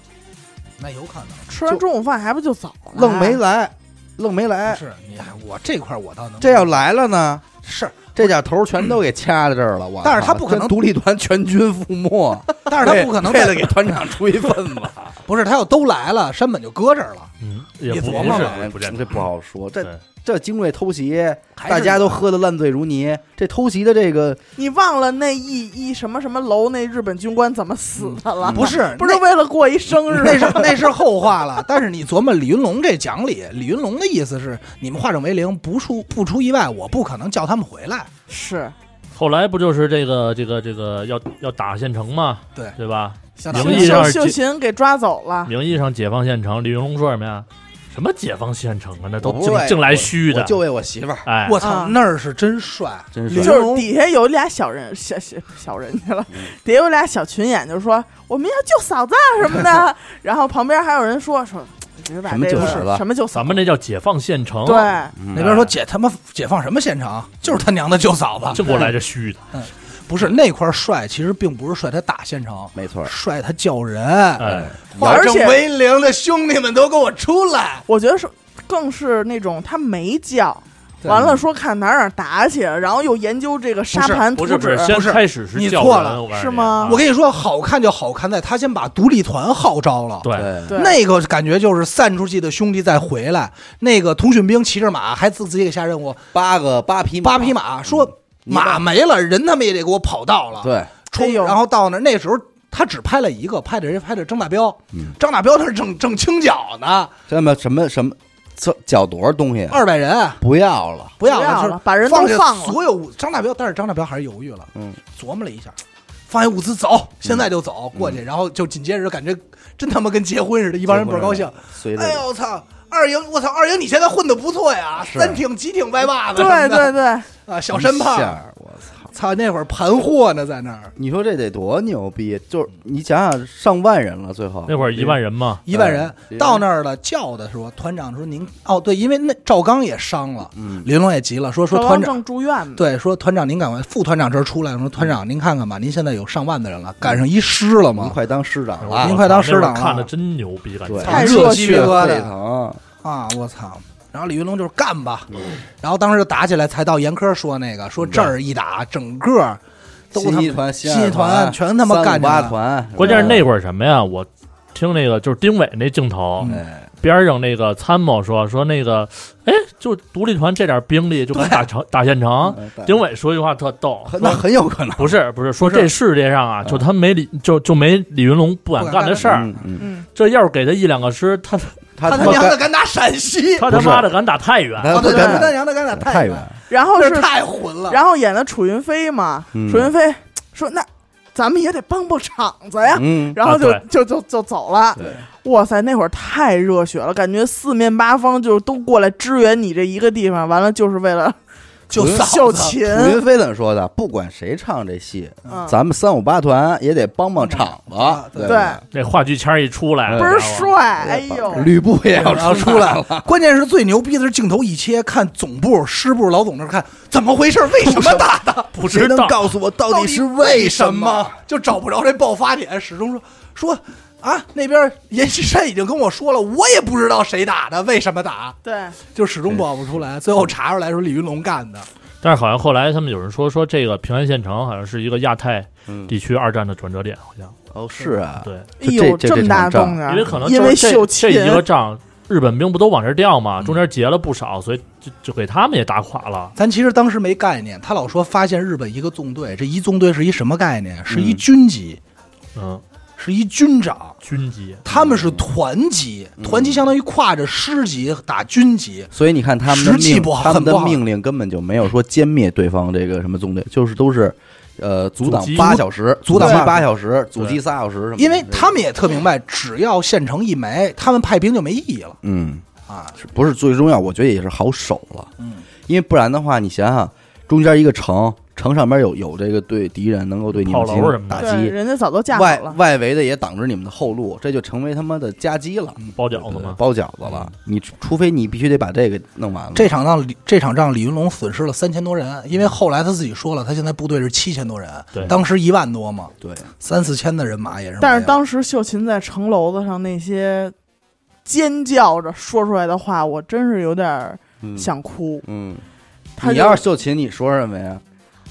[SPEAKER 2] 那有可能。
[SPEAKER 3] 吃完中午饭还不就走了？
[SPEAKER 1] 愣没来，愣没
[SPEAKER 2] 不
[SPEAKER 1] 来。
[SPEAKER 2] 是你还，我哎这块儿我倒能。
[SPEAKER 1] 这要来了呢，
[SPEAKER 2] 是，
[SPEAKER 1] 这点头全都给掐在这儿了。我操，
[SPEAKER 2] 但是他不可能
[SPEAKER 1] 跟独立团全军覆没，
[SPEAKER 2] 但是他不可能
[SPEAKER 1] 为
[SPEAKER 2] 带
[SPEAKER 1] 为了给团长出一份 子，
[SPEAKER 2] 不是他要都来了，山本就搁这儿了。
[SPEAKER 4] 嗯，也
[SPEAKER 2] 你
[SPEAKER 4] 不
[SPEAKER 2] 琢磨
[SPEAKER 4] 不
[SPEAKER 2] 吧
[SPEAKER 4] 是不见
[SPEAKER 1] 这
[SPEAKER 4] 得
[SPEAKER 1] 不好说。这
[SPEAKER 4] 对
[SPEAKER 1] 这精锐偷袭，
[SPEAKER 2] 还是
[SPEAKER 1] 大家都喝得烂醉如泥。这偷袭的这个
[SPEAKER 3] 哎你忘了那一一什么什么楼那日本军官怎么死的了？
[SPEAKER 2] 嗯不是
[SPEAKER 3] 不是为了过一生日
[SPEAKER 2] 那是那是后话了。但是你琢磨李云龙这讲理，李云龙的意思是，你们化整为零，不出不出意外，我不可能叫他们回来。
[SPEAKER 3] 是
[SPEAKER 4] 后来不就是这个这个这个要要打县城嘛，
[SPEAKER 2] 对
[SPEAKER 4] 对吧？
[SPEAKER 2] 像
[SPEAKER 4] 名
[SPEAKER 2] 咱们
[SPEAKER 4] 义上
[SPEAKER 3] 秀
[SPEAKER 4] 是
[SPEAKER 3] 秀琴给抓走了，
[SPEAKER 4] 名义上解放县城，李云龙说什么呀？什么解放县城啊？那都
[SPEAKER 1] 我不
[SPEAKER 4] 净
[SPEAKER 1] 为
[SPEAKER 4] 净来
[SPEAKER 1] 我
[SPEAKER 4] 虚
[SPEAKER 1] 我
[SPEAKER 4] 的。
[SPEAKER 1] 就为我媳妇儿，
[SPEAKER 4] 哎，
[SPEAKER 2] 我操
[SPEAKER 3] 啊，
[SPEAKER 2] 那儿是真帅，
[SPEAKER 1] 真帅
[SPEAKER 2] 李云
[SPEAKER 3] 就
[SPEAKER 2] 龙
[SPEAKER 3] 是底下有俩小人小小小人去
[SPEAKER 2] 嗯
[SPEAKER 3] 了，底下有俩小群演，就说我们要救嫂子啊什么 的，然后旁边还有人说说，你是把
[SPEAKER 1] 什么
[SPEAKER 3] 这
[SPEAKER 1] 救
[SPEAKER 3] 个
[SPEAKER 1] 嫂子
[SPEAKER 3] 什么救嫂子
[SPEAKER 4] 咱们这叫解放县城。
[SPEAKER 3] 对，
[SPEAKER 1] 嗯
[SPEAKER 2] 那边说解他妈解放什么县城，就是他娘的舅嫂子，
[SPEAKER 4] 净给我来这虚的。
[SPEAKER 2] 不是那块儿帅，其实并不是帅他打县城，
[SPEAKER 1] 没错儿。
[SPEAKER 2] 帅他叫人。
[SPEAKER 4] 哎，
[SPEAKER 2] 化整
[SPEAKER 3] 而且
[SPEAKER 2] 为零的兄弟们都给我出来！
[SPEAKER 3] 我觉得是更是那种他没叫，完了说看哪儿哪儿打起来，然后又研究这个沙盘图
[SPEAKER 4] 不是不
[SPEAKER 3] 纸
[SPEAKER 4] 是，，先
[SPEAKER 2] 不是
[SPEAKER 4] 开始是
[SPEAKER 2] 你
[SPEAKER 4] 叫
[SPEAKER 2] 错
[SPEAKER 4] 人
[SPEAKER 2] 了
[SPEAKER 4] 我告诉
[SPEAKER 3] 是
[SPEAKER 4] 你
[SPEAKER 3] 吗
[SPEAKER 4] 啊
[SPEAKER 2] 我跟你说，好看就好看在他先把独立团号召了，
[SPEAKER 4] 对，
[SPEAKER 1] 对，
[SPEAKER 3] 对
[SPEAKER 2] 那个感觉就是散出去的兄弟再回来，那个通讯兵骑着马还自自己给下嗯任务，
[SPEAKER 1] 八个八匹
[SPEAKER 2] 八匹马说
[SPEAKER 1] 你把
[SPEAKER 2] 马没了，人他妈也得给我跑到了，
[SPEAKER 1] 对，
[SPEAKER 3] 哎
[SPEAKER 2] 冲，
[SPEAKER 3] 呦
[SPEAKER 2] 然后到那儿那时候。他只拍了一个，拍的人拍的张大彪，
[SPEAKER 1] 嗯
[SPEAKER 2] 张大彪那是正正清剿呢，
[SPEAKER 1] 这么什么什么，这缴多少东西啊？
[SPEAKER 2] 二百人
[SPEAKER 1] 不要了，
[SPEAKER 2] 不要
[SPEAKER 3] 不要了
[SPEAKER 2] 就是
[SPEAKER 3] 把人都
[SPEAKER 2] 放下
[SPEAKER 3] 放了
[SPEAKER 2] 所有物张大彪，但是张大彪还是犹豫了，
[SPEAKER 1] 嗯，
[SPEAKER 2] 琢磨了一下，放下物资走，现在就走、过
[SPEAKER 1] 嗯
[SPEAKER 2] 去，然后就紧接着就感觉真他妈跟结婚似的，一
[SPEAKER 1] 一
[SPEAKER 2] 帮人倍儿高兴。
[SPEAKER 1] 随着
[SPEAKER 2] 哎呦我操，二营我操二营你现在混的不错呀，
[SPEAKER 1] 是
[SPEAKER 2] 三挺几挺歪把子，
[SPEAKER 3] 对对对，
[SPEAKER 2] 对啊小山
[SPEAKER 1] 一下
[SPEAKER 2] 炮，
[SPEAKER 1] 儿，我操！
[SPEAKER 2] 操那会儿盘货呢在那儿，
[SPEAKER 1] 你说这得多牛逼？就是你想想，上万人了，最后
[SPEAKER 4] 那会儿一万人嘛，
[SPEAKER 2] 一万人
[SPEAKER 1] 对
[SPEAKER 2] 到那儿了，叫的时候团长说您哦对，因为那赵刚也伤了，
[SPEAKER 1] 嗯
[SPEAKER 2] 林龙也急了，说说
[SPEAKER 3] 赵
[SPEAKER 2] 团
[SPEAKER 3] 刚
[SPEAKER 2] 长
[SPEAKER 3] 正住院呢，
[SPEAKER 2] 对，说团长您赶快，副团长这儿出来了，说团长您看看吧，您现在有上万的人了，赶上一师了
[SPEAKER 1] 您
[SPEAKER 2] 吗？
[SPEAKER 1] 快当师长
[SPEAKER 4] 哎我
[SPEAKER 1] 了
[SPEAKER 2] 您，快当
[SPEAKER 4] 啊操那会
[SPEAKER 2] 师
[SPEAKER 4] 儿
[SPEAKER 2] 长了
[SPEAKER 4] 看的真牛逼，感
[SPEAKER 1] 对，
[SPEAKER 4] 觉。
[SPEAKER 3] 太
[SPEAKER 1] 热
[SPEAKER 3] 热
[SPEAKER 1] 血
[SPEAKER 2] 嗯血了
[SPEAKER 1] 沸腾，
[SPEAKER 2] 啊，我操！然后李云龙就是干吧，然后当时就打起来，才到严科说那个，说这儿一打，整个都他
[SPEAKER 1] 新
[SPEAKER 2] 妈
[SPEAKER 1] 一团、
[SPEAKER 2] 新
[SPEAKER 1] 二
[SPEAKER 2] 一团全他妈
[SPEAKER 1] 三五
[SPEAKER 2] 干
[SPEAKER 1] 八
[SPEAKER 2] 着呢。
[SPEAKER 1] 团，嗯
[SPEAKER 4] 关键是那会儿什么呀？我听那个就是丁伟那镜头，
[SPEAKER 2] 嗯
[SPEAKER 1] 哎
[SPEAKER 4] 边上那个参谋说说那个，哎，就独立团这点兵力就敢打城打县城。
[SPEAKER 1] 哎
[SPEAKER 4] 丁伟说句话特逗，
[SPEAKER 1] 很那很有可能
[SPEAKER 4] 不是不是说
[SPEAKER 2] 不是
[SPEAKER 4] 这世界上啊，
[SPEAKER 1] 嗯
[SPEAKER 4] 就他没李就就没李云龙不敢干的事儿。
[SPEAKER 1] 嗯嗯，
[SPEAKER 3] 嗯，
[SPEAKER 4] 这要是给他一两个师，他
[SPEAKER 1] 他
[SPEAKER 2] 他
[SPEAKER 1] 他
[SPEAKER 2] 娘的
[SPEAKER 1] 干，
[SPEAKER 2] 敢打陕西，
[SPEAKER 4] 他
[SPEAKER 1] 不
[SPEAKER 4] 他
[SPEAKER 1] 是
[SPEAKER 4] 妈的敢打太原。
[SPEAKER 1] 他
[SPEAKER 2] 哦对
[SPEAKER 1] 他
[SPEAKER 2] 对
[SPEAKER 1] 干
[SPEAKER 2] 对他
[SPEAKER 1] 的
[SPEAKER 2] 娘的敢打
[SPEAKER 1] 太
[SPEAKER 2] 远，
[SPEAKER 1] 远，
[SPEAKER 3] 然后
[SPEAKER 2] 这
[SPEAKER 3] 是
[SPEAKER 2] 太混了。
[SPEAKER 3] 然后演的楚云飞嘛，
[SPEAKER 1] 嗯
[SPEAKER 3] 楚云飞说那。咱们也得帮帮场子呀。
[SPEAKER 1] 嗯，
[SPEAKER 3] 然后就、
[SPEAKER 4] 啊
[SPEAKER 3] 就就就走了。哇塞，那会儿太热血了，感觉四面八方就是都过来支援你这一个地方，完了就是为了
[SPEAKER 2] 就
[SPEAKER 1] 嗯
[SPEAKER 2] 扫
[SPEAKER 3] 秀
[SPEAKER 2] 子
[SPEAKER 3] 琴。
[SPEAKER 1] 楚云飞怎么说的？不管谁唱这戏，
[SPEAKER 3] 嗯
[SPEAKER 1] 咱们三五八团也得帮帮场子，对
[SPEAKER 3] 对
[SPEAKER 1] 吧
[SPEAKER 4] 这话剧腔一出来，
[SPEAKER 3] 倍儿
[SPEAKER 4] 知道吗
[SPEAKER 3] 帅，哎呦，
[SPEAKER 1] 吕布也要
[SPEAKER 2] 然后
[SPEAKER 1] 出
[SPEAKER 2] 出
[SPEAKER 1] 来
[SPEAKER 2] 来
[SPEAKER 1] 了，
[SPEAKER 2] 了，关键是最牛逼的是镜头一切，看总部、师部、老总那儿看怎么回事，为什么打的？
[SPEAKER 4] 不
[SPEAKER 1] 谁
[SPEAKER 4] 知
[SPEAKER 1] 能
[SPEAKER 4] 道
[SPEAKER 1] 告诉我到
[SPEAKER 2] 到
[SPEAKER 1] 底是为什
[SPEAKER 2] 么
[SPEAKER 1] 么？？
[SPEAKER 2] 就找不着这爆发点，始终说说啊，那边阎锡山已经跟我说了，我也不知道谁打的，为什么打，
[SPEAKER 3] 对，
[SPEAKER 2] 就始终保不出来。最后查出来是李云龙干的，
[SPEAKER 4] 但是好像后来他们有人说说这个平安县城好像是一个亚太地区二战的转折点，好像
[SPEAKER 1] 哦，是啊，
[SPEAKER 4] 对，
[SPEAKER 1] 就
[SPEAKER 3] 哎
[SPEAKER 1] 这
[SPEAKER 3] 呦，
[SPEAKER 1] 这
[SPEAKER 3] 么大
[SPEAKER 1] 这场
[SPEAKER 3] 动静，
[SPEAKER 4] 因为可能
[SPEAKER 3] 因
[SPEAKER 4] 就
[SPEAKER 3] 为
[SPEAKER 4] 是
[SPEAKER 3] 秀
[SPEAKER 4] 这这
[SPEAKER 3] 琴，
[SPEAKER 4] 一个仗，日本兵不都往这儿调嘛，中间结了不少，所以就就给他们也打垮了。
[SPEAKER 2] 咱其实当时没概念，他老说发现日本一个纵队，这一纵队是一什么概念？是一军级，
[SPEAKER 4] 嗯，
[SPEAKER 2] 是一军长。
[SPEAKER 4] 军机
[SPEAKER 2] 他们是团级，
[SPEAKER 1] 嗯
[SPEAKER 2] 团级相当于跨着师级打军级，
[SPEAKER 1] 所以你看他们的
[SPEAKER 2] 实际
[SPEAKER 1] 命
[SPEAKER 2] 不，好
[SPEAKER 1] 他们
[SPEAKER 2] 很
[SPEAKER 1] 的
[SPEAKER 2] 不好
[SPEAKER 1] 命令根本就没有说歼灭对方这个什么纵队，就是都是，呃，阻挡
[SPEAKER 4] 阻击
[SPEAKER 1] 八小时，
[SPEAKER 2] 阻挡
[SPEAKER 1] 八
[SPEAKER 2] 八
[SPEAKER 1] 八小时，阻击仨小时什么的。
[SPEAKER 2] 因为他们也特明白，只要县城一没，他们派兵就没意义了
[SPEAKER 1] 嗯，
[SPEAKER 2] 啊。
[SPEAKER 1] 是不是最重要？我觉得也是好守了，嗯，因为不然的话，你想想，中间一个城，城上边有有这个对敌人能够对你们
[SPEAKER 4] 炮
[SPEAKER 1] 进
[SPEAKER 4] 楼什
[SPEAKER 1] 行
[SPEAKER 4] 么
[SPEAKER 1] 打
[SPEAKER 4] 的
[SPEAKER 3] 对，
[SPEAKER 1] 击，
[SPEAKER 3] 人家早都架好
[SPEAKER 1] 外
[SPEAKER 3] 了。
[SPEAKER 1] 外围的也挡着你们的后路，这就成为他妈的夹击了，
[SPEAKER 4] 嗯包饺子
[SPEAKER 1] 对
[SPEAKER 4] 嘛，
[SPEAKER 1] 包饺子了。你除除非你必须得把这个弄完了，
[SPEAKER 2] 这场仗，这场仗，李云龙损失了三千多人，因为
[SPEAKER 1] 嗯
[SPEAKER 2] 后来他自己说了，他现在部队是七千多人，
[SPEAKER 4] 对
[SPEAKER 2] 当时一万多嘛，
[SPEAKER 1] 对，
[SPEAKER 2] 三四千的人马也是没有。
[SPEAKER 3] 但是当时秀琴在城楼子上那些尖叫着说出来的话，我真是有点儿
[SPEAKER 1] 嗯
[SPEAKER 3] 想哭。
[SPEAKER 1] 嗯，
[SPEAKER 3] 他
[SPEAKER 1] 你
[SPEAKER 3] 就
[SPEAKER 1] 要是秀琴，你说什么呀？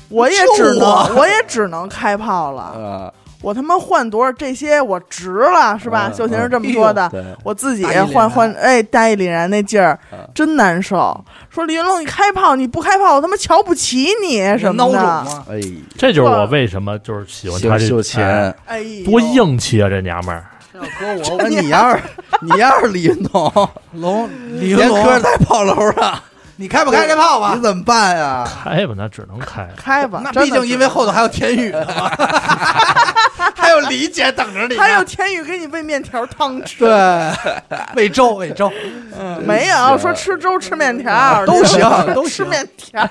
[SPEAKER 3] 我也只
[SPEAKER 2] 救我
[SPEAKER 3] 能我也只能开炮了。
[SPEAKER 1] 呃，
[SPEAKER 3] 我他妈换多少这些我值了是吧？
[SPEAKER 1] 嗯
[SPEAKER 3] 秀琴是这么
[SPEAKER 2] 嗯
[SPEAKER 3] 说的。
[SPEAKER 1] 对，
[SPEAKER 3] 我自己
[SPEAKER 2] 大义凛
[SPEAKER 3] 换
[SPEAKER 2] 然
[SPEAKER 3] 换，哎，大义凛然那劲儿
[SPEAKER 1] 嗯
[SPEAKER 3] 真难受。说李云龙，你开炮，你不开炮，我他妈瞧不起你什么
[SPEAKER 2] 孬种
[SPEAKER 3] 的。
[SPEAKER 2] 嘛，
[SPEAKER 1] 哎，
[SPEAKER 4] 这就是我为什么就是喜欢
[SPEAKER 1] 秀
[SPEAKER 4] 他这
[SPEAKER 1] 秀琴，
[SPEAKER 4] 哎
[SPEAKER 3] 哎呦，
[SPEAKER 4] 多硬气啊！这娘们儿，
[SPEAKER 2] 要搁我
[SPEAKER 1] 那你要是 你要是李云龙，
[SPEAKER 2] 龙李云
[SPEAKER 1] 连
[SPEAKER 2] 龙，
[SPEAKER 1] 磕在炮楼上，
[SPEAKER 2] 你开不开这炮吧
[SPEAKER 1] 你？怎么办呀？
[SPEAKER 4] 开吧，那只能 开。
[SPEAKER 3] 开吧！
[SPEAKER 2] 那
[SPEAKER 3] 真
[SPEAKER 2] 毕
[SPEAKER 3] 的
[SPEAKER 2] 竟
[SPEAKER 3] 是
[SPEAKER 2] 因为后头还有田宇呢 嘛， 还有李姐等着你呢，
[SPEAKER 3] 还有天宇给你喂面条汤吃，
[SPEAKER 2] 对魏周魏周
[SPEAKER 3] 没
[SPEAKER 1] 啊
[SPEAKER 3] 有说吃粥吃面条
[SPEAKER 2] 都行都
[SPEAKER 3] 吃
[SPEAKER 2] 行。
[SPEAKER 3] 面条。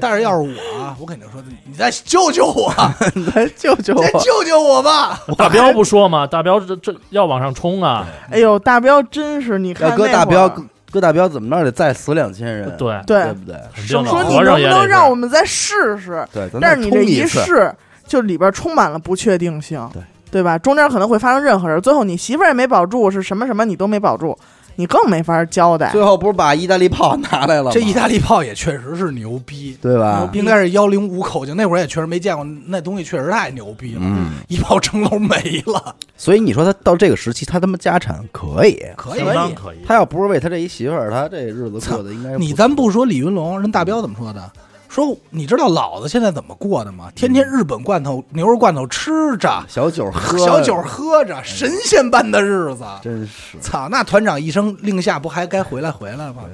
[SPEAKER 2] 但是要是我啊，我肯定说你再救 救我，
[SPEAKER 1] 你来救救
[SPEAKER 2] 再
[SPEAKER 1] 我！
[SPEAKER 2] 救救我吧。
[SPEAKER 4] 大彪不说嘛，大彪这这要往上冲啊，
[SPEAKER 3] 哎呦，大彪真是你看
[SPEAKER 1] 要搁
[SPEAKER 3] 那
[SPEAKER 1] 大
[SPEAKER 3] 会
[SPEAKER 1] 彪
[SPEAKER 3] 儿，
[SPEAKER 1] 搁大彪怎么着得再死两千人，
[SPEAKER 4] 对，
[SPEAKER 1] 对
[SPEAKER 3] 对，
[SPEAKER 1] 不对？
[SPEAKER 4] 肯定的
[SPEAKER 3] 说你
[SPEAKER 4] 和
[SPEAKER 3] 能
[SPEAKER 4] 尚
[SPEAKER 3] 不
[SPEAKER 4] 也
[SPEAKER 3] 能
[SPEAKER 4] 得
[SPEAKER 3] 让
[SPEAKER 4] 是
[SPEAKER 3] 我们再试试？
[SPEAKER 1] 对，咱再
[SPEAKER 3] 但是你
[SPEAKER 1] 冲
[SPEAKER 3] 这
[SPEAKER 1] 一
[SPEAKER 3] 一
[SPEAKER 1] 次，
[SPEAKER 3] 试，就里边充满了不确定性，
[SPEAKER 1] 对
[SPEAKER 3] 吧？中间可能会发生任何事儿，最后你媳妇儿也没保住，是什么什么你都没保住，你更没法交代。
[SPEAKER 1] 最后不是把意大利炮拿来了吗？
[SPEAKER 2] 这意大利炮也确实是牛逼，
[SPEAKER 1] 对
[SPEAKER 3] 牛
[SPEAKER 1] 吧？
[SPEAKER 3] 逼
[SPEAKER 2] 应该是幺零五口径，那会儿也确实没见过，那东西确实太牛逼了，
[SPEAKER 1] 嗯，
[SPEAKER 2] 一炮城楼没了，
[SPEAKER 1] 所以你说他到这个时期，他他妈家产可以，
[SPEAKER 2] 可以
[SPEAKER 4] 相。当可以。
[SPEAKER 1] 他要不是为他这一媳妇儿，他这日子过得应该
[SPEAKER 2] 你
[SPEAKER 1] 在
[SPEAKER 2] 咱不说李云龙，人大彪怎么说的？说你知道老子现在怎么过的吗？天天日本罐头、牛肉罐头吃着，
[SPEAKER 1] 小 酒喝
[SPEAKER 2] 小酒，喝着，神仙般的日子。
[SPEAKER 1] 真是
[SPEAKER 2] 操，那团长一声令下，不还该回来回来吗？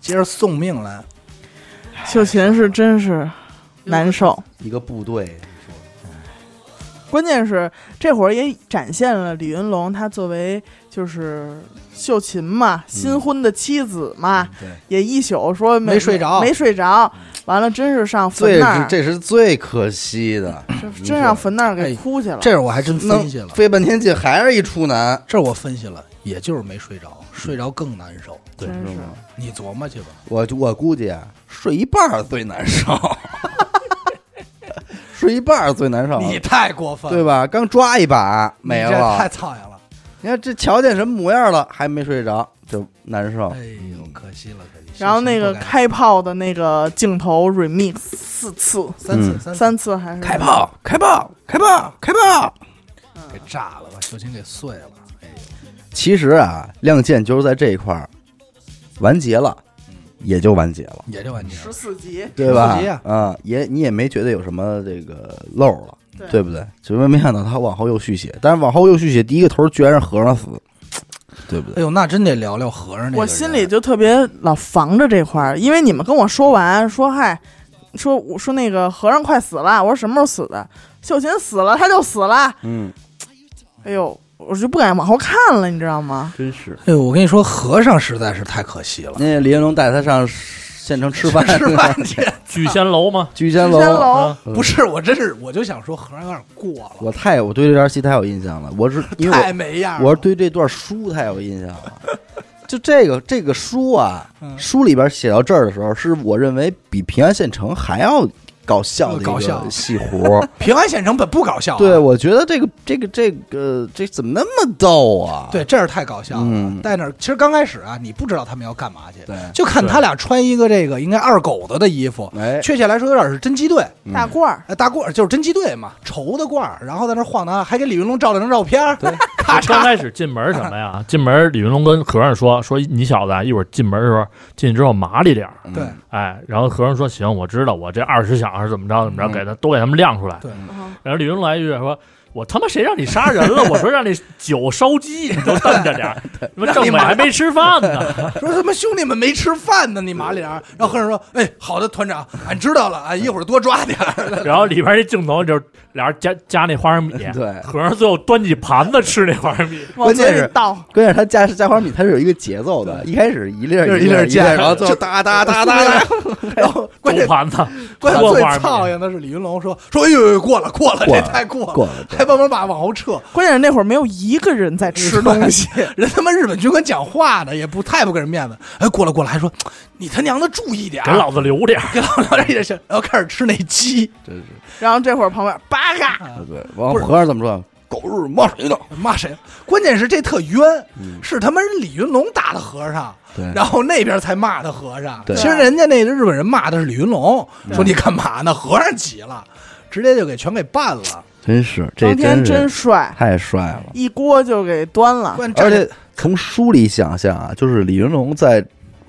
[SPEAKER 2] 接着送命来，
[SPEAKER 3] 秀琴是真是难受，
[SPEAKER 1] 一个部队，
[SPEAKER 3] 关键是这会儿也展现了李云龙他作为就是秀琴嘛，新婚的妻子嘛，
[SPEAKER 1] 嗯对嗯
[SPEAKER 3] 也一宿说
[SPEAKER 2] 没睡着
[SPEAKER 3] 没睡着，完了真是上坟
[SPEAKER 1] 最
[SPEAKER 3] 那儿，
[SPEAKER 1] 这是最可惜的，
[SPEAKER 3] 真真让坟那儿给
[SPEAKER 2] 哎
[SPEAKER 3] 哭去了。
[SPEAKER 2] 这儿我还真
[SPEAKER 1] 弄
[SPEAKER 2] 分析了，
[SPEAKER 1] 费半天劲还是一处男，
[SPEAKER 2] 这儿我分析了，也就是没睡着，睡着更难受。
[SPEAKER 4] 对
[SPEAKER 3] 真
[SPEAKER 1] 是
[SPEAKER 3] 是
[SPEAKER 1] 吗
[SPEAKER 2] 你琢磨去吧，
[SPEAKER 1] 我我估计啊，睡一半儿最难受， 睡一半儿最难受，
[SPEAKER 2] 你太过分了，
[SPEAKER 1] 对吧？刚抓一把
[SPEAKER 2] 你
[SPEAKER 1] 没
[SPEAKER 2] 这太
[SPEAKER 1] 了，
[SPEAKER 2] 苍蝇了。
[SPEAKER 1] 你看这瞧见什么模样了，还没睡着就难受
[SPEAKER 2] 哎。呦，可惜了，可惜。
[SPEAKER 3] 然后那个
[SPEAKER 2] 心情不
[SPEAKER 3] 开炮的那个镜头 remix 四次，
[SPEAKER 2] 甘
[SPEAKER 1] 嗯
[SPEAKER 2] 三次
[SPEAKER 3] 三
[SPEAKER 2] 三次
[SPEAKER 3] 次还是
[SPEAKER 1] 开炮！开炮！开炮！开炮！
[SPEAKER 2] 给炸了，把秀琴给碎了。哎呦，
[SPEAKER 1] 其实啊，《亮剑》就是在这一块儿完结了，
[SPEAKER 2] 嗯
[SPEAKER 1] 也就完结了，
[SPEAKER 2] 也就完结
[SPEAKER 3] 十
[SPEAKER 2] 了。
[SPEAKER 3] 四集，
[SPEAKER 1] 对吧
[SPEAKER 2] 十四集啊？
[SPEAKER 1] 啊，也你也没觉得有什么这个漏了，
[SPEAKER 3] 对
[SPEAKER 1] 对不对？只是没想到他往后又续写，但是往后又续写，第一个头儿居然是和尚死，对不对？
[SPEAKER 2] 哎呦，那真得聊聊和尚那个人。
[SPEAKER 3] 我心里就特别老防着这块儿，因为你们跟我说完说嗨，说我说那个和尚快死了，我说什么时候死的？秀琴死了，他就死了。
[SPEAKER 1] 嗯，
[SPEAKER 3] 哎呦，我就不敢往后看了，你知道吗？
[SPEAKER 1] 真是。
[SPEAKER 2] 哎呦，我跟你说，和尚实在是太可惜 了。
[SPEAKER 1] 那李云龙带他上县城吃饭，
[SPEAKER 2] 吃半天
[SPEAKER 4] 聚仙楼吗？
[SPEAKER 1] 聚仙
[SPEAKER 3] 山
[SPEAKER 1] 楼。
[SPEAKER 3] 楼
[SPEAKER 4] 啊，
[SPEAKER 2] 不是，我真是，我就想说，和尚有点过了，
[SPEAKER 1] 我太我对这段戏太有印象了， 我是因为
[SPEAKER 2] 太没样
[SPEAKER 1] 我
[SPEAKER 2] 了。
[SPEAKER 1] 我是对这段书太有印象了。就这个这个书啊，
[SPEAKER 2] 嗯
[SPEAKER 1] 书里边写到这儿的时候，是我认为比平安县城还要搞笑的
[SPEAKER 2] 嗯搞
[SPEAKER 1] 一
[SPEAKER 2] 笑
[SPEAKER 1] 个 戏活。
[SPEAKER 2] 平安县城本不搞笑啊、
[SPEAKER 1] 对，我觉得这个这个这个这怎么那么逗啊？
[SPEAKER 2] 对，这是太搞笑了。
[SPEAKER 1] 嗯
[SPEAKER 2] 在那儿，其实刚开始啊，你不知道他们要干嘛去，
[SPEAKER 1] 对
[SPEAKER 2] 就看他俩穿一个这个应该二狗子的衣服，
[SPEAKER 1] 哎
[SPEAKER 2] 确切来说有点是侦缉队，
[SPEAKER 3] 大褂儿，
[SPEAKER 2] 哎，大褂儿就是侦缉队嘛，绸的褂儿，然后在那儿晃荡，还给李云龙照了张照片儿，咔
[SPEAKER 4] 刚
[SPEAKER 2] 嚓，
[SPEAKER 4] 开始进门什么呀？进门李云龙跟和尚说说你小子啊一会儿进门的时候进去之后麻利点儿，
[SPEAKER 1] 嗯
[SPEAKER 2] 对
[SPEAKER 4] 哎，然后和尚说行，我知道，我这二十响还是怎么着怎么着，给他都给他们亮出来。
[SPEAKER 2] 嗯对，
[SPEAKER 4] 然后李云龙来一句说。我他妈谁让你杀人了？我说让你酒烧鸡，你都瞪着点儿。他妈政委还没吃饭 呢，
[SPEAKER 2] 说他妈兄弟们没吃饭呢，你马脸儿。然后和尚说，哎，好的，团长，俺知道了，俺一会儿多抓点
[SPEAKER 1] 哎
[SPEAKER 2] 儿。
[SPEAKER 4] 然后里边那镜头就是俩人夹夹那花生米，
[SPEAKER 1] 对
[SPEAKER 4] 和尚最后端起盘子吃那花生米，
[SPEAKER 3] 往
[SPEAKER 1] 键
[SPEAKER 3] 嘴
[SPEAKER 1] 是
[SPEAKER 3] 里倒。
[SPEAKER 1] 关键是他加加花米，它是有一个节奏的，一开始一粒儿
[SPEAKER 2] 就是
[SPEAKER 1] 一
[SPEAKER 2] 一粒
[SPEAKER 1] 儿
[SPEAKER 2] 儿
[SPEAKER 1] 一粒儿，
[SPEAKER 2] 加
[SPEAKER 1] 然后最后哒哒哒哒哒，
[SPEAKER 2] 然后关键
[SPEAKER 4] 狗盘子，
[SPEAKER 2] 关键
[SPEAKER 4] 多
[SPEAKER 2] 最
[SPEAKER 4] 花生
[SPEAKER 2] 操
[SPEAKER 4] 米。
[SPEAKER 2] 心的是李云龙说说，哎呦，呦过了过了，
[SPEAKER 1] 过
[SPEAKER 2] 这
[SPEAKER 1] 了
[SPEAKER 2] 太过
[SPEAKER 1] 过了
[SPEAKER 2] 还帮忙把往 后撤。
[SPEAKER 3] 关键是那会儿没有一个人在吃 东西，
[SPEAKER 2] 人他妈日本军官讲话呢，也不太不给人面子。哎，过来过来，还说你他娘的注意点儿，
[SPEAKER 4] 给老子留 点儿！
[SPEAKER 2] 给老聊这点事儿，然后开始吃那鸡，
[SPEAKER 1] 真是
[SPEAKER 3] 然后这会儿旁边八嘎，
[SPEAKER 1] 对。完了和尚怎么说？狗日骂谁呢？嗯
[SPEAKER 2] 骂谁？关键是这特冤，是他妈李云龙打的和尚
[SPEAKER 1] 对，
[SPEAKER 2] 然后那边才骂的和尚。
[SPEAKER 1] 对
[SPEAKER 2] 其实人家那日本人骂的是李云龙，说你干嘛呢？和尚急了，直接就给全给办了。
[SPEAKER 1] 真是这
[SPEAKER 3] 当天真
[SPEAKER 1] 真是
[SPEAKER 3] 帅，
[SPEAKER 1] 太帅了。
[SPEAKER 3] 一锅就给端了。
[SPEAKER 2] 关
[SPEAKER 1] 而
[SPEAKER 2] 键
[SPEAKER 1] 且从书里想象啊，就是李云龙在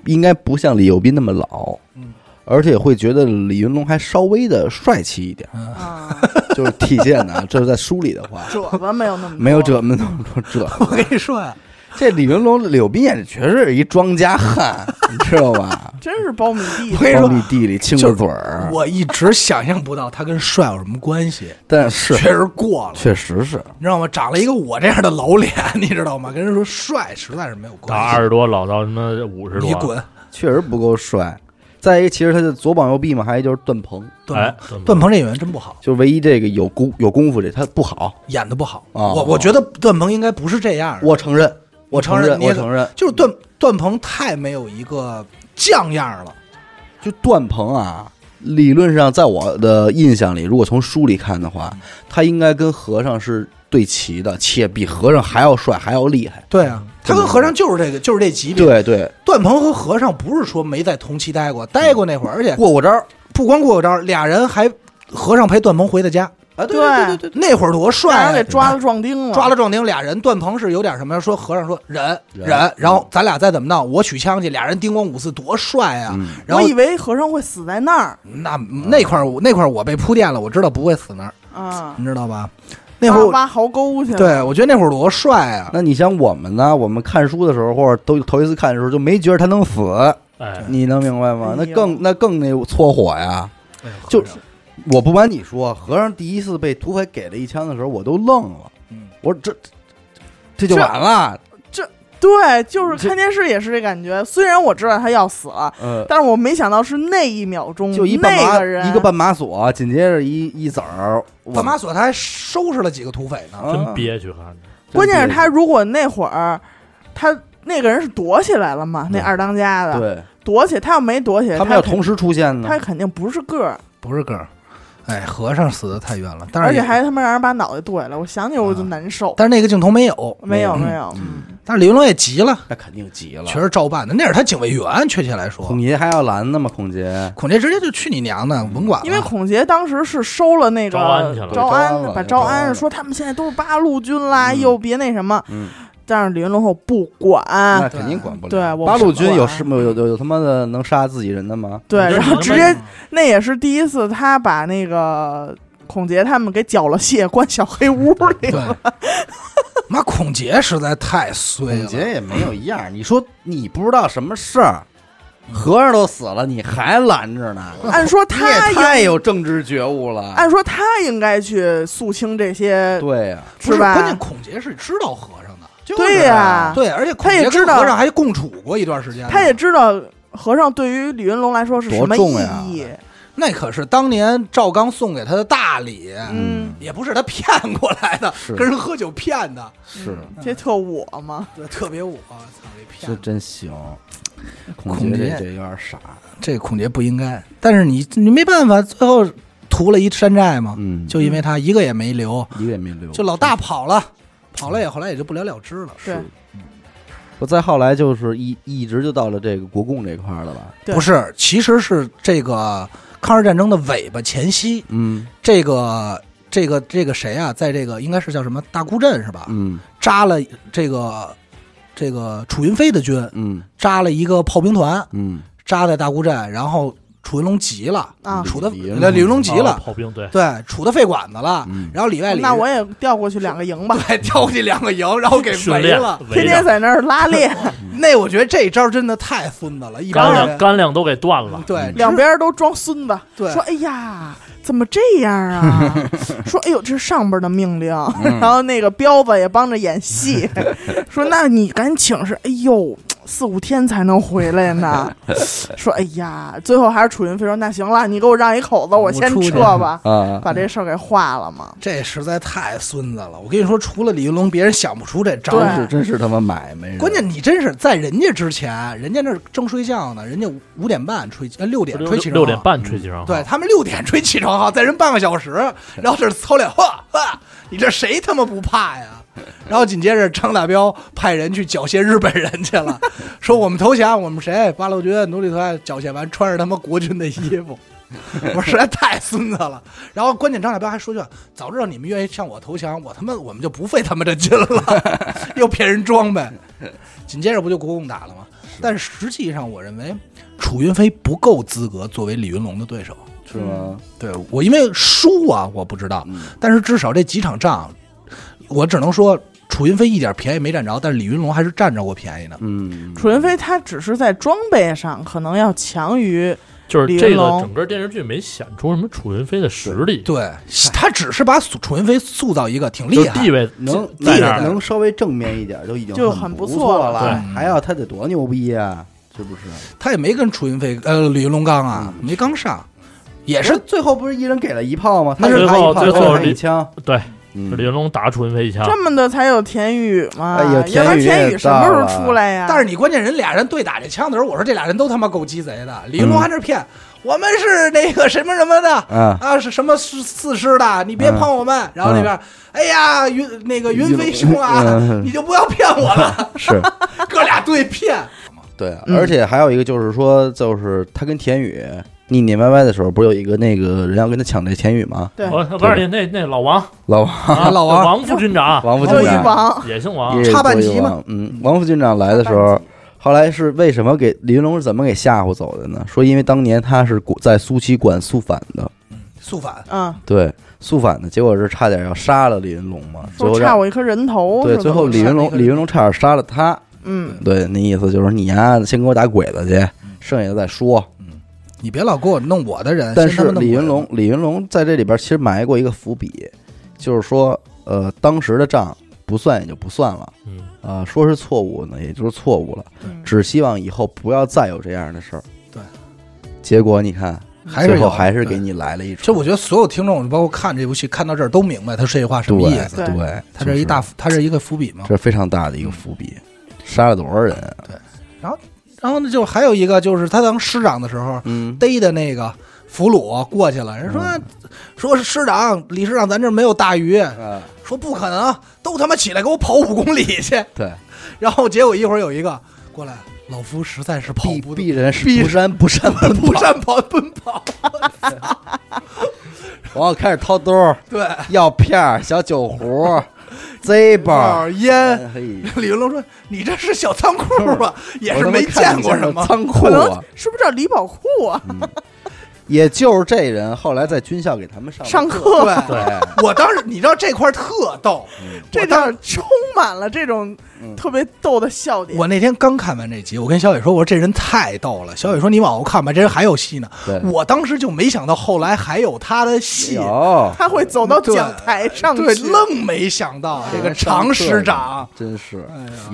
[SPEAKER 1] 应该不像李幼斌那么老，
[SPEAKER 2] 嗯
[SPEAKER 1] 而且会觉得李云龙还稍微的帅气一点，
[SPEAKER 2] 嗯
[SPEAKER 3] 啊，
[SPEAKER 1] 就是体现 的啊，这是在书里的话，
[SPEAKER 3] 褶子没有那么多
[SPEAKER 1] 没有这么那么多这。
[SPEAKER 2] 我跟你说呀，啊
[SPEAKER 1] 这李云龙、柳斌也是确实是一庄稼汉，你知道 吧？
[SPEAKER 3] 真是苞米地
[SPEAKER 2] 我。跟你
[SPEAKER 1] 帮
[SPEAKER 2] 说
[SPEAKER 1] 你。地里亲个嘴儿，
[SPEAKER 2] 我一直想象不到他跟帅有什么关系，
[SPEAKER 1] 但 是
[SPEAKER 2] 确实过了。
[SPEAKER 1] 确实是
[SPEAKER 2] 你知道吗？长了一个我这样的老脸，你知道吗？跟人说帅实在是没有
[SPEAKER 4] 打
[SPEAKER 2] 关
[SPEAKER 4] 二
[SPEAKER 2] 系。
[SPEAKER 4] 十多，老到他妈五十多，
[SPEAKER 2] 你
[SPEAKER 1] 哎
[SPEAKER 2] 滚！
[SPEAKER 1] 确实不够帅。再一个，其实他的左膀右臂嘛，还有一就是段鹏，
[SPEAKER 2] 段
[SPEAKER 4] 哎
[SPEAKER 2] 鹏，段鹏这演员真不好，
[SPEAKER 1] 就唯一这个有功有功夫这他不好，
[SPEAKER 2] 演的不好。
[SPEAKER 1] 哦
[SPEAKER 2] 我我觉得段鹏应该不是这样的。
[SPEAKER 1] 我承认，我承认，
[SPEAKER 2] 你也
[SPEAKER 1] 我承认，
[SPEAKER 2] 就是段段鹏太没有一个将样了。
[SPEAKER 1] 就段鹏啊，理论上在我的印象里，如果从书里看的话，他应该跟和尚是对齐的，且比和尚还要帅，还要厉害。
[SPEAKER 2] 对啊，他跟和尚就是这个，就是这级别。
[SPEAKER 1] 对对，
[SPEAKER 2] 段鹏和和尚不是说没在同期待过，待过那会儿，而且
[SPEAKER 1] 过过招儿
[SPEAKER 2] 不光过过招，俩人还和尚陪段鹏回的家。
[SPEAKER 1] 啊！对
[SPEAKER 3] 对
[SPEAKER 1] 对对对，
[SPEAKER 2] 那会儿多帅、
[SPEAKER 3] 让
[SPEAKER 2] 啊，
[SPEAKER 3] 人给抓了壮丁了，
[SPEAKER 2] 抓了壮丁，俩人段鹏是有点什么呀？说和尚说忍
[SPEAKER 1] 忍
[SPEAKER 2] 忍，然后咱俩再怎么闹，我取枪去，俩人叮咣五四，多帅啊！
[SPEAKER 1] 嗯
[SPEAKER 2] 然
[SPEAKER 3] 我
[SPEAKER 2] 后
[SPEAKER 3] 以为和尚会死在那儿
[SPEAKER 2] 那那块儿我那块儿我被铺垫了，我知道不会死那儿，
[SPEAKER 3] 啊，
[SPEAKER 2] 你知道吧？那会儿
[SPEAKER 3] 挖
[SPEAKER 2] 我
[SPEAKER 3] 挖壕沟去了。
[SPEAKER 2] 对我觉得那会儿多帅啊！
[SPEAKER 1] 那你像我们呢？我们看书的时候，或者都头一次看的时候，就没觉得他能死，
[SPEAKER 4] 哎，
[SPEAKER 1] 你能明白吗？
[SPEAKER 3] 哎
[SPEAKER 1] 那
[SPEAKER 3] 呦
[SPEAKER 1] 更那更那搓火哎呀！就是我不瞒你说，和尚第一次被土匪给了一枪的时候，我都愣了，
[SPEAKER 2] 嗯
[SPEAKER 1] 我说这这就完了，
[SPEAKER 3] 对，就是看电视也是这感觉。虽然我知道他要死了，
[SPEAKER 1] 呃，
[SPEAKER 3] 但是我没想到是那一秒钟，
[SPEAKER 1] 就一半
[SPEAKER 3] 嗯那
[SPEAKER 1] 马
[SPEAKER 3] 个人
[SPEAKER 1] 一个半马索，紧接着一一子儿，我
[SPEAKER 2] 大马索他还收拾了几个土匪呢，
[SPEAKER 4] 真憋屈，看着。
[SPEAKER 3] 关键是他如果那会儿他那个人是躲起来了嘛，那
[SPEAKER 1] 对
[SPEAKER 3] 二当家的
[SPEAKER 1] 对
[SPEAKER 3] 躲起，他要没躲起，
[SPEAKER 1] 他们要
[SPEAKER 3] 肯
[SPEAKER 1] 同时出现呢
[SPEAKER 3] 他，肯定不是个儿，
[SPEAKER 2] 不是个儿。哎，和尚死的太冤了，但是
[SPEAKER 3] 而且
[SPEAKER 2] 也
[SPEAKER 3] 还他妈让人把脑袋剁下来，我想起我就难受。
[SPEAKER 2] 但是那个镜头没有，
[SPEAKER 3] 没有
[SPEAKER 1] 嗯
[SPEAKER 3] 没有，
[SPEAKER 2] 但是李云龙也急了，
[SPEAKER 1] 那肯定急了。
[SPEAKER 2] 全是照办的。那是他警卫员，确切来说，
[SPEAKER 1] 孔爷还要拦呢嘛，孔
[SPEAKER 3] 啊
[SPEAKER 1] 杰
[SPEAKER 2] 孔杰直接就去你娘的，甭管了。
[SPEAKER 3] 因为孔杰当时是收了那个
[SPEAKER 4] 啊招安去了
[SPEAKER 1] 对
[SPEAKER 3] 招
[SPEAKER 1] 招安了
[SPEAKER 3] 安，把招
[SPEAKER 1] 招安了
[SPEAKER 3] 安说他们现在都是八路军啦，
[SPEAKER 1] 嗯
[SPEAKER 3] 又别那什么
[SPEAKER 1] 嗯。
[SPEAKER 3] 但是李云龙后不管，
[SPEAKER 1] 那肯定管不了。
[SPEAKER 3] 对我
[SPEAKER 1] 八路军有
[SPEAKER 3] 不
[SPEAKER 1] 是有有有他妈的能杀自己人的吗？
[SPEAKER 3] 对，
[SPEAKER 4] 你这
[SPEAKER 3] 然后
[SPEAKER 4] 你
[SPEAKER 3] 直
[SPEAKER 4] 们
[SPEAKER 3] 接那也是第一次，他把那个孔杰他们给缴了械，关小黑屋 里。
[SPEAKER 2] 对，妈，孔杰实在太衰
[SPEAKER 1] 孔杰
[SPEAKER 2] 了。
[SPEAKER 1] 也没有一样，你说你不知道什么事儿，和尚都死了，你还拦着呢？
[SPEAKER 3] 按说
[SPEAKER 1] 你也
[SPEAKER 3] 啊他啊
[SPEAKER 1] 太
[SPEAKER 3] 应，
[SPEAKER 1] 有政治觉悟了。
[SPEAKER 3] 按说他应该去肃清这些，
[SPEAKER 1] 对呀，
[SPEAKER 2] 不
[SPEAKER 3] 是
[SPEAKER 2] 是，关
[SPEAKER 3] 吧？
[SPEAKER 2] 键孔杰是知道和尚的，
[SPEAKER 3] 对呀，
[SPEAKER 2] 对，而且孔
[SPEAKER 3] 他也
[SPEAKER 2] 杰
[SPEAKER 3] 知
[SPEAKER 2] 跟
[SPEAKER 3] 道
[SPEAKER 2] 和尚还共处过一段时间呢，
[SPEAKER 3] 他也知道和尚对于李云龙来说是什
[SPEAKER 1] 多
[SPEAKER 3] 么
[SPEAKER 1] 重呀哎
[SPEAKER 3] 意义。
[SPEAKER 2] 那可是当年赵刚送给他的大礼，
[SPEAKER 3] 嗯，
[SPEAKER 2] 也不是他骗过来的，
[SPEAKER 1] 是
[SPEAKER 2] 跟人喝酒骗的，
[SPEAKER 1] 是啊
[SPEAKER 3] 这特我嘛，
[SPEAKER 2] 对特别我操这骗
[SPEAKER 1] 这
[SPEAKER 2] 子，
[SPEAKER 1] 真行。
[SPEAKER 2] 孔
[SPEAKER 1] 这
[SPEAKER 2] 杰
[SPEAKER 1] 这有点傻，
[SPEAKER 2] 这孔杰不应该，但是你你没办法，最后屠了一山寨嘛，
[SPEAKER 1] 嗯
[SPEAKER 2] 就因为他一个也没留，
[SPEAKER 1] 一个也没留。
[SPEAKER 2] 就老大跑了，跑了也后来也就不了了之了，
[SPEAKER 3] 对
[SPEAKER 1] 是，不再后来就是一一直就到了这个国共这块儿了吧？
[SPEAKER 3] 对
[SPEAKER 2] 不是，其实是这个抗日战争的尾巴前夕，
[SPEAKER 1] 嗯
[SPEAKER 2] 这个这个这个谁啊，在这个应该是叫什么大沽镇是吧？
[SPEAKER 1] 嗯
[SPEAKER 2] 扎了这个这个楚云飞的军，
[SPEAKER 1] 嗯
[SPEAKER 2] 扎了一个炮兵团，
[SPEAKER 1] 嗯，
[SPEAKER 2] 扎在大沽镇，然后楚云龙急了，嗯
[SPEAKER 3] 啊
[SPEAKER 1] 李
[SPEAKER 2] 楚的
[SPEAKER 1] 李云
[SPEAKER 2] 那李云龙急
[SPEAKER 4] 啊
[SPEAKER 2] 了，
[SPEAKER 4] 炮兵对，
[SPEAKER 2] 对，楚的肺管子了
[SPEAKER 1] 嗯，
[SPEAKER 2] 然后里外里
[SPEAKER 3] 那我也调过去两个营吧，
[SPEAKER 2] 还挑过去两个营，然后给
[SPEAKER 4] 训
[SPEAKER 2] 没
[SPEAKER 4] 练
[SPEAKER 2] 了。
[SPEAKER 4] 围
[SPEAKER 3] 天天
[SPEAKER 4] 着，
[SPEAKER 3] 在那儿拉 练，
[SPEAKER 2] 那我觉得这招真的太孙子了，一
[SPEAKER 4] 干
[SPEAKER 2] 帮
[SPEAKER 4] 粮
[SPEAKER 2] 人
[SPEAKER 4] 干粮都给断了，
[SPEAKER 2] 对
[SPEAKER 3] 两边都装孙子，
[SPEAKER 2] 对
[SPEAKER 3] 说哎呀，怎么这样啊？ 说哎呦，这是上边的命令。
[SPEAKER 4] 嗯
[SPEAKER 3] 然后那个彪子也帮着演 戏，说那你赶紧请示。哎呦，四五天才能回来 呢。说哎呀，最后还是楚云飞说那行了，你给我让一口子，我先
[SPEAKER 2] 我出去
[SPEAKER 3] 撤吧，
[SPEAKER 1] 啊，
[SPEAKER 3] 把这事儿给化了嘛。
[SPEAKER 4] 嗯
[SPEAKER 2] 这实在太孙子了。我跟你说，除了李云龙，别人想不出这招。
[SPEAKER 1] 真
[SPEAKER 3] 对
[SPEAKER 1] 是真是他妈买卖人。
[SPEAKER 2] 啊关键你真是在人家之前，人家那儿正睡觉呢，人家五五点半吹，呃六点
[SPEAKER 4] 六
[SPEAKER 2] 吹起床
[SPEAKER 4] 六点，半吹起床，
[SPEAKER 2] 嗯对，他们六点吹起床号，在人半个小时，然后这儿操脸，呵呵，你这谁他妈不怕呀？ 然后紧接着张大彪派人去缴械日本人去了，说我们投降，我们谁？八路军奴隶团缴械完，穿着他妈国军的衣服， 我实在太孙子了。然后关键张大彪还说句话：“早知道你们愿意向我投降，我他妈我们就不费他妈这劲了， 又骗人装备。”紧接着不就国共打了吗？但是实际上，我认为楚云飞不够资格作为李云龙的对手。
[SPEAKER 1] 是吗？
[SPEAKER 2] 对我因为输啊，我不知道，但是至少这几场仗，我只能说楚云飞一点便宜没占着，但是李云龙还是占着过便宜的。
[SPEAKER 1] 嗯，
[SPEAKER 3] 楚云飞他只是在装备上可能要强于，
[SPEAKER 4] 就是
[SPEAKER 3] 李云
[SPEAKER 4] 这个
[SPEAKER 3] 龙
[SPEAKER 4] 整个电视剧没显出什么楚云飞的实力，
[SPEAKER 2] 对他只是把楚云飞塑造一个挺
[SPEAKER 4] 就
[SPEAKER 2] 厉
[SPEAKER 4] 是
[SPEAKER 2] 害
[SPEAKER 4] 地，位
[SPEAKER 1] 能
[SPEAKER 4] 在在那
[SPEAKER 2] 地
[SPEAKER 4] 儿
[SPEAKER 2] 位
[SPEAKER 1] 能稍微正面一点就已经
[SPEAKER 3] 就
[SPEAKER 1] 很
[SPEAKER 3] 很
[SPEAKER 1] 不
[SPEAKER 3] 不
[SPEAKER 1] 错
[SPEAKER 3] 错了
[SPEAKER 1] 了，
[SPEAKER 2] 对
[SPEAKER 1] 还要他得多牛逼啊？是不是？
[SPEAKER 2] 他也没跟楚云飞呃李云龙刚啊，没刚上，也
[SPEAKER 1] 也
[SPEAKER 2] 是
[SPEAKER 1] 最后不是一人给了一炮吗？
[SPEAKER 2] 那
[SPEAKER 1] 他
[SPEAKER 2] 是
[SPEAKER 1] 是他一炮，
[SPEAKER 4] 最后
[SPEAKER 1] 他
[SPEAKER 4] 最后
[SPEAKER 1] 一枪，
[SPEAKER 4] 对，
[SPEAKER 1] 嗯
[SPEAKER 4] 是李云龙打楚云飞一枪，
[SPEAKER 3] 这么的才有田宇嘛。
[SPEAKER 1] 哎呦
[SPEAKER 3] 要不
[SPEAKER 1] 田
[SPEAKER 3] 然
[SPEAKER 1] 宇也
[SPEAKER 3] 田宇什么时
[SPEAKER 1] 到了
[SPEAKER 3] 候出来呀？
[SPEAKER 2] 但是你关键人俩人对打这枪的时候，我说这俩人都他妈够鸡贼的。李云龙还是骗、我们是那个什么什么的
[SPEAKER 1] 嗯
[SPEAKER 2] 啊，是什么四四师的，你别碰我们。然后那边，哎呀，云那个云飞兄啊，
[SPEAKER 1] 嗯
[SPEAKER 2] 你就不要骗我了，
[SPEAKER 1] 是
[SPEAKER 2] 哥俩对骗。
[SPEAKER 1] 对，啊而且还有一个就是说，就是他跟田宇腻腻歪歪的时候，不是有一个那个人要跟他抢这田宇吗？
[SPEAKER 3] 对，
[SPEAKER 4] 我我告诉你，那那老 王，
[SPEAKER 1] 老王，
[SPEAKER 4] 啊
[SPEAKER 2] 老王
[SPEAKER 4] 王副军长，
[SPEAKER 1] 王副
[SPEAKER 3] 就
[SPEAKER 1] 军
[SPEAKER 3] 一
[SPEAKER 1] 长，
[SPEAKER 3] 帮
[SPEAKER 4] 也姓王
[SPEAKER 1] 一，人
[SPEAKER 2] 插半
[SPEAKER 1] 多一
[SPEAKER 2] 旗
[SPEAKER 1] 王
[SPEAKER 2] 嘛。
[SPEAKER 1] 嗯，王副军长来的时候，后来是为什么给李云龙是怎么给吓唬走的呢？说因为当年他是管在苏旗管肃反的，
[SPEAKER 2] 肃
[SPEAKER 1] 啊
[SPEAKER 2] 反，
[SPEAKER 3] 嗯。
[SPEAKER 1] 对肃反的，结果是差点要杀了李云龙嘛，最
[SPEAKER 3] 说
[SPEAKER 1] 后
[SPEAKER 3] 差
[SPEAKER 1] 让
[SPEAKER 3] 我一颗人头，
[SPEAKER 1] 对
[SPEAKER 3] 是
[SPEAKER 1] 最
[SPEAKER 3] 怎
[SPEAKER 1] 后
[SPEAKER 3] 么
[SPEAKER 1] 李云
[SPEAKER 3] 着
[SPEAKER 1] 龙李云龙差点杀了他，
[SPEAKER 3] 嗯，
[SPEAKER 1] 对，那意思就是你呀、先给我打鬼子去，剩下的再说。
[SPEAKER 2] 你别老给我弄我的人。
[SPEAKER 1] 但
[SPEAKER 2] 先他
[SPEAKER 1] 是
[SPEAKER 2] 妈弄
[SPEAKER 1] 李
[SPEAKER 2] 我
[SPEAKER 1] 云
[SPEAKER 2] 的
[SPEAKER 1] 龙，李云龙在这里边其实埋过一个伏笔，就是说，呃，当时的账不算也就不算了，
[SPEAKER 4] 嗯，
[SPEAKER 1] 啊、说是错误呢，也就是错误了，
[SPEAKER 3] 嗯
[SPEAKER 1] 只希望以后不要再有这样的事儿。
[SPEAKER 2] 对，
[SPEAKER 1] 结果你看，
[SPEAKER 2] 还是
[SPEAKER 1] 最后
[SPEAKER 2] 有
[SPEAKER 1] 还是给
[SPEAKER 2] 对
[SPEAKER 1] 你来了一出，
[SPEAKER 2] 这我觉得所有听众，包括看这部戏看到这儿都明白他这句话什么意思。
[SPEAKER 1] 对，
[SPEAKER 3] 对
[SPEAKER 1] 对
[SPEAKER 2] 他这一大，，嗯他这一个伏笔嘛
[SPEAKER 1] 这。是非常大的一个伏笔，杀了多少人啊？
[SPEAKER 2] 然后呢，就还有一个就是他当师长的时候，
[SPEAKER 1] 嗯，
[SPEAKER 2] 逮的那个俘虏过去了，人说、说是师长李师长，咱这儿没有大鱼，
[SPEAKER 1] 啊，
[SPEAKER 2] 说不可能，都他妈起来给我跑五公里去。
[SPEAKER 1] 对，
[SPEAKER 2] 然后结果一会儿有一个过来，老夫实在是跑
[SPEAKER 1] 鄙
[SPEAKER 2] 不
[SPEAKER 1] 鄙人是
[SPEAKER 2] 鄙
[SPEAKER 1] 不山不山不
[SPEAKER 2] 不善跑奔跑，
[SPEAKER 1] 然后开始掏兜儿、
[SPEAKER 2] 对，
[SPEAKER 1] 药片儿、小酒壶、Z 包。
[SPEAKER 2] 二烟。
[SPEAKER 1] 嘿，
[SPEAKER 2] 李云龙说：“你这是小仓库吧？也是没见过什么。
[SPEAKER 1] 仓库啊
[SPEAKER 3] 啊
[SPEAKER 1] 嗯
[SPEAKER 3] 可能是不是叫李宝库啊？
[SPEAKER 1] 也就是这人后来在军校给他们上
[SPEAKER 3] 上
[SPEAKER 1] 课，哎
[SPEAKER 3] 课，
[SPEAKER 2] 对
[SPEAKER 1] 对，
[SPEAKER 2] 我当时你知道这块儿特逗，
[SPEAKER 1] 嗯
[SPEAKER 3] 这段充满了这种特别逗的笑点。
[SPEAKER 2] 我那天刚看完这集，我跟小野说，我说这人太逗了。小野说你往后看吧，这人还有戏呢
[SPEAKER 1] 对。
[SPEAKER 2] 我当时就没想到后来还有他的戏，
[SPEAKER 1] 有
[SPEAKER 3] 他会走到讲台上去，
[SPEAKER 2] 对，愣没想到
[SPEAKER 1] 这个上
[SPEAKER 2] 常
[SPEAKER 1] 课
[SPEAKER 2] 师长，哎
[SPEAKER 1] 真是，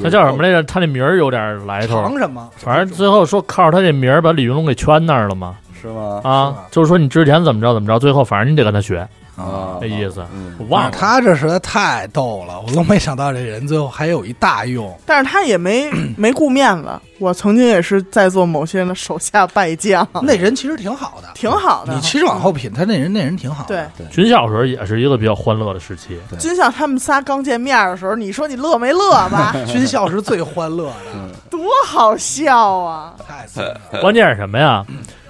[SPEAKER 4] 他叫什么来着？他那名儿有点来头
[SPEAKER 2] 常。什么？
[SPEAKER 4] 反正最后说靠着他这名儿把李云龙给圈那儿了嘛，
[SPEAKER 1] 是吗？
[SPEAKER 2] 是
[SPEAKER 4] 啊
[SPEAKER 2] 吧，
[SPEAKER 4] 就是说你之前怎么着怎么着，最后反正你得跟他学，
[SPEAKER 1] 啊
[SPEAKER 4] 这意思
[SPEAKER 1] 嗯
[SPEAKER 4] 我忘了。
[SPEAKER 2] 啊他这实在太逗了，我都没想到这人最后还有一大用。
[SPEAKER 3] 但是他也 没没顾面子。我曾经也是在做某些人的手下败将，
[SPEAKER 1] 啊
[SPEAKER 2] 那人其实挺好的，
[SPEAKER 3] 挺好的。
[SPEAKER 2] 你其实往后品，他那人那人挺好的。
[SPEAKER 3] 对
[SPEAKER 1] 嗯
[SPEAKER 4] 军校时候也是一个比较欢乐的时期，
[SPEAKER 1] 对
[SPEAKER 3] 军校他们仨刚见面的时候，你说你乐没乐 吧？
[SPEAKER 2] 军校是最欢乐的，
[SPEAKER 3] 多好笑啊！
[SPEAKER 2] 太刺激了。
[SPEAKER 4] 关键是什么呀？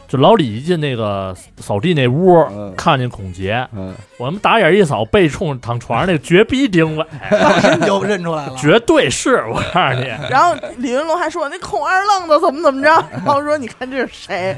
[SPEAKER 4] 就老李一进那个扫地那屋，
[SPEAKER 1] 嗯
[SPEAKER 4] 看见孔杰，
[SPEAKER 1] 嗯，
[SPEAKER 4] 我们打眼一扫，背冲躺床上那个绝逼丁伟，
[SPEAKER 3] 啊
[SPEAKER 2] 当时你就认出来了，
[SPEAKER 4] 绝对是我 告诉你，
[SPEAKER 3] 然后李云龙还说那孔二愣子怎么怎么着，然后说你看这是谁，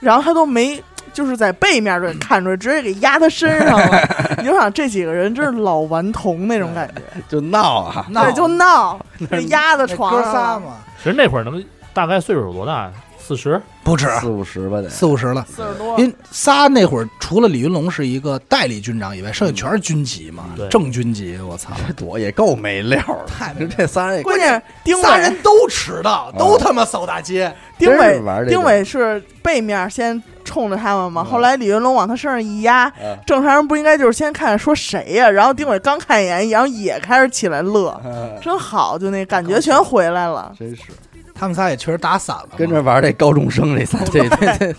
[SPEAKER 3] 然后他都没就是在背面就给看出来，直接给压他身上了。你就想这几个人真是老顽童那种感觉，
[SPEAKER 1] 就闹啊，
[SPEAKER 2] 闹
[SPEAKER 3] 对，就闹，被压在
[SPEAKER 2] 那
[SPEAKER 3] 床啊
[SPEAKER 2] 哥
[SPEAKER 3] 上
[SPEAKER 2] 仨
[SPEAKER 3] 了，
[SPEAKER 2] 嘛，
[SPEAKER 4] 其实那会儿能大概岁数有多大？四十？
[SPEAKER 2] 不止
[SPEAKER 1] 四五十吧得，
[SPEAKER 2] 四五十了。
[SPEAKER 3] 四十多，
[SPEAKER 2] 因为仨那会儿除了李云龙是一个代理军长以外，剩下全是军级嘛，
[SPEAKER 4] 对
[SPEAKER 2] 正军级。我操，
[SPEAKER 1] 这躲也够没料儿的，
[SPEAKER 2] 太没
[SPEAKER 1] 就
[SPEAKER 2] 料
[SPEAKER 1] 这仨人也够
[SPEAKER 3] 关键丁
[SPEAKER 2] 仨
[SPEAKER 3] 伟
[SPEAKER 2] 人都迟到，都他妈扫大街，
[SPEAKER 3] 丁
[SPEAKER 1] 真
[SPEAKER 3] 伟
[SPEAKER 1] 是玩这个
[SPEAKER 3] 丁伟是背面先冲着他们嘛，后来李云龙往他身上一压，
[SPEAKER 1] 嗯
[SPEAKER 3] 正常人不应该就是先看说谁呀、然后丁伟刚看一眼，然后也开始起来乐，
[SPEAKER 1] 嗯
[SPEAKER 3] 真好，就那感觉全回来了。
[SPEAKER 1] 真是
[SPEAKER 2] 他们仨也确实打散了嘛，
[SPEAKER 1] 跟着玩这高中生这 仨，这这这，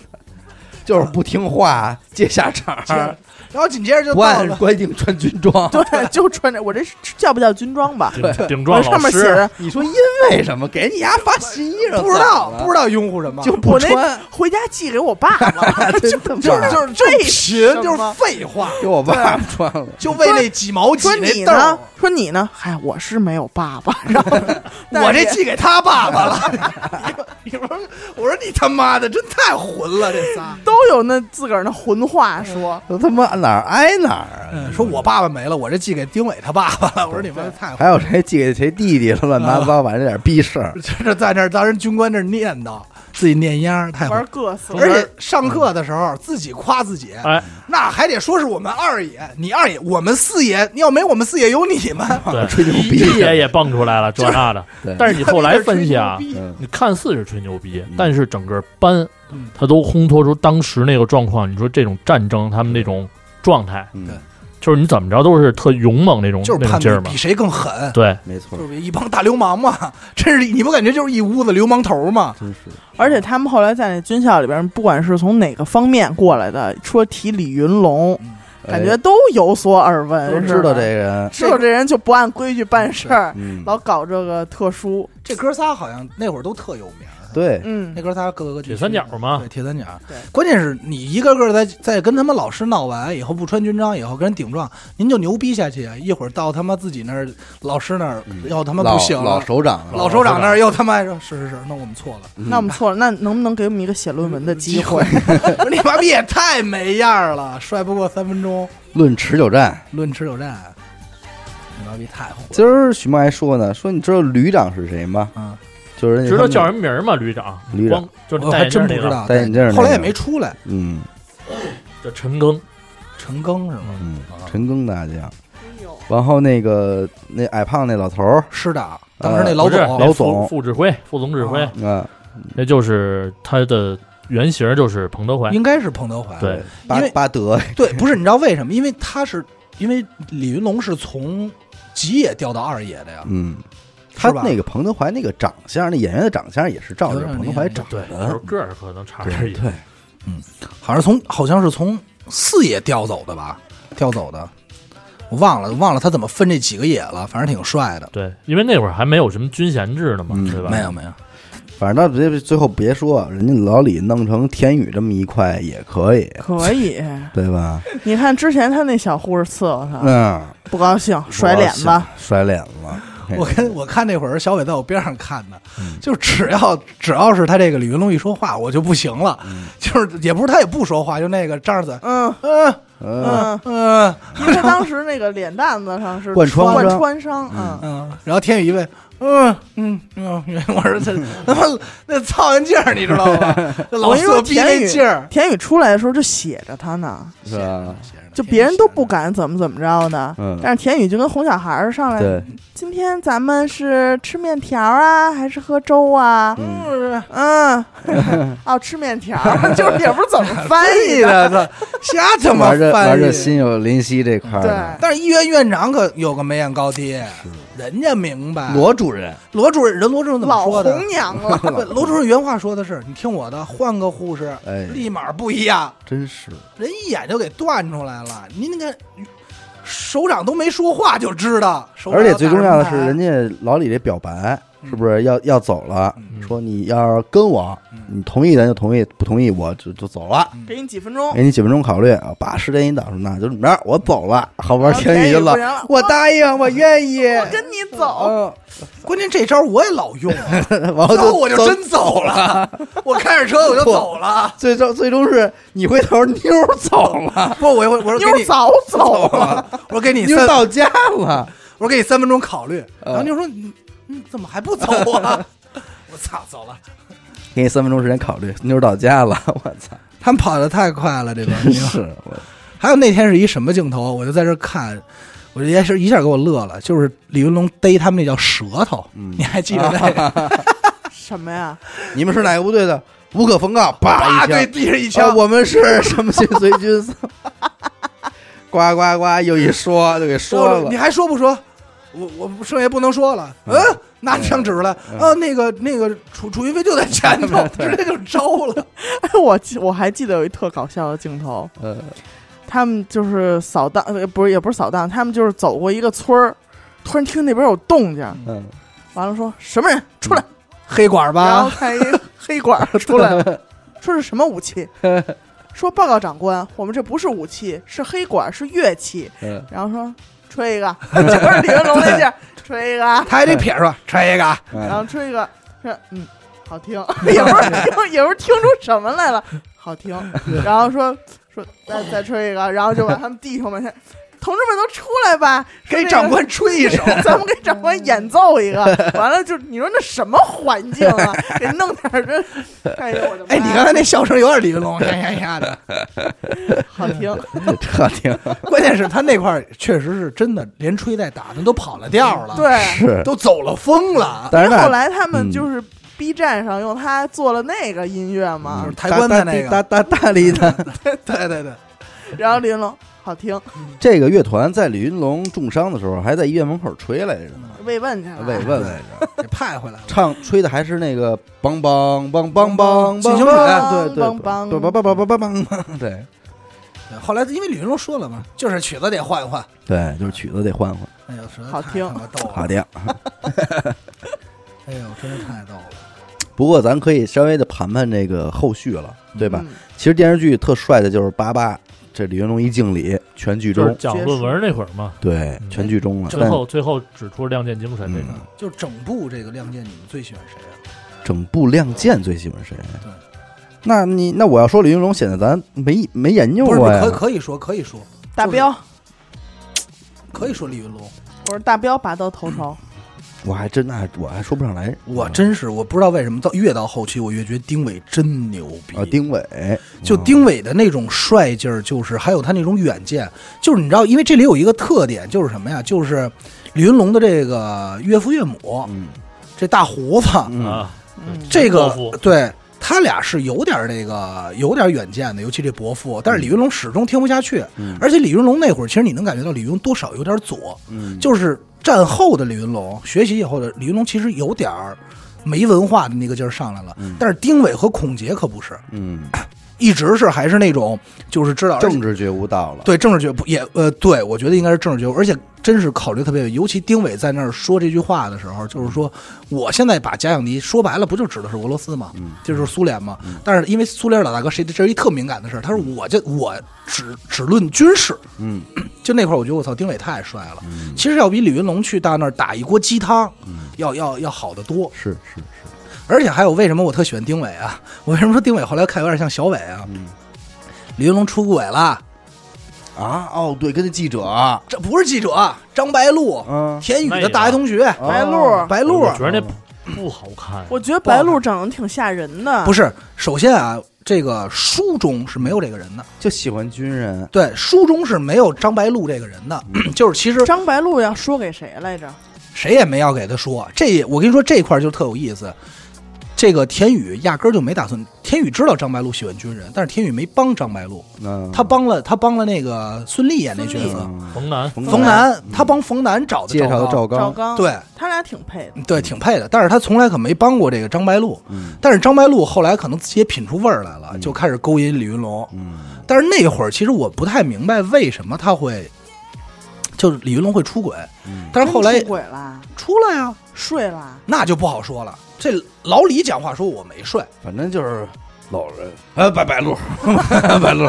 [SPEAKER 1] 就是不听话，接下茬
[SPEAKER 2] 接
[SPEAKER 1] 儿，
[SPEAKER 2] 然后紧接着就
[SPEAKER 1] 不
[SPEAKER 2] 到
[SPEAKER 1] 按
[SPEAKER 2] 了，
[SPEAKER 1] 规定穿军装。
[SPEAKER 3] 对，就穿着我这是叫不叫军装吧？
[SPEAKER 4] 顶顶
[SPEAKER 3] 我
[SPEAKER 4] 撞
[SPEAKER 3] 上
[SPEAKER 4] 老
[SPEAKER 3] 面写
[SPEAKER 4] 师，
[SPEAKER 3] 着
[SPEAKER 1] 你说因为什么给你丫发新衣裳？
[SPEAKER 2] 不知
[SPEAKER 1] 怎么
[SPEAKER 2] 道
[SPEAKER 1] 了
[SPEAKER 2] 不知道拥护什么，
[SPEAKER 1] 就
[SPEAKER 3] 我
[SPEAKER 1] 不
[SPEAKER 3] 那
[SPEAKER 1] 穿，
[SPEAKER 3] 回家寄给我爸了，
[SPEAKER 1] 真
[SPEAKER 3] 就
[SPEAKER 1] 他妈
[SPEAKER 3] 就是就是这
[SPEAKER 2] 贫
[SPEAKER 3] 什
[SPEAKER 2] 就是
[SPEAKER 3] 么
[SPEAKER 2] 废话，
[SPEAKER 1] 给我爸穿了。
[SPEAKER 2] 就为那几毛几
[SPEAKER 3] 说你
[SPEAKER 2] 那豆儿
[SPEAKER 3] 呢，？说你呢？嗨，我是没有爸爸，然 后但是
[SPEAKER 2] 我这
[SPEAKER 3] 也
[SPEAKER 2] 寄给他爸爸 了。你说，我说你他妈的真太混了，这仨。
[SPEAKER 3] 都有那自个儿那混话说。
[SPEAKER 1] 都他妈哪儿挨哪儿啊！
[SPEAKER 2] 嗯，说我爸爸没了，我这寄给丁伟他爸爸了。我说你妈太
[SPEAKER 1] 还有谁寄给谁弟弟了？乱
[SPEAKER 2] 啊
[SPEAKER 1] 七八糟，反正点逼事 儿。
[SPEAKER 2] 就是在那儿当人军官这儿念叨，自己念秧儿太
[SPEAKER 3] 玩
[SPEAKER 2] 混。
[SPEAKER 3] 各色，
[SPEAKER 2] 而且上课的时候自己夸自己，
[SPEAKER 4] 哎，
[SPEAKER 2] 那还得说是我们二爷，你二爷，我们四爷，要没我们四爷有你们。
[SPEAKER 4] 对，
[SPEAKER 1] 吹牛逼
[SPEAKER 4] 一也也蹦出来了，这那的
[SPEAKER 1] 对。
[SPEAKER 4] 但是 你后来分析 啊
[SPEAKER 2] 他，们这儿吹牛逼
[SPEAKER 1] 嗯，
[SPEAKER 4] 你看似是吹牛逼，但是整个班
[SPEAKER 2] 嗯，
[SPEAKER 4] 他都烘托出当时那个状况。你说这种战争，他们那种状态，
[SPEAKER 1] 嗯，
[SPEAKER 4] 就是你怎么着都是特勇猛那种
[SPEAKER 2] 就是
[SPEAKER 4] 那种
[SPEAKER 2] 攀比
[SPEAKER 4] 劲儿嘛
[SPEAKER 2] 比。谁更狠，
[SPEAKER 4] 对，
[SPEAKER 1] 没错
[SPEAKER 2] 就，是一帮大流氓嘛， 真是你不感觉就是一屋子流氓头儿吗？
[SPEAKER 4] 嗯
[SPEAKER 1] 真是
[SPEAKER 3] 而且他们后来在那军校里边，不管是从哪个方面过来的，说提李云龙，感觉都有所耳
[SPEAKER 1] 哎
[SPEAKER 3] 闻，
[SPEAKER 1] 都
[SPEAKER 3] 是
[SPEAKER 1] 知道
[SPEAKER 3] 吧
[SPEAKER 1] 这个，人。
[SPEAKER 3] 嗯哎知道这人就不按规矩办事儿，
[SPEAKER 1] 嗯，
[SPEAKER 3] 老搞这个特殊，
[SPEAKER 2] 这哥仨好像那会儿都特有名儿，
[SPEAKER 1] 对，
[SPEAKER 3] 嗯
[SPEAKER 2] 那，哥仨各个地区
[SPEAKER 4] 铁三角嘛
[SPEAKER 2] 对，铁三角。
[SPEAKER 3] 对
[SPEAKER 2] 关键是你一个个在在跟他们老师闹完以后，不穿军装以后跟人顶撞，您就牛逼下去啊！一会儿到他妈自己那儿老师那儿要他妈
[SPEAKER 1] 老
[SPEAKER 2] 不行
[SPEAKER 1] 嗯老
[SPEAKER 2] 了，
[SPEAKER 1] 首长了，
[SPEAKER 2] 老首长那儿又他妈说是是是，那我们错了，
[SPEAKER 3] 那我们错了，那能不能给我们一个写论文的机会？
[SPEAKER 2] 我说你妈逼也太没样儿了，帅不过三分钟，
[SPEAKER 1] 论持久战。
[SPEAKER 2] 论持久战，你妈逼太混了。
[SPEAKER 1] 今儿许梦还说呢，说你知道旅长是谁吗？
[SPEAKER 2] 嗯，
[SPEAKER 1] 就是人家
[SPEAKER 4] 知道
[SPEAKER 1] 他们
[SPEAKER 4] 叫什么名儿吗？旅长，
[SPEAKER 1] 旅长
[SPEAKER 4] 光就是
[SPEAKER 2] 我
[SPEAKER 4] 戴
[SPEAKER 2] 还
[SPEAKER 4] 眼镜
[SPEAKER 2] 真
[SPEAKER 4] 儿
[SPEAKER 2] 不
[SPEAKER 4] 那
[SPEAKER 2] 知
[SPEAKER 4] 个，
[SPEAKER 2] 道，
[SPEAKER 1] 戴眼镜儿那个
[SPEAKER 2] 后来也没出来。
[SPEAKER 1] 嗯
[SPEAKER 4] 叫陈庚。
[SPEAKER 2] 陈庚是吗？
[SPEAKER 1] 嗯
[SPEAKER 2] 啊，
[SPEAKER 1] 陈庚大将。然后那个那矮胖那老头儿，
[SPEAKER 2] 师长，当时那
[SPEAKER 1] 呃
[SPEAKER 2] 老
[SPEAKER 4] 不是
[SPEAKER 2] 总，
[SPEAKER 4] 那
[SPEAKER 1] 老
[SPEAKER 4] 副
[SPEAKER 1] 总
[SPEAKER 4] 副指挥，副总指挥
[SPEAKER 2] 啊，
[SPEAKER 1] 嗯，
[SPEAKER 4] 那就是他的原型就是彭德怀。
[SPEAKER 2] 应该是彭德怀。
[SPEAKER 4] 对，
[SPEAKER 1] 巴
[SPEAKER 2] 因为
[SPEAKER 1] 巴德，
[SPEAKER 2] 对，不是，你知道为什么？因为他是因为李云龙是从几野调到二野的呀，
[SPEAKER 1] 嗯，他
[SPEAKER 2] 是吧
[SPEAKER 1] 那个彭德怀那个长相，那演员的长相也是照着彭德怀长
[SPEAKER 2] 对，
[SPEAKER 4] 有时候个儿可能差点儿也。
[SPEAKER 1] 对，
[SPEAKER 2] 好像是从好像是从四野调走的吧，调走的，我忘了忘了他怎么分这几个野了，反正挺帅的。
[SPEAKER 4] 对，因为那会儿还没有什么军衔制呢嘛，
[SPEAKER 1] 嗯
[SPEAKER 4] 对吧？
[SPEAKER 2] 没有没有，
[SPEAKER 1] 反正到别最后别说，人家老李弄成天宇这么一块也可以，
[SPEAKER 3] 可 以，
[SPEAKER 1] 对吧？
[SPEAKER 3] 你看之前他那小护士伺候他，
[SPEAKER 1] 嗯，
[SPEAKER 3] 不高兴，甩脸子，
[SPEAKER 1] 甩脸了，
[SPEAKER 2] 我跟我看那会儿，小伟在我边上看的，
[SPEAKER 4] 嗯
[SPEAKER 2] 就只要只要是他这个李云龙一说话，我就不行了，
[SPEAKER 4] 嗯
[SPEAKER 2] 就是也不是他也不说话，就那个张着嘴，
[SPEAKER 3] 嗯
[SPEAKER 2] 嗯
[SPEAKER 3] 嗯，
[SPEAKER 2] 嗯
[SPEAKER 3] 因为他当时那个脸蛋子上是
[SPEAKER 1] 贯穿
[SPEAKER 3] 贯
[SPEAKER 1] 伤
[SPEAKER 3] 穿伤，嗯，
[SPEAKER 2] 嗯，然后天宇一问，嗯嗯嗯， 我说 这他妈那操人劲儿，你知道吗？这老
[SPEAKER 3] 我跟你
[SPEAKER 2] 色
[SPEAKER 3] 说，
[SPEAKER 2] 逼
[SPEAKER 3] 田
[SPEAKER 2] 那
[SPEAKER 3] 宇
[SPEAKER 2] 劲儿，
[SPEAKER 3] 田宇出来的时候就写着他呢，
[SPEAKER 1] 是吧？
[SPEAKER 3] 就别人都不敢怎么怎么着的，
[SPEAKER 1] 嗯
[SPEAKER 3] 但是田宇就跟哄小孩儿上来，
[SPEAKER 1] 对，
[SPEAKER 3] 今天咱们是吃面条啊，还是喝粥啊？
[SPEAKER 1] 嗯，
[SPEAKER 2] 是
[SPEAKER 3] 嗯， 哦，吃面条儿， 就是也不知道怎么翻
[SPEAKER 2] 翻
[SPEAKER 3] 译
[SPEAKER 2] 译
[SPEAKER 3] 的。
[SPEAKER 2] 的，操，瞎他妈
[SPEAKER 1] 玩这玩
[SPEAKER 2] 翻
[SPEAKER 1] 这
[SPEAKER 2] 译。
[SPEAKER 1] 心有灵犀这块儿的，
[SPEAKER 3] 对，
[SPEAKER 2] 但是医院院长可有个眉眼高低，人家明白。
[SPEAKER 1] 罗主任，
[SPEAKER 2] 罗主任，人罗主任怎么
[SPEAKER 3] 老
[SPEAKER 2] 说的。
[SPEAKER 3] 红？娘了
[SPEAKER 2] 不罗主任原话说的是：“你听我的，换个护士，
[SPEAKER 1] 哎
[SPEAKER 2] 立马不一样。
[SPEAKER 1] 真是，”
[SPEAKER 2] 人一眼就给断出来了。您那个首长都没说话就知道，首长
[SPEAKER 1] 而且最重要的是，
[SPEAKER 2] 打
[SPEAKER 1] 人
[SPEAKER 2] 人
[SPEAKER 1] 家老李这表白
[SPEAKER 2] 嗯
[SPEAKER 1] 是不是要要走了？
[SPEAKER 2] 嗯
[SPEAKER 1] 说你要是跟我，
[SPEAKER 2] 嗯
[SPEAKER 1] 你同意咱就同意，不同意我就就走了。
[SPEAKER 3] 给你几分钟，
[SPEAKER 1] 给你几分钟考虑啊，把时间一到，说那就这么着，我走了。好玩，
[SPEAKER 3] 啊
[SPEAKER 1] 天宇就
[SPEAKER 3] 不
[SPEAKER 1] 老
[SPEAKER 3] 行了，
[SPEAKER 1] 我答应，我愿意。
[SPEAKER 3] 我跟你走。
[SPEAKER 1] 嗯，
[SPEAKER 2] 关键这招我也老用，
[SPEAKER 1] 然后
[SPEAKER 2] 最后
[SPEAKER 1] 就
[SPEAKER 2] 我哦就
[SPEAKER 1] 走
[SPEAKER 2] 真走 了，我开着车我就走了。
[SPEAKER 1] 最终最终是你回头妞儿走 了，
[SPEAKER 2] 不，我一会儿我说
[SPEAKER 3] 妞
[SPEAKER 2] 给
[SPEAKER 3] 儿
[SPEAKER 2] 你
[SPEAKER 3] 早走了，
[SPEAKER 2] 了，我说给你
[SPEAKER 1] 妞儿
[SPEAKER 2] 三，
[SPEAKER 1] 到家了。
[SPEAKER 2] 我说给你三分钟考虑。然后
[SPEAKER 1] 嗯
[SPEAKER 2] 妞说你你怎么还不走 啊？我操，走了。
[SPEAKER 1] 给你三分钟时间考虑，妞儿到家了，我操！
[SPEAKER 2] 他们跑的太快了，这 个
[SPEAKER 1] 真是，我
[SPEAKER 2] 还有那天是一什么镜头，啊我就在这看，我这是一下给我乐了，就是李云龙逮他们那叫舌头，你还记得那个？
[SPEAKER 3] 什么呀？
[SPEAKER 1] 你们是哪个部队的？无可奉告，
[SPEAKER 2] 啪、
[SPEAKER 1] 叭一
[SPEAKER 2] 对，
[SPEAKER 1] 枪，
[SPEAKER 2] 地上一
[SPEAKER 1] 啊
[SPEAKER 2] 枪，
[SPEAKER 1] 我们是什么新随军？呱呱呱！又一说就给说了
[SPEAKER 2] 你，还 说不说？我我剩下不能说了，嗯，拿枪指出来，啊，那个那个楚楚云飞就在前 头，直接就招了，
[SPEAKER 3] 哎， 我记我还记得有一特搞笑的镜头，
[SPEAKER 1] 呃，
[SPEAKER 3] 他们就是扫荡，呃不是也不是扫荡，他们就是走过一个村儿，突然听那边有动静，
[SPEAKER 1] 嗯，
[SPEAKER 3] 完了说什么人出来，
[SPEAKER 2] 黑管
[SPEAKER 3] 然后
[SPEAKER 2] 吧，
[SPEAKER 3] 看一个黑管儿出来了，说是什么武器？说报告长官，我们这不是武器，是黑管儿，是乐器。
[SPEAKER 1] 嗯
[SPEAKER 3] 然后说吹一个， 就是李云龙那 劲儿，吹一个，
[SPEAKER 2] 他还得撇出
[SPEAKER 1] 哎
[SPEAKER 2] 来，揣一个，啊
[SPEAKER 3] 然后吹一个，说嗯，好听， 也不是听，也不是听出什么来了，好听。然后说说再再吹一个，然后就把他们弟兄们先，同志们都出来吧，说这
[SPEAKER 2] 给
[SPEAKER 3] 个
[SPEAKER 2] 长。官吹一手，
[SPEAKER 3] 咱们给长官演奏一个，完了就你说那什么环境啊？ 给弄点儿这，哎呦我的妈！
[SPEAKER 2] 哎，你刚才那笑声有点李 云龙，哎呀呀呀的。
[SPEAKER 3] 好听，
[SPEAKER 1] 特挺
[SPEAKER 2] 关键是他那块儿确实是真的，连吹带打的都跑了调了，，
[SPEAKER 3] 对。
[SPEAKER 1] 是。
[SPEAKER 2] 都走了风了。
[SPEAKER 1] 但是那
[SPEAKER 3] 后来他们就是 B 站上用它做了那个音乐嘛，
[SPEAKER 2] 抬棺材那个
[SPEAKER 1] 大大大力的
[SPEAKER 2] 对对 对，
[SPEAKER 3] 然后林龙好听，
[SPEAKER 1] 这个乐团在李云龙重伤的时候，还在医院门口吹来着呢，
[SPEAKER 3] 慰问去啊了。
[SPEAKER 1] 慰问来着，
[SPEAKER 2] 给派回来了。
[SPEAKER 1] 唱吹的还是那个梆梆梆梆梆梆，
[SPEAKER 2] 进行曲
[SPEAKER 1] 对对，
[SPEAKER 3] 梆梆
[SPEAKER 1] 梆梆梆梆梆梆，对
[SPEAKER 2] 对后来因为李云龙说了嘛，就是曲子得换一换。
[SPEAKER 1] 对，就是曲子得换换，
[SPEAKER 2] 哎呦，实在
[SPEAKER 3] 好
[SPEAKER 2] 太
[SPEAKER 3] 听
[SPEAKER 2] 他妈逗
[SPEAKER 1] 好
[SPEAKER 2] 了！
[SPEAKER 1] 的。
[SPEAKER 2] 哎呦，真是太逗了。
[SPEAKER 1] 不过咱可以稍微的盘盘这个后续了，对吧？
[SPEAKER 3] 嗯
[SPEAKER 1] 其实电视剧特帅的就是八八，这李云龙一敬礼，全剧
[SPEAKER 4] 就是
[SPEAKER 1] 终，
[SPEAKER 4] 讲论文那会儿嘛，
[SPEAKER 1] 对，
[SPEAKER 4] 嗯
[SPEAKER 1] 全剧终了。
[SPEAKER 4] 最
[SPEAKER 1] 但
[SPEAKER 4] 后最后指出亮剑精神这个
[SPEAKER 1] 嗯，
[SPEAKER 2] 就整部这个《亮剑》，你们最喜欢谁啊？
[SPEAKER 1] 整部《亮剑》最喜欢谁
[SPEAKER 2] 对？
[SPEAKER 1] 那你那我要说李云龙，显得咱没没研究
[SPEAKER 2] 不是，
[SPEAKER 1] 过呀
[SPEAKER 2] 可。可以说，可以说，
[SPEAKER 3] 大彪，
[SPEAKER 2] 可以说李云龙。
[SPEAKER 3] 我说大彪拔到头筹，
[SPEAKER 1] 我还真那我还说不上来。啊
[SPEAKER 2] 我真是我不知道为什么到越到后期，我越觉得丁伟真牛逼。
[SPEAKER 1] 啊，丁嗯伟
[SPEAKER 2] 就丁伟的那种帅劲儿，就是还有他那种远见，就是你知道，因为这里有一个特点，就是什么呀？就是李云龙的这个岳父岳母，
[SPEAKER 1] 嗯
[SPEAKER 2] 这大胡子，
[SPEAKER 1] 嗯
[SPEAKER 4] 啊，
[SPEAKER 3] 嗯，
[SPEAKER 2] 这
[SPEAKER 4] 伯
[SPEAKER 2] 个
[SPEAKER 4] 父
[SPEAKER 2] 对他俩是有点这个有点远见的，尤其这伯父。但是李云龙始终听不下去，
[SPEAKER 1] 嗯
[SPEAKER 2] 而且李云龙那会儿，其实你能感觉到李云龙多少有点左，
[SPEAKER 1] 嗯，
[SPEAKER 2] 就是战后的李云龙，学习以后的李云龙其实有点儿没文化的那个劲儿上来了。但是丁伟和孔杰可不是，
[SPEAKER 1] 嗯
[SPEAKER 2] 一直是还是那种就是知道哎而且
[SPEAKER 1] 政治觉悟到了，
[SPEAKER 2] 对政治觉不也呃，对我觉得应该是政治觉悟，而且真是考虑特别，尤其丁伟在那儿说这句话的时候，就是说我现在把假想敌说白了，不就指的是俄罗斯吗？就是苏联嘛。但是因为苏联老大哥谁，这是一特敏感的事儿，他说我就我只只论军事，
[SPEAKER 1] 嗯，
[SPEAKER 2] 就那块儿，我觉得我操，丁伟太帅了，其实要比李云龙去到那儿打一锅鸡汤，要要要好得多。
[SPEAKER 1] 是是是，
[SPEAKER 2] 而且还有为什么我特喜欢丁伟啊？我为什么说丁伟后来看有点像小伟啊？李云龙出轨了。
[SPEAKER 1] 啊，哦，对，跟那记者啊，
[SPEAKER 2] 这不是记者，张白露，
[SPEAKER 1] 嗯
[SPEAKER 2] 田宇的大学同学，
[SPEAKER 3] 白
[SPEAKER 1] 哦
[SPEAKER 3] 鹿，
[SPEAKER 2] 白露
[SPEAKER 4] 我觉得那不不好看，
[SPEAKER 3] 我觉得白鹿长得挺吓人的，
[SPEAKER 2] 不
[SPEAKER 3] 是
[SPEAKER 2] 是。首先啊，这个书中是没有这个人的，
[SPEAKER 1] 就喜欢军人，
[SPEAKER 2] 对，书中是没有张白露这个人的，
[SPEAKER 1] 嗯
[SPEAKER 2] 就是其实
[SPEAKER 3] 张白鹿要说给谁来着？
[SPEAKER 2] 谁也没要给他说。这也我跟你说，这块儿就特有意思。这个田宇压根儿就没打算，田宇知道张白露喜欢军人，但是田宇没帮张白露，
[SPEAKER 1] 嗯，
[SPEAKER 2] 他帮了他帮了那个孙俪演那角色，
[SPEAKER 1] 嗯
[SPEAKER 4] 冯楠
[SPEAKER 1] 冯
[SPEAKER 2] 冯楠，他帮冯楠找的
[SPEAKER 1] 介绍的赵
[SPEAKER 3] 赵
[SPEAKER 2] 赵
[SPEAKER 1] 刚，
[SPEAKER 3] 刚，
[SPEAKER 2] 刚，，对，
[SPEAKER 3] 他俩挺配的。
[SPEAKER 2] 对，挺配的。但是他从来可没帮过这个张白露。
[SPEAKER 1] 嗯
[SPEAKER 2] 但是张白露后来可能自己也品出味儿来了，就开始勾引李云龙。
[SPEAKER 1] 嗯
[SPEAKER 2] 但是那会儿其实我不太明白为什么他会，就是李云龙会出轨。
[SPEAKER 1] 嗯
[SPEAKER 2] 但是后来
[SPEAKER 3] 真出轨啦，
[SPEAKER 2] 出来呀、
[SPEAKER 3] 睡啦，
[SPEAKER 2] 那就不好说了。这老李讲话说我没睡，
[SPEAKER 1] 反正就是老人，呃，白白鹿， 白鹿，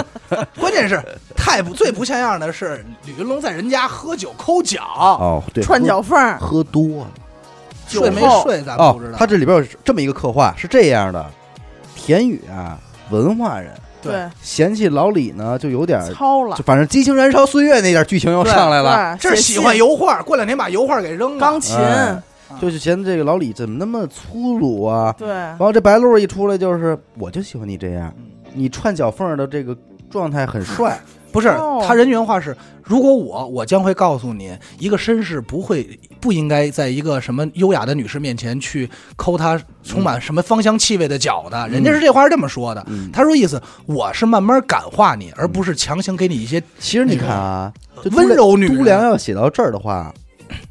[SPEAKER 2] 关键是太不最不像样的是李云龙在人家喝酒抠脚，
[SPEAKER 1] 哦，对，
[SPEAKER 3] 串脚缝儿，
[SPEAKER 1] 喝多了。
[SPEAKER 2] 睡没
[SPEAKER 3] 酒后
[SPEAKER 2] 睡咱
[SPEAKER 1] 哦
[SPEAKER 2] 不知，道。
[SPEAKER 1] 他这里边有这么一个刻画是这样的：田宇啊，文化人，
[SPEAKER 2] 对
[SPEAKER 3] 对，
[SPEAKER 1] 嫌弃老李呢，就有点
[SPEAKER 2] 哎
[SPEAKER 1] 儿，
[SPEAKER 3] 操了
[SPEAKER 1] 就，反正激情燃烧岁月那点儿剧情又上来了，
[SPEAKER 3] 对
[SPEAKER 2] 这是喜欢油画，过两天把油画给扔了
[SPEAKER 3] 钢。琴，
[SPEAKER 1] 哎就是嫌这个老李怎么那么粗鲁啊。
[SPEAKER 3] 对，
[SPEAKER 1] 然后这白鹿一出来就是，我就喜欢你这样，你串脚缝儿的这个状态很 帅，
[SPEAKER 2] 不是
[SPEAKER 3] 哦，
[SPEAKER 2] 他人原话是：如果我，我将会告诉你，一个绅士不会不应该在一个什么优雅的女士面前去抠她充满什么芳香气味的脚的。人家是这话是这么说的，
[SPEAKER 1] 嗯
[SPEAKER 2] 他说意思我是慢慢感化你，而不是强行给你一些
[SPEAKER 1] 其实你看啊，这
[SPEAKER 2] 温柔女人
[SPEAKER 1] 都梁要写到这儿的话，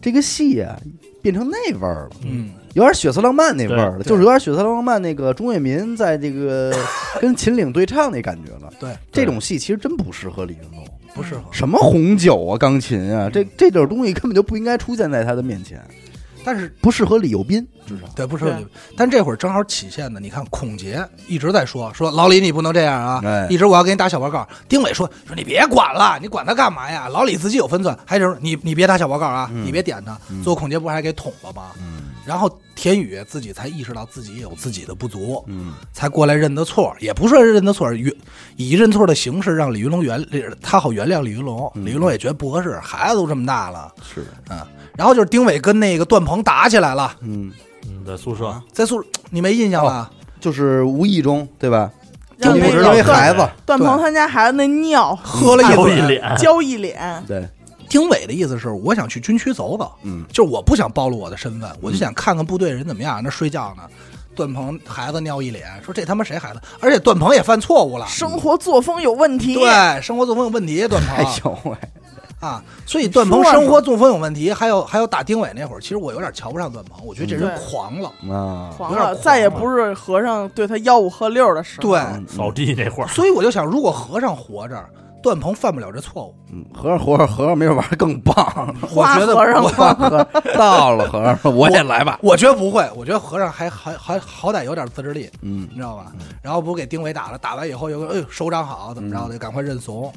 [SPEAKER 1] 这个戏啊变成那味儿了，
[SPEAKER 2] 嗯，
[SPEAKER 1] 有点血色浪漫那味儿了，
[SPEAKER 2] 对
[SPEAKER 1] 就是有点血色浪漫那个钟跃民在这个跟秦岭对唱那感觉了。
[SPEAKER 2] 对，
[SPEAKER 1] 这种戏其实真不适合李云龙，
[SPEAKER 2] 不适合。
[SPEAKER 1] 什么红酒啊、钢琴啊，这这种东西根本就不应该出现在他的面前，
[SPEAKER 2] 但是
[SPEAKER 1] 不适合李幼斌，至少。
[SPEAKER 2] 对不适合
[SPEAKER 3] 对
[SPEAKER 2] 你，但这会儿正好起现的，你看孔杰一直在说说老李你不能这样啊，
[SPEAKER 1] 哎
[SPEAKER 2] 一直我要给你打小报告。丁伟说说你别管了，你管他干嘛呀？老李自己有分寸，还有就是你你别打小报告啊，你别点他。最后孔杰不是还给捅了吗？然后田宇自己才意识到自己也有自己的不足，
[SPEAKER 1] 嗯，
[SPEAKER 2] 才过来认的错，也不算是认的错，原以认错的形式让李云龙原他好原谅李云龙，李云龙也觉得不合适，孩子都这么大了，
[SPEAKER 1] 是的，
[SPEAKER 2] 嗯。然后就是丁伟跟那个段鹏打起来了，
[SPEAKER 1] 嗯，
[SPEAKER 4] 嗯，在宿舍
[SPEAKER 2] 在宿你没印象吧？就是
[SPEAKER 1] 无意中对吧？
[SPEAKER 3] 让
[SPEAKER 1] 因
[SPEAKER 3] 那
[SPEAKER 1] 为
[SPEAKER 3] 个
[SPEAKER 1] 因为
[SPEAKER 3] 段
[SPEAKER 1] 孩子，
[SPEAKER 3] 段鹏
[SPEAKER 2] 对
[SPEAKER 3] 他家孩子那尿
[SPEAKER 2] 喝了啊一
[SPEAKER 4] 又
[SPEAKER 2] 嘴
[SPEAKER 4] 哎一脸，
[SPEAKER 3] 浇一脸，
[SPEAKER 1] 对，
[SPEAKER 2] 丁伟的意思是，我想去军区走走，
[SPEAKER 1] 嗯，
[SPEAKER 2] 就是我不想暴露我的身份，我
[SPEAKER 3] 嗯
[SPEAKER 2] 就想看看部队人怎么样，那睡觉呢。段鹏孩子尿一脸，说这他妈谁孩子？而且段鹏也犯错误了，
[SPEAKER 3] 生活作风有问题，
[SPEAKER 2] 对，生活作风有问题，段鹏、
[SPEAKER 1] 哎呦喂，
[SPEAKER 2] 啊，所以段鹏
[SPEAKER 3] 说啊
[SPEAKER 2] 生活作风有问题，还有还有打丁伟那会儿，其实我有点瞧不上段鹏，我觉得这人
[SPEAKER 3] 嗯对
[SPEAKER 2] 狂了，
[SPEAKER 1] 啊，
[SPEAKER 3] 狂
[SPEAKER 2] 有点
[SPEAKER 3] 了，
[SPEAKER 2] 狂
[SPEAKER 3] 再也
[SPEAKER 2] 了
[SPEAKER 3] 不是和尚对他吆五喝六的时候，
[SPEAKER 2] 对，
[SPEAKER 4] 扫地那会儿，
[SPEAKER 2] 所以我就想，如果和尚活着，段鹏犯不了这错误，
[SPEAKER 1] 嗯和尚和尚和尚没准玩儿更棒，
[SPEAKER 2] 我觉得
[SPEAKER 3] 花和尚
[SPEAKER 2] 我
[SPEAKER 1] 和尚到了和尚说， 我也来吧，
[SPEAKER 2] 我觉得不会，我觉得和尚还还还好歹有点自制力，
[SPEAKER 1] 嗯
[SPEAKER 2] 你知道吧？然后不给丁伟打了，打完以后又哎呦手掌好怎么着
[SPEAKER 1] 嗯
[SPEAKER 2] 的，赶快认怂，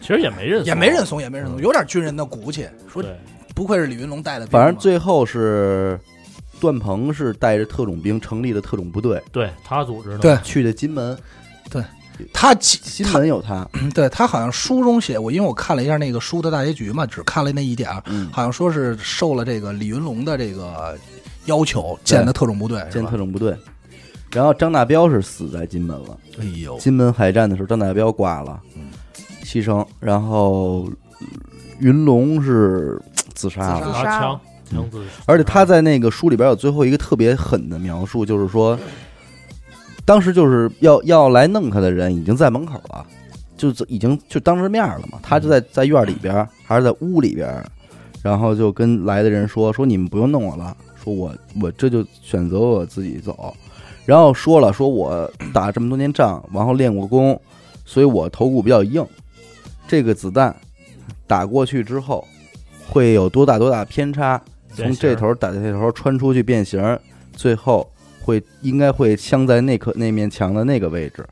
[SPEAKER 4] 其实也没认，
[SPEAKER 2] 嗯也没认，怂，也没认
[SPEAKER 1] 嗯
[SPEAKER 2] 怂，有点军人的骨气。说
[SPEAKER 4] 对，
[SPEAKER 2] 不愧是李云龙带的兵嘛，
[SPEAKER 1] 反正最后是段鹏是带着特种兵成立的特种部队，
[SPEAKER 4] 对他组织的，
[SPEAKER 2] 对
[SPEAKER 1] 去的金门，
[SPEAKER 2] 他几
[SPEAKER 1] 金
[SPEAKER 2] 他
[SPEAKER 1] 门有他，
[SPEAKER 2] 对他好像书中写我，因为我看了一下那个书的大结局嘛，只看了那一点儿，
[SPEAKER 1] 嗯，
[SPEAKER 2] 好像说是受了这个李云龙的这个要求建的特种部队，是
[SPEAKER 1] 建
[SPEAKER 2] 吧
[SPEAKER 1] 特种部队。然后张大彪是死在金门了，
[SPEAKER 2] 哎呦，
[SPEAKER 1] 金门海战的时候，张大彪挂了，牺牲。然后呃云龙是嘖自杀
[SPEAKER 2] 自
[SPEAKER 1] 了，
[SPEAKER 2] 杀
[SPEAKER 4] 拿枪枪
[SPEAKER 2] 嗯
[SPEAKER 4] 自，
[SPEAKER 1] 而且他在那个书里边有最后一个特别狠的描述，就是说，当时就是要要来弄他的人已经在门口了，就已经就当着面了嘛，他就在在院里边还是在屋里边，然后就跟来的人说说你们不用弄我了，说我我这就选择我自己走，然后说了，说我打这么多年仗，然后练过功，所以我头骨比较硬。这个子弹打过去之后，会有多大多大偏差？从这头打到这头穿出去变形，最后会应该会镶在那颗那面墙的那个位置，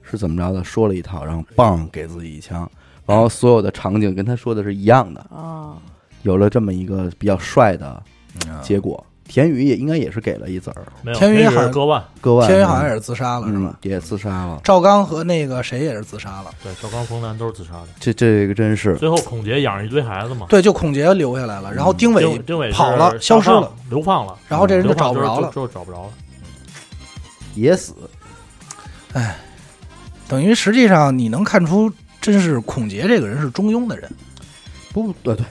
[SPEAKER 1] 是怎么着的？说了一套，然后棒给自己一枪，然后所有的场景跟他说的是一样的，
[SPEAKER 3] 啊，
[SPEAKER 1] 有了这么一个比较帅的
[SPEAKER 2] 嗯
[SPEAKER 1] 结果。田宇也应该也是给了一子儿，
[SPEAKER 4] 没有
[SPEAKER 2] 天宇
[SPEAKER 4] 那是
[SPEAKER 2] 好像
[SPEAKER 4] 割腕，
[SPEAKER 1] 割腕，
[SPEAKER 2] 天宇好像也是自杀了，是
[SPEAKER 1] 嗯
[SPEAKER 2] 吧？
[SPEAKER 1] 也自杀了，
[SPEAKER 2] 赵刚和那个谁也是自杀
[SPEAKER 1] 嗯
[SPEAKER 2] 了，
[SPEAKER 4] 对，赵刚、冯楠都是自杀的。
[SPEAKER 1] 这这个真是
[SPEAKER 4] 最后孔杰养着一堆孩子嘛，
[SPEAKER 2] 对，就孔杰留下来了，
[SPEAKER 1] 嗯
[SPEAKER 2] 然后丁
[SPEAKER 4] 丁
[SPEAKER 2] 伟
[SPEAKER 4] 丁伟是
[SPEAKER 2] 跑了，
[SPEAKER 4] 大
[SPEAKER 2] 消失
[SPEAKER 4] 胖
[SPEAKER 2] 了，，
[SPEAKER 4] 流放了，
[SPEAKER 2] 然后这人
[SPEAKER 4] 流
[SPEAKER 2] 就
[SPEAKER 4] 放
[SPEAKER 2] 找不着了，
[SPEAKER 4] 就就找不着了。
[SPEAKER 1] 也死，
[SPEAKER 2] 等于实际上你能看出，真是孔杰这个人是中庸的人，
[SPEAKER 1] 不呃对对，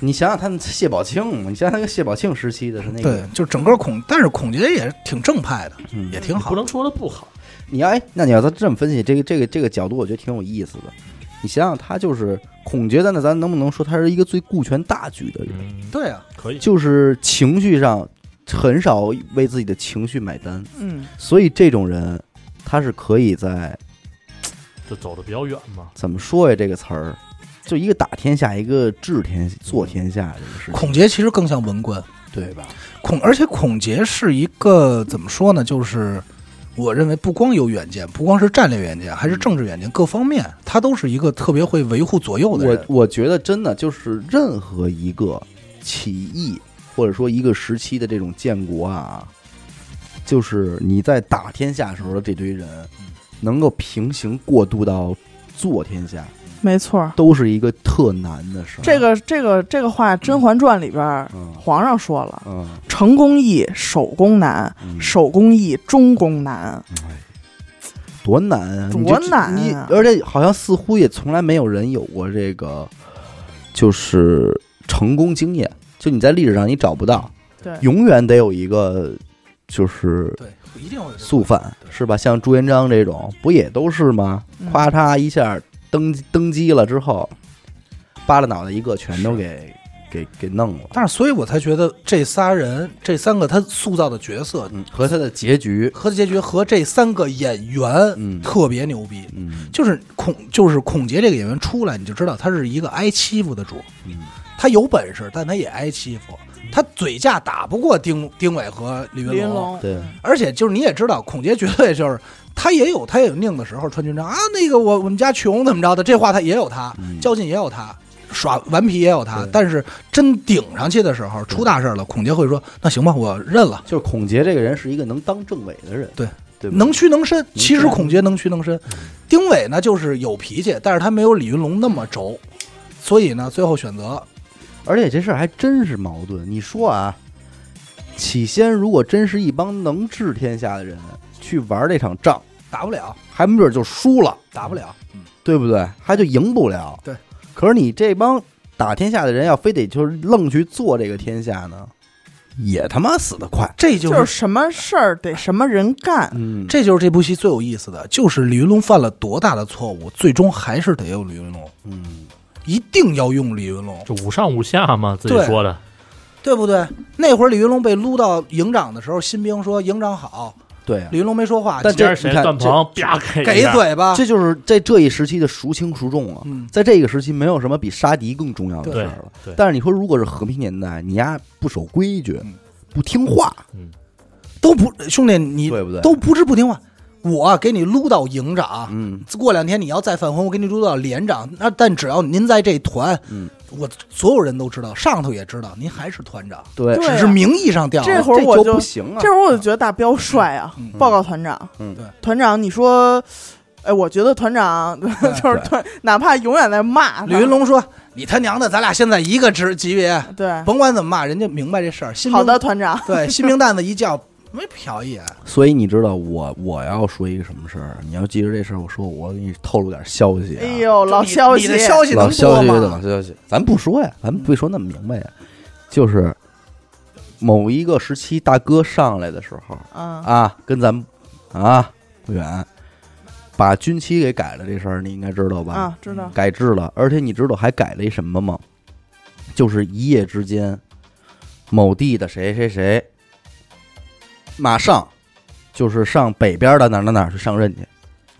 [SPEAKER 1] 你想想他们谢宝庆嘛，你想想那个谢宝庆时期的是那个
[SPEAKER 2] 对，，就整个孔，但是孔杰也挺正派的，
[SPEAKER 1] 嗯
[SPEAKER 2] 也挺好
[SPEAKER 4] 不。能说他不好，
[SPEAKER 1] 你要哎，那你要他这么分析，这个这个这个角度，我觉得挺有意思的。你想想，他就是孔觉得呢，咱能不能说他是一个最顾全大局的人？
[SPEAKER 4] 嗯，
[SPEAKER 2] 对啊，
[SPEAKER 4] 可以。
[SPEAKER 1] 就是情绪上很少为自己的情绪买单，
[SPEAKER 3] 嗯，
[SPEAKER 1] 所以这种人他是可以在
[SPEAKER 4] 就走的比较远嘛。
[SPEAKER 1] 怎么说呀？这个词儿，就一个打天下，一个治天做天下这个事情，
[SPEAKER 2] 孔杰其实更像文官，
[SPEAKER 1] 对吧？
[SPEAKER 2] 孔，而且孔杰是一个怎么说呢？就是我认为不光有远见，不光是战略远见，还
[SPEAKER 1] 嗯
[SPEAKER 2] 是政治远见，各方面他都是一个特别会维护左右的
[SPEAKER 1] 我
[SPEAKER 2] 人。
[SPEAKER 1] 我觉得真的就是任何一个起义或者说一个时期的这种建国啊，就是你在打天下时候的这堆人，
[SPEAKER 3] 嗯
[SPEAKER 1] 能够平行过渡到做天下，
[SPEAKER 3] 没错儿。
[SPEAKER 1] 都是一个特难的事儿。
[SPEAKER 3] 这，个这个这个话，《甄嬛传》里边儿
[SPEAKER 1] 嗯
[SPEAKER 3] 皇上说了：“
[SPEAKER 1] 嗯，
[SPEAKER 3] 成功易，守功难；
[SPEAKER 1] 嗯
[SPEAKER 3] 守功易，终功难。
[SPEAKER 1] 多难啊！你
[SPEAKER 3] 多
[SPEAKER 1] 这
[SPEAKER 3] 难
[SPEAKER 1] 你
[SPEAKER 3] 啊
[SPEAKER 1] 而且好像似乎也从来没有人有过这个，就是成功经验，就你在历史上你找不到，
[SPEAKER 3] 对
[SPEAKER 1] 永远得有一个就是
[SPEAKER 2] 对，一定会有这个
[SPEAKER 1] 肃反
[SPEAKER 2] 对
[SPEAKER 1] 是吧？像朱元璋这种，不也都是吗？
[SPEAKER 3] 嗯
[SPEAKER 1] 咔嚓一下登登基了之后，扒拉脑袋一个，全都给给给弄了。
[SPEAKER 2] 但是，所以我才觉得这仨人，这三个他塑造的角色
[SPEAKER 1] 嗯，和他的结局，
[SPEAKER 2] 和结局和这三个演员，
[SPEAKER 1] 嗯
[SPEAKER 2] 特别牛逼。
[SPEAKER 1] 嗯
[SPEAKER 2] 就是孔，就是孔杰这个演员出来，你就知道他是一个挨欺负的主。
[SPEAKER 1] 嗯
[SPEAKER 2] 他有本事，但他也挨欺负。他嘴架打不过丁丁伟和李云
[SPEAKER 3] 林
[SPEAKER 2] 龙，
[SPEAKER 3] 龙，
[SPEAKER 1] 对，
[SPEAKER 2] 而且就是你也知道，孔杰绝对就是他也有他也有拧的时候，穿军装啊，那个我我们家穷怎么着的，这话他也有他，
[SPEAKER 1] 嗯
[SPEAKER 2] 较劲也有他，耍顽皮也有他
[SPEAKER 1] 对，
[SPEAKER 2] 但是真顶上去的时候出大事了，孔杰会说那行吧，我认了，
[SPEAKER 1] 就是孔杰这个人是一个能当政委的人，
[SPEAKER 2] 对
[SPEAKER 1] 对吧，嗯
[SPEAKER 2] 能屈能伸。其实
[SPEAKER 1] 屈
[SPEAKER 2] 孔杰能屈能伸，丁伟呢就是有脾气，但是他没有李云龙那么轴，所以呢最后选择
[SPEAKER 1] 而且这事儿还真是矛盾。你说啊，起先如果真是一帮能治天下的人去玩这场仗，
[SPEAKER 2] 打不了，
[SPEAKER 1] 还没准就输了。
[SPEAKER 2] 打不了。
[SPEAKER 1] 对不对？他就赢不了。
[SPEAKER 2] 对，
[SPEAKER 1] 可是你这帮打天下的人要非得就是愣去做这个天下呢，也他妈死得快。
[SPEAKER 2] 这就
[SPEAKER 3] 就是是什么事儿得什么人干。
[SPEAKER 1] 嗯，
[SPEAKER 2] 这就是这部戏最有意思的，就是李云龙犯了多大的错误，最终还是得用李云龙，
[SPEAKER 1] 嗯，
[SPEAKER 2] 一定要用李云龙，
[SPEAKER 4] 就五上五下嘛，自己
[SPEAKER 2] 对
[SPEAKER 4] 说的。
[SPEAKER 2] 对不对？那会儿李云龙被撸到营长的时候，新兵说营长好，
[SPEAKER 1] 对啊
[SPEAKER 2] 李，云龙没说话，
[SPEAKER 1] 但这
[SPEAKER 4] 今儿谁
[SPEAKER 1] 你看
[SPEAKER 4] 段
[SPEAKER 1] 这
[SPEAKER 4] 鹏啪给
[SPEAKER 2] 给
[SPEAKER 4] 一下，
[SPEAKER 2] 嘴巴，
[SPEAKER 1] 这就是在这一时期的孰轻孰重啊。
[SPEAKER 2] 嗯
[SPEAKER 1] 在这个时期，没有什么比杀敌更重要的事儿了。
[SPEAKER 4] 对对
[SPEAKER 1] 但是你说，如果是和平年代，你丫不守规矩
[SPEAKER 2] 嗯，
[SPEAKER 1] 不听话，
[SPEAKER 2] 都不兄弟你
[SPEAKER 1] 对不对
[SPEAKER 2] 都不知不听话，我给你撸到营长。
[SPEAKER 1] 嗯，
[SPEAKER 2] 过两天你要再犯浑，我给你撸到连长。那但只要您在这团，
[SPEAKER 1] 嗯
[SPEAKER 2] 我所有人都知道，上头也知道，您还是团长，
[SPEAKER 1] 对，
[SPEAKER 3] 对啊
[SPEAKER 2] 只是名义上调了。
[SPEAKER 3] 这会儿
[SPEAKER 1] 这
[SPEAKER 3] 我
[SPEAKER 1] 就
[SPEAKER 3] 就
[SPEAKER 1] 不行啊
[SPEAKER 3] 这。会儿我就觉得大彪帅啊！
[SPEAKER 2] 嗯嗯
[SPEAKER 3] 报告团长，
[SPEAKER 1] 嗯
[SPEAKER 2] 对
[SPEAKER 3] 团长，你说，哎，我觉得团长 就是团，哪怕永远在骂他
[SPEAKER 2] 李云，龙说：“你他娘的，咱俩现在一个职级别，
[SPEAKER 3] 对，啊
[SPEAKER 2] 甭管怎么骂，人家明白这事儿。新兵
[SPEAKER 3] 好的，，团长，
[SPEAKER 2] 对，新兵蛋子一叫，没瞟一眼。
[SPEAKER 1] 所以你知道我我要说一个什么事儿？你要记着这事儿，我说我给你透露点消息、啊。
[SPEAKER 3] 哎呦，老
[SPEAKER 2] 你
[SPEAKER 3] 消
[SPEAKER 2] 你
[SPEAKER 3] 息
[SPEAKER 2] 的，消息
[SPEAKER 1] 老
[SPEAKER 2] 能
[SPEAKER 1] 消
[SPEAKER 2] 多
[SPEAKER 1] 息
[SPEAKER 2] 吗
[SPEAKER 1] 老？消息，咱不说呀，咱不说那么明白呀，就是某一个时期大哥上来的时候
[SPEAKER 3] 嗯，
[SPEAKER 1] 啊，跟咱们啊不远，把军旗给改了这事儿你应该知道吧？
[SPEAKER 3] 啊，知
[SPEAKER 2] 嗯
[SPEAKER 3] 道，
[SPEAKER 1] 改制了，而且你知道还改了一什么吗？就是一夜之间，某地的谁谁谁，马上就是上北边的哪儿哪儿哪儿去上任去，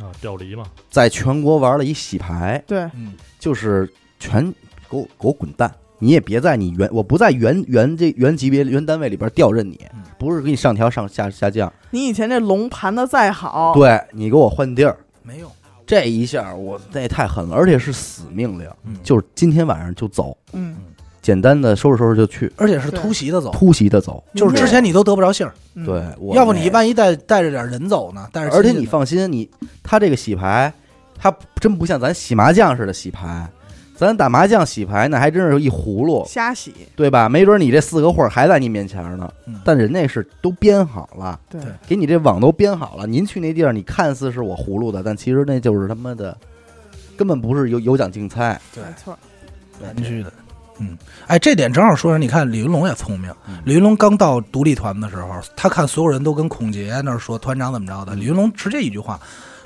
[SPEAKER 4] 啊，调离嘛，
[SPEAKER 1] 在全国玩了一洗牌，
[SPEAKER 3] 对，
[SPEAKER 2] 嗯，
[SPEAKER 1] 就是全给我给我滚蛋！你也别在你原我不在原原这原级别原单位里边调任你
[SPEAKER 2] 嗯，
[SPEAKER 1] 不是给你上调上下下降，
[SPEAKER 3] 你以前这龙盘的再
[SPEAKER 2] 哦
[SPEAKER 3] 好，
[SPEAKER 1] 对你给我换地儿。
[SPEAKER 2] 没用，
[SPEAKER 1] 这一下我那也太狠了，而且是死命令，
[SPEAKER 2] 嗯，
[SPEAKER 1] 就是今天晚上就走，
[SPEAKER 3] 嗯，
[SPEAKER 1] 简单的收拾收拾就去，
[SPEAKER 2] 而且是突袭的走，
[SPEAKER 1] 突袭的走。
[SPEAKER 2] 就是之前你都得不着信儿，
[SPEAKER 3] 嗯
[SPEAKER 1] 对，，我
[SPEAKER 2] 要不你万一带带着点人走呢？带着亲
[SPEAKER 1] 而且
[SPEAKER 2] 戚呢
[SPEAKER 1] 你放心，你他这个洗牌，他真不像咱洗麻将似的洗牌，咱打麻将洗牌那还真是一葫芦，
[SPEAKER 3] 瞎洗，
[SPEAKER 1] 对吧？没准你这四个货还在你面前呢
[SPEAKER 2] 嗯，
[SPEAKER 1] 但人那是都编好了，
[SPEAKER 3] 对
[SPEAKER 2] 对
[SPEAKER 1] 给你这网都编好了。您去那地儿，你看似是我葫芦的，但其实那就是他妈的，根本不是有有奖竞猜。
[SPEAKER 2] 对
[SPEAKER 3] 没错，
[SPEAKER 2] 必须的。嗯，哎，这点正好说上，你看李云龙也聪明
[SPEAKER 1] 嗯。
[SPEAKER 2] 李云龙刚到独立团的时候，他看所有人都跟孔杰那儿说团长怎么着的，李云龙直接一句话，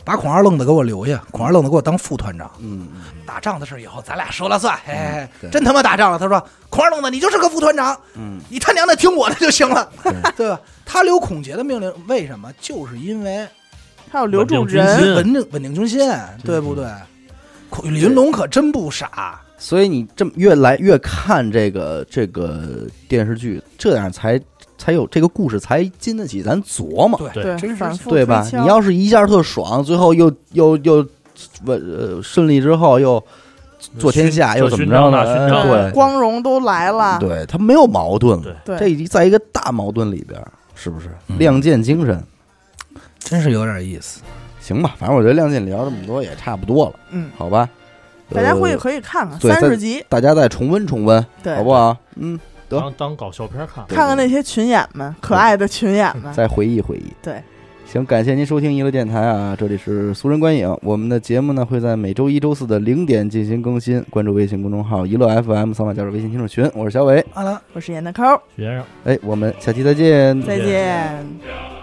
[SPEAKER 2] 把孔二愣子给我留下，孔二愣子给我当副团长。
[SPEAKER 1] 嗯，
[SPEAKER 2] 打仗的事以后咱俩说了算。哎，
[SPEAKER 1] 对
[SPEAKER 2] 真他妈打仗了！他说：“孔二愣子，你就是个副团长，
[SPEAKER 1] 嗯，
[SPEAKER 2] 你他娘的听我的就行了， 对吧？”他留孔杰的命令，为什么？就是因为
[SPEAKER 3] 还有留住
[SPEAKER 4] 稳定军心
[SPEAKER 3] 人，
[SPEAKER 2] 稳定稳定军心，对不对？孔李云龙可真不傻，
[SPEAKER 1] 所以你这么越来越看这个这个电视剧，这样才才有这个故事才经得起咱琢磨。
[SPEAKER 2] 对
[SPEAKER 4] 对
[SPEAKER 2] 真是
[SPEAKER 3] 反复
[SPEAKER 1] 对吧？
[SPEAKER 3] 推敲
[SPEAKER 1] 你要是一下特爽，最后又又又稳呃顺利之后又做天下，
[SPEAKER 4] 这
[SPEAKER 1] 又
[SPEAKER 4] 勋
[SPEAKER 1] 怎么着呢？
[SPEAKER 4] 这勋章啊那勋
[SPEAKER 1] 哎
[SPEAKER 4] 章
[SPEAKER 1] 对
[SPEAKER 3] 光荣都来了，
[SPEAKER 1] 对，他没有矛盾
[SPEAKER 4] 对
[SPEAKER 1] 了，
[SPEAKER 3] 对，
[SPEAKER 1] 这已经在一个大矛盾里边儿，是不是？
[SPEAKER 2] 嗯
[SPEAKER 1] 亮剑精神，
[SPEAKER 2] 真是有点意思。
[SPEAKER 1] 行吧，反正我觉得亮剑聊这么多也差不多了，
[SPEAKER 3] 嗯，
[SPEAKER 1] 好吧？
[SPEAKER 3] 大家
[SPEAKER 1] 呃
[SPEAKER 3] 会可以看看
[SPEAKER 1] 对
[SPEAKER 3] 三
[SPEAKER 1] 再
[SPEAKER 3] 十集，
[SPEAKER 1] 大家再重温重温，
[SPEAKER 3] 对
[SPEAKER 1] 好，不好？嗯，得
[SPEAKER 4] 当当搞笑片看。
[SPEAKER 3] 看看那些群演们，
[SPEAKER 1] 嗯
[SPEAKER 3] 可爱的群演们，
[SPEAKER 1] 再回忆回忆。
[SPEAKER 3] 啊对，
[SPEAKER 1] 行，感谢您收听娱乐电台啊，这里是俗人观影。我们的节目呢会在每周一、周四的零点进行更新，关注微信公众号“娱乐 FM”，扫码加入微信听众群。我是小伟，
[SPEAKER 2] 好了。
[SPEAKER 3] 我是闫德抠，
[SPEAKER 4] 许先生。
[SPEAKER 1] 哎，我们下期再见。
[SPEAKER 3] 再
[SPEAKER 4] 再见
[SPEAKER 3] 见。
[SPEAKER 5] 我